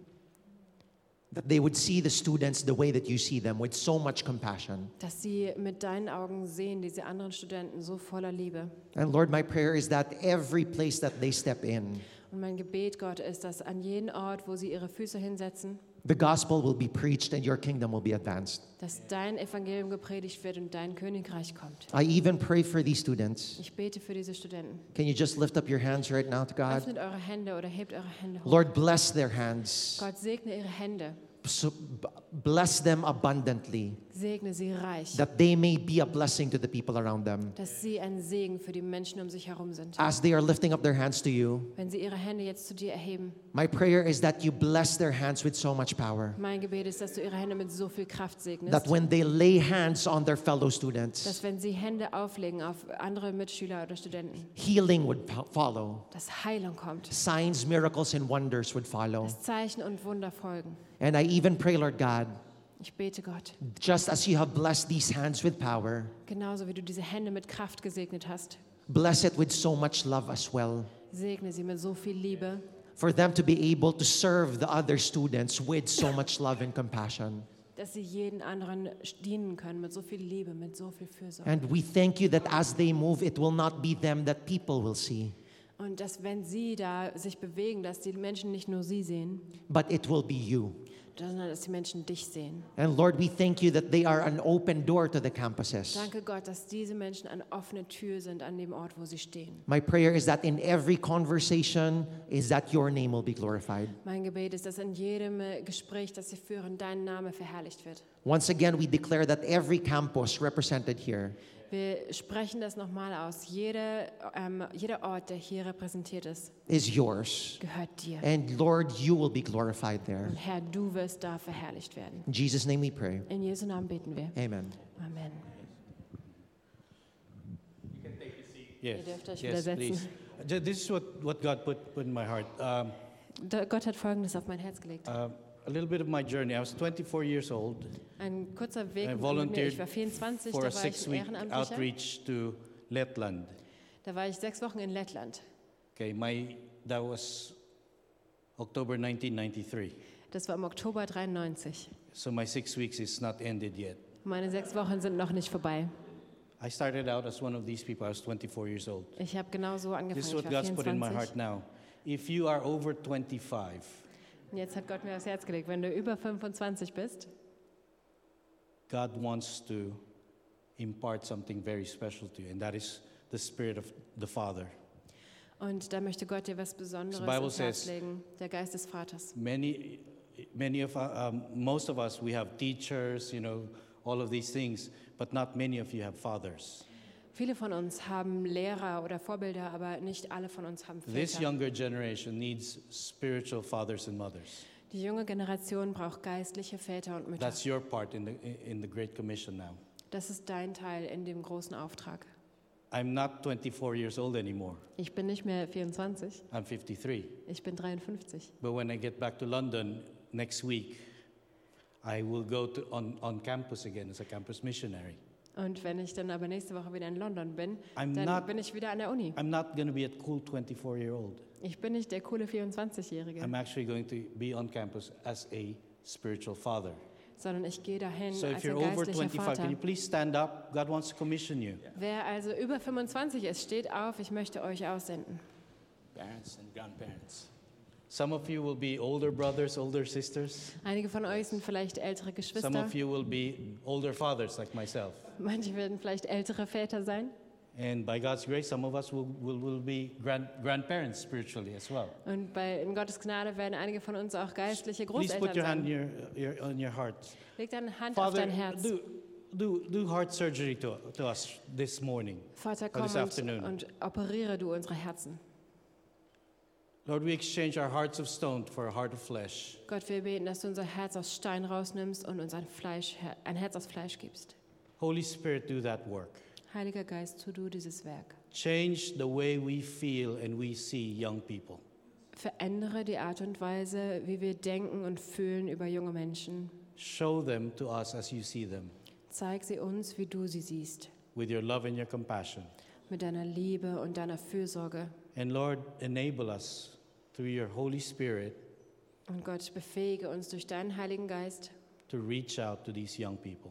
[SPEAKER 5] that they would see the students the way that you see them with so much compassion.
[SPEAKER 2] Dass sie mit deinen Augen sehen, diese anderen Studenten so voller Liebe.
[SPEAKER 5] And Lord, my prayer is that every place that they step in,
[SPEAKER 2] Und mein Gebet, Gott, ist, dass an jeden Ort, wo sie ihre Füße hinsetzen,
[SPEAKER 5] the gospel will be preached and your kingdom will be advanced.
[SPEAKER 2] dass dein Evangelium gepredigt wird und dein Königreich kommt.
[SPEAKER 5] I even pray for these students.
[SPEAKER 2] Ich bete für diese Studenten.
[SPEAKER 5] Can you just lift up your hands right now to God?
[SPEAKER 2] Öffnet eure Hände oder hebt eure Hände hoch.
[SPEAKER 5] Lord, bless their hands.
[SPEAKER 2] Gott segne ihre Hände.
[SPEAKER 5] So- b- bless them abundantly,
[SPEAKER 2] Segne sie reich.
[SPEAKER 5] that they may be a blessing to the people around them.
[SPEAKER 2] dass sie ein Segen für die Menschen um sich herum sind.
[SPEAKER 5] As they are lifting up their hands to you,
[SPEAKER 2] Wenn sie ihre Hände jetzt zu dir erheben,
[SPEAKER 5] my prayer is that you bless their hands with so much power
[SPEAKER 2] mein Gebet ist, dass du ihre Hände mit so viel Kraft
[SPEAKER 5] that
[SPEAKER 2] segnest,
[SPEAKER 5] when they lay hands on their fellow
[SPEAKER 2] dass
[SPEAKER 5] students,
[SPEAKER 2] wenn sie Hände auflegen auf andere Mitschüler oder Studenten,
[SPEAKER 5] healing would po- follow,
[SPEAKER 2] dass Heilung kommt,
[SPEAKER 5] signs, miracles, and wonders would follow.
[SPEAKER 2] dass Zeichen und Wunder folgen.
[SPEAKER 5] And I even pray, Lord God,
[SPEAKER 2] Ich bete Gott,
[SPEAKER 5] just as you have blessed these hands with power,
[SPEAKER 2] genauso wie du diese Hände mit Kraft gesegnet hast,
[SPEAKER 5] bless it with so much love as well.
[SPEAKER 2] segne sie mit so viel Liebe,
[SPEAKER 5] for them to be able to serve the other students with so much love and compassion.
[SPEAKER 2] dass sie jeden anderen dienen können mit so viel Liebe, mit so viel Fürsorge.
[SPEAKER 5] And we thank you that as they move, it will not be them that people will see,
[SPEAKER 2] Und dass wenn sie da sich bewegen, dass die Menschen nicht nur sie sehen,
[SPEAKER 5] but it will be you.
[SPEAKER 2] sondern dass die Menschen dich sehen.
[SPEAKER 5] And Lord, we thank you that they are an open door to the campuses.
[SPEAKER 2] Danke Gott, dass diese Menschen eine offene Tür sind an dem Ort, wo sie stehen.
[SPEAKER 5] My prayer is that in every conversation is that your name will be glorified.
[SPEAKER 2] Mein Gebet ist, dass in jedem äh, Gespräch, das sie führen, dein Name verherrlicht wird.
[SPEAKER 5] Once again, we declare that every campus represented here
[SPEAKER 2] Wir sprechen das nochmal aus. Jede, ähm, jeder Ort, der hier repräsentiert ist,
[SPEAKER 5] is yours.
[SPEAKER 2] gehört dir.
[SPEAKER 5] And Lord, you will be glorified there.
[SPEAKER 2] Und Herr, du wirst da verherrlicht werden.
[SPEAKER 5] In Jesus' name we pray.
[SPEAKER 2] In Jesu Namen beten wir.
[SPEAKER 5] Amen.
[SPEAKER 2] Amen.
[SPEAKER 3] Yes.
[SPEAKER 2] Ihr dürft euch
[SPEAKER 3] yes,
[SPEAKER 2] wieder setzen.
[SPEAKER 3] please.
[SPEAKER 6] Th- Uh, This is what, what God put, put in my heart. Um,
[SPEAKER 2] Da- Gott hat Folgendes auf mein Herz gelegt.
[SPEAKER 6] uh, a little bit of my journey. I was 24 years old.
[SPEAKER 2] Ein kurzer Weg
[SPEAKER 6] I
[SPEAKER 2] mit mir.
[SPEAKER 6] volunteered
[SPEAKER 2] Ich war 24,
[SPEAKER 6] for a
[SPEAKER 2] da war ich
[SPEAKER 6] six
[SPEAKER 2] ein
[SPEAKER 6] week
[SPEAKER 2] Ehrenamtlicher.
[SPEAKER 6] outreach to Letland.
[SPEAKER 2] Da war ich sechs Wochen in Lettland.
[SPEAKER 6] Okay, my, that was October 1993.
[SPEAKER 2] Das war im Oktober 93.
[SPEAKER 6] So my six weeks is not ended yet.
[SPEAKER 2] Meine sechs Wochen sind noch nicht vorbei.
[SPEAKER 6] I started out as one of these people. I was 24 years old.
[SPEAKER 2] Ich habe genau so angefangen.
[SPEAKER 6] This is
[SPEAKER 2] Ich war
[SPEAKER 6] what God's put in my
[SPEAKER 2] 24.
[SPEAKER 6] heart now. If you are over 25,
[SPEAKER 2] Und jetzt hat Gott mir aufs Herz gelegt, wenn du über 25 bist,
[SPEAKER 6] God wants to impart something very special to you, and that is the Spirit of the Father.
[SPEAKER 2] und da möchte Gott dir was Besonderes
[SPEAKER 6] The Bible
[SPEAKER 2] ins Herz
[SPEAKER 6] says-
[SPEAKER 2] legen, der Geist des Vaters.
[SPEAKER 6] Many, many of our, um, most of us, we have teachers, you know, all of these things, but not many of you have fathers.
[SPEAKER 2] Viele von uns haben Lehrer oder Vorbilder, aber nicht alle von uns haben
[SPEAKER 6] This
[SPEAKER 2] Väter.
[SPEAKER 6] younger generation needs spiritual fathers and mothers.
[SPEAKER 2] Die junge Generation braucht geistliche Väter und Mütter.
[SPEAKER 6] That's your part in the, in the Great Commission now.
[SPEAKER 2] Das ist dein Teil in dem großen Auftrag.
[SPEAKER 6] I'm not 24 years old anymore.
[SPEAKER 2] Ich bin nicht mehr 24,
[SPEAKER 6] I'm 53.
[SPEAKER 2] ich bin 53.
[SPEAKER 6] But when I get back to London next week, I will go to, on, on campus again as a campus missionary.
[SPEAKER 2] Und wenn ich dann aber nächste Woche wieder in London bin,
[SPEAKER 6] I'm
[SPEAKER 2] dann
[SPEAKER 6] not,
[SPEAKER 2] bin ich wieder an der Uni.
[SPEAKER 6] I'm not going to be a cool 24 year old.
[SPEAKER 2] Ich bin nicht der coole 24-Jährige,
[SPEAKER 6] I'm actually going to be on campus as a spiritual father.
[SPEAKER 2] sondern ich gehe dahin
[SPEAKER 6] So if
[SPEAKER 2] als ein
[SPEAKER 6] you're over
[SPEAKER 2] geistlicher
[SPEAKER 6] 25, can
[SPEAKER 2] Vater.
[SPEAKER 6] you please stand up? God wants to commission you.
[SPEAKER 2] Wer also über 25 ist, steht auf, ich möchte euch aussenden.
[SPEAKER 3] Parents and grandparents.
[SPEAKER 6] Some of you will be older brothers, older sisters.
[SPEAKER 2] Einige von euch sind vielleicht ältere
[SPEAKER 6] Some
[SPEAKER 2] Geschwister,
[SPEAKER 6] of you will be older fathers like myself.
[SPEAKER 2] manche werden vielleicht ältere Väter sein.
[SPEAKER 6] And by God's grace, some of us will, will, will be grand, grandparents spiritually as well.
[SPEAKER 2] Und bei, in Gottes Gnade werden einige von uns auch geistliche
[SPEAKER 6] Please put your hand
[SPEAKER 2] Großeltern
[SPEAKER 6] on
[SPEAKER 2] sein.
[SPEAKER 6] your, your, on your heart.
[SPEAKER 2] Leg deine Hand auf
[SPEAKER 6] Father,
[SPEAKER 2] dein Herz.
[SPEAKER 6] do, do, do heart surgery to, to us this morning.
[SPEAKER 2] Vater,
[SPEAKER 6] Or
[SPEAKER 2] komm
[SPEAKER 6] this afternoon.
[SPEAKER 2] und, und operiere du unsere Herzen.
[SPEAKER 6] Lord, we exchange our hearts of stone for a heart of flesh.
[SPEAKER 2] Gott, wir beten, dass du unser Herz aus Stein rausnimmst und uns ein, Fleisch, ein Herz aus Fleisch gibst.
[SPEAKER 6] Holy Spirit, do that work.
[SPEAKER 2] Heiliger Geist, tu du dieses Werk.
[SPEAKER 6] Change the way we feel and we see young people.
[SPEAKER 2] Verändere die Art und Weise, wie wir denken und fühlen über junge Menschen.
[SPEAKER 6] Show them to us as you see them,
[SPEAKER 2] Zeig sie uns, wie du sie siehst,
[SPEAKER 6] with your love and your compassion.
[SPEAKER 2] mit deiner Liebe und deiner Fürsorge.
[SPEAKER 6] And Lord, enable us through your Holy Spirit
[SPEAKER 2] Und Gott, befähige uns durch deinen Heiligen Geist,
[SPEAKER 6] to reach out to these young people,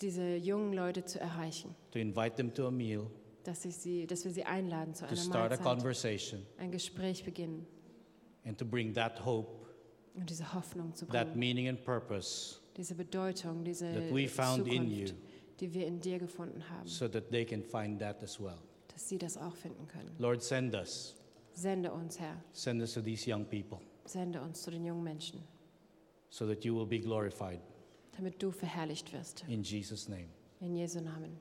[SPEAKER 2] diese jungen Leute zu erreichen,
[SPEAKER 6] to invite them to a meal,
[SPEAKER 2] dass, ich sie, dass wir sie einladen zu
[SPEAKER 6] to
[SPEAKER 2] einer
[SPEAKER 6] start a
[SPEAKER 2] Mahlzeit,
[SPEAKER 6] conversation,
[SPEAKER 2] ein Gespräch beginnen
[SPEAKER 6] and to bring that hope,
[SPEAKER 2] und diese Hoffnung zu
[SPEAKER 6] that
[SPEAKER 2] bringen,
[SPEAKER 6] meaning and purpose
[SPEAKER 2] diese Bedeutung, diese
[SPEAKER 6] that we found in
[SPEAKER 2] Zukunft,
[SPEAKER 6] you.
[SPEAKER 2] die wir in dir gefunden haben,
[SPEAKER 6] so that they can find that as well.
[SPEAKER 2] dass sie das auch finden können.
[SPEAKER 6] Lord, send us.
[SPEAKER 2] Sende uns, Herr,
[SPEAKER 6] Send us to these young people
[SPEAKER 2] sende uns zu den jungen Menschen,
[SPEAKER 6] so that you will be glorified.
[SPEAKER 2] damit du verherrlicht wirst.
[SPEAKER 6] In Jesus' name.
[SPEAKER 2] In Jesu Namen.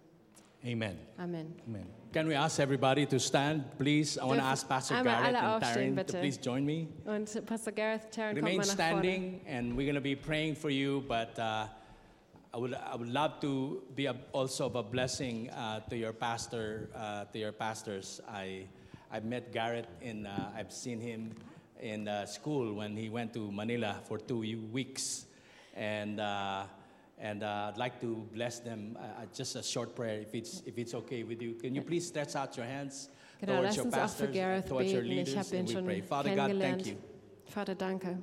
[SPEAKER 6] Amen.
[SPEAKER 2] Amen.
[SPEAKER 6] Amen.
[SPEAKER 3] Can we ask everybody to stand, please? I want to
[SPEAKER 2] Dürfen
[SPEAKER 3] ask Pastor
[SPEAKER 2] einmal
[SPEAKER 3] Garrett
[SPEAKER 2] alle
[SPEAKER 3] and
[SPEAKER 2] aufstehen,
[SPEAKER 3] Taryn to
[SPEAKER 2] bitte.
[SPEAKER 3] please join me.
[SPEAKER 2] Und Pastor Gareth, Taryn, kommt
[SPEAKER 3] Remain
[SPEAKER 2] mal nach vorne.
[SPEAKER 3] standing, and we're going to be praying for you. But uh, I would I would love to be a, also of a blessing uh, to your pastor, uh, to your pastors. I I've met Garrett in uh, I've seen him in uh, school when he went to Manila for two ye- weeks, and. Uh, and uh, I'd like to bless them. Uh, uh, just a short prayer, if it's if it's okay with you. Can you please stretch out your hands
[SPEAKER 2] Genau, lass
[SPEAKER 3] towards your
[SPEAKER 2] uns auch für
[SPEAKER 3] pastors, and
[SPEAKER 2] Gareth
[SPEAKER 3] towards your
[SPEAKER 2] beten. Ich
[SPEAKER 3] leaders,
[SPEAKER 2] habe ihn
[SPEAKER 3] and we
[SPEAKER 2] schon
[SPEAKER 3] pray. Father God, thank
[SPEAKER 2] kennengelernt.
[SPEAKER 3] you.
[SPEAKER 2] Vater, danke.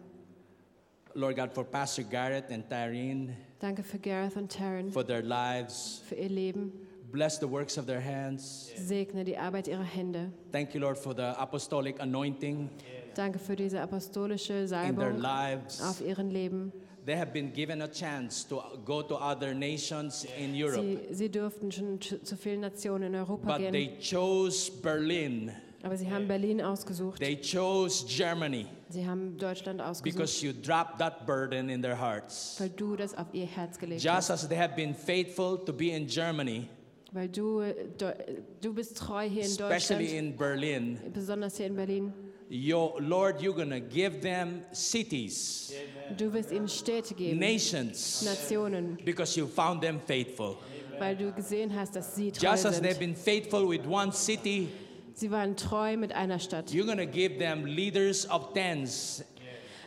[SPEAKER 3] Lord God, for Pastor Garrett and Tyreen,
[SPEAKER 2] Danke für Gareth und Taryn,
[SPEAKER 3] for their lives.
[SPEAKER 2] für ihr Leben.
[SPEAKER 3] Bless the works of their hands.
[SPEAKER 2] Segne die Arbeit ihrer Hände.
[SPEAKER 3] Thank you, Lord, for the apostolic anointing
[SPEAKER 2] Danke für diese apostolische
[SPEAKER 3] in their
[SPEAKER 2] Salbung auf
[SPEAKER 3] lives.
[SPEAKER 2] ihren Leben.
[SPEAKER 3] They have been given a chance to go to other nations in Europe,
[SPEAKER 2] Sie, sie durften schon zu zu vielen Nationen in Europa
[SPEAKER 3] but
[SPEAKER 2] gehen,
[SPEAKER 3] they chose Berlin.
[SPEAKER 2] aber sie haben Berlin ausgesucht.
[SPEAKER 3] They chose Germany
[SPEAKER 2] Sie haben Deutschland ausgesucht,
[SPEAKER 3] because you dropped that burden in their hearts.
[SPEAKER 2] weil du das auf ihr Herz gelegt
[SPEAKER 3] Just
[SPEAKER 2] hast.
[SPEAKER 3] as they have been faithful to be in Germany,
[SPEAKER 2] Weil du, äh, Deu- äh, du bist treu hier in
[SPEAKER 3] especially
[SPEAKER 2] Deutschland,
[SPEAKER 3] in Berlin,
[SPEAKER 2] besonders hier in Berlin.
[SPEAKER 3] your Lord, you're going to give them cities,
[SPEAKER 2] Du wirst ihnen Städte geben,
[SPEAKER 3] nations.
[SPEAKER 2] Nationen,
[SPEAKER 3] because you found them faithful.
[SPEAKER 2] weil du gesehen hast, dass sie treu
[SPEAKER 3] Just as they've
[SPEAKER 2] sind.
[SPEAKER 3] been faithful with one city,
[SPEAKER 2] Sie waren treu mit einer Stadt.
[SPEAKER 3] You're going to give them leaders of tens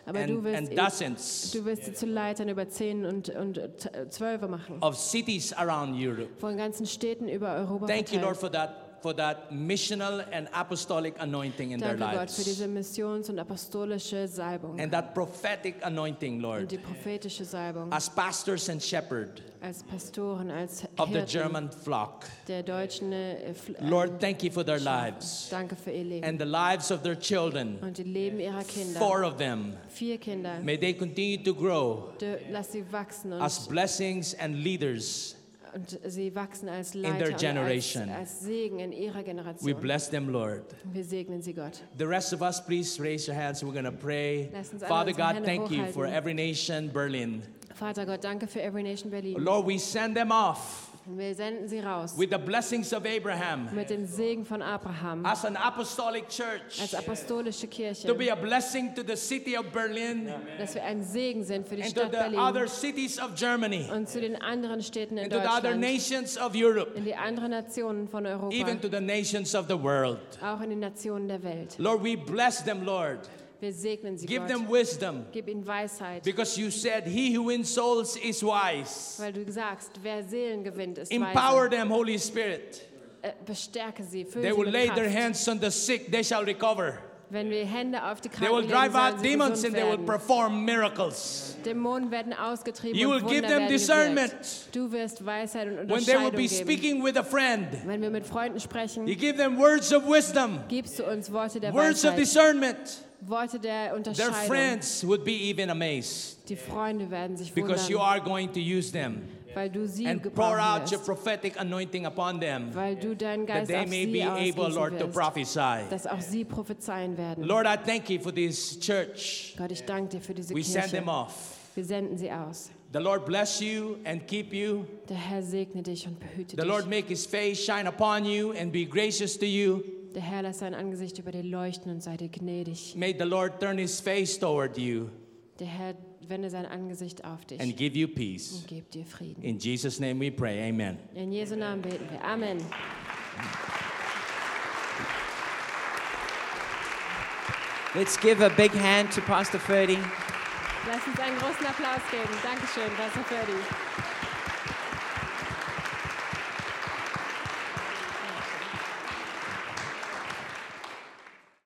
[SPEAKER 2] Aber du
[SPEAKER 3] and, and
[SPEAKER 2] wirst, ihn-
[SPEAKER 3] dozens
[SPEAKER 2] du wirst sie zu Leitern über Zehn und, und äh, Zwölfe machen.
[SPEAKER 3] of cities around Europe.
[SPEAKER 2] Von ganzen Städten über Europa
[SPEAKER 3] Thank you, Lord,
[SPEAKER 2] verteilt.
[SPEAKER 3] for that, for that missional and apostolic anointing in their
[SPEAKER 2] Danke Gott für
[SPEAKER 3] lives.
[SPEAKER 2] diese missions- und apostolische Salbung
[SPEAKER 3] And that prophetic anointing,
[SPEAKER 2] und die
[SPEAKER 3] Lord,
[SPEAKER 2] prophetische Salbung
[SPEAKER 3] as pastors and shepherd
[SPEAKER 2] als Pastoren, als
[SPEAKER 3] of the
[SPEAKER 2] Hirten
[SPEAKER 3] German flock.
[SPEAKER 2] der deutschen äh, Fl- äh,
[SPEAKER 3] Lord, thank you for their lives
[SPEAKER 2] Danke für ihr Leben
[SPEAKER 3] and the lives of their children.
[SPEAKER 2] und die Leben ihrer Kinder.
[SPEAKER 3] Four of them.
[SPEAKER 2] Vier Kinder.
[SPEAKER 3] May they continue to grow
[SPEAKER 2] Du- Lass sie wachsen und,
[SPEAKER 3] as blessings and leaders.
[SPEAKER 2] und sie wachsen als
[SPEAKER 3] their
[SPEAKER 2] Leiter und als,
[SPEAKER 3] generation.
[SPEAKER 2] als Segen in ihrer
[SPEAKER 3] We
[SPEAKER 2] Generation.
[SPEAKER 3] bless them, Lord.
[SPEAKER 2] Wir segnen sie, Gott.
[SPEAKER 3] The rest of us, please raise your hands. We're going to pray.
[SPEAKER 2] Lass uns alle
[SPEAKER 3] Father
[SPEAKER 2] unsere
[SPEAKER 3] God,
[SPEAKER 2] Hände
[SPEAKER 3] thank you for
[SPEAKER 2] hochhalten.
[SPEAKER 3] every nation, Berlin.
[SPEAKER 2] Vater Gott, danke für Every Nation Berlin.
[SPEAKER 3] Lord, we send them off
[SPEAKER 2] Wir senden sie raus
[SPEAKER 3] with the blessings of Abraham
[SPEAKER 2] mit dem Segen von Abraham
[SPEAKER 3] as an apostolic church
[SPEAKER 2] als apostolische Kirche,
[SPEAKER 3] to be a blessing to the city of Berlin
[SPEAKER 2] dass wir ein Segen sind für die
[SPEAKER 3] and to
[SPEAKER 2] Stadt
[SPEAKER 3] the other
[SPEAKER 2] Berlin
[SPEAKER 3] cities of Germany
[SPEAKER 2] und zu den anderen Städten in
[SPEAKER 3] and to the other
[SPEAKER 2] Deutschland,
[SPEAKER 3] nations of Europe,
[SPEAKER 2] in die anderen Nationen von
[SPEAKER 3] even to
[SPEAKER 2] Europa,
[SPEAKER 3] the nations of the world.
[SPEAKER 2] auch in den Nationen der Welt.
[SPEAKER 3] Lord, we bless them, Lord.
[SPEAKER 2] Wir segnen sie,
[SPEAKER 3] Give them
[SPEAKER 2] Gott.
[SPEAKER 3] wisdom
[SPEAKER 2] Gib ihnen Weisheit,
[SPEAKER 3] because you said, He who wins souls is wise.
[SPEAKER 2] weil du sagst, wer Seelen gewinnt, ist
[SPEAKER 3] Empower
[SPEAKER 2] weise.
[SPEAKER 3] them, Holy Spirit.
[SPEAKER 2] Äh, Bestärke sie,
[SPEAKER 3] They
[SPEAKER 2] fülle sie
[SPEAKER 3] will lay
[SPEAKER 2] mit
[SPEAKER 3] their
[SPEAKER 2] Kraft.
[SPEAKER 3] hands on the sick, they shall recover.
[SPEAKER 2] Wenn wir Hände auf die
[SPEAKER 3] They
[SPEAKER 2] Kranken
[SPEAKER 3] will
[SPEAKER 2] legen, sollen
[SPEAKER 3] drive out
[SPEAKER 2] sie
[SPEAKER 3] demons
[SPEAKER 2] gesund
[SPEAKER 3] and they will
[SPEAKER 2] werden.
[SPEAKER 3] perform miracles.
[SPEAKER 2] Dämonen werden ausgetrieben
[SPEAKER 3] You
[SPEAKER 2] und
[SPEAKER 3] will give
[SPEAKER 2] Wunder
[SPEAKER 3] them
[SPEAKER 2] werden
[SPEAKER 3] discernment.
[SPEAKER 2] gewirkt. Du wirst Weisheit und
[SPEAKER 3] When they
[SPEAKER 2] Unterscheidung
[SPEAKER 3] will be
[SPEAKER 2] geben.
[SPEAKER 3] speaking with a friend,
[SPEAKER 2] Wenn wir mit Freunden sprechen,
[SPEAKER 3] you give them words of wisdom,
[SPEAKER 2] gibst du uns Worte der
[SPEAKER 3] words of
[SPEAKER 2] Weisheit,
[SPEAKER 3] discernment.
[SPEAKER 2] Worte der
[SPEAKER 3] Their
[SPEAKER 2] Unterscheidung.
[SPEAKER 3] friends would be even amazed
[SPEAKER 2] Die Freunde werden sich
[SPEAKER 3] because you
[SPEAKER 2] wundern,
[SPEAKER 3] are going to use them
[SPEAKER 2] weil du sie
[SPEAKER 3] and pour
[SPEAKER 2] gebrauchen
[SPEAKER 3] out your
[SPEAKER 2] wirst,
[SPEAKER 3] prophetic anointing upon them
[SPEAKER 2] weil du deinen Geist
[SPEAKER 3] that they
[SPEAKER 2] auf
[SPEAKER 3] may
[SPEAKER 2] sie
[SPEAKER 3] be able,
[SPEAKER 2] ausgießen
[SPEAKER 3] Lord, to
[SPEAKER 2] wirst,
[SPEAKER 3] prophesy.
[SPEAKER 2] dass auch sie prophezeien werden.
[SPEAKER 3] Lord, I thank you for this church.
[SPEAKER 2] Gott, ich danke dir für diese
[SPEAKER 3] We send
[SPEAKER 2] Kirche.
[SPEAKER 3] them off.
[SPEAKER 2] Wir senden sie aus.
[SPEAKER 3] The Lord bless you and keep you.
[SPEAKER 2] Der Herr segne dich und behüte
[SPEAKER 3] The Lord
[SPEAKER 2] dich.
[SPEAKER 3] make his face shine upon you and be gracious to you.
[SPEAKER 2] Der Herr lass sein Angesicht über dir leuchten und sei dir gnädig.
[SPEAKER 3] May the Lord turn his face toward you
[SPEAKER 2] Der Herr wende sein Angesicht auf dich
[SPEAKER 3] and give you peace.
[SPEAKER 2] und gib dir Frieden.
[SPEAKER 3] In Jesus' name we pray. Amen.
[SPEAKER 2] In Jesu Namen beten wir. Amen.
[SPEAKER 1] Let's give a big hand to Pastor Ferdy.
[SPEAKER 2] Lass uns einen großen Applaus geben. Dankeschön, Pastor Ferdi.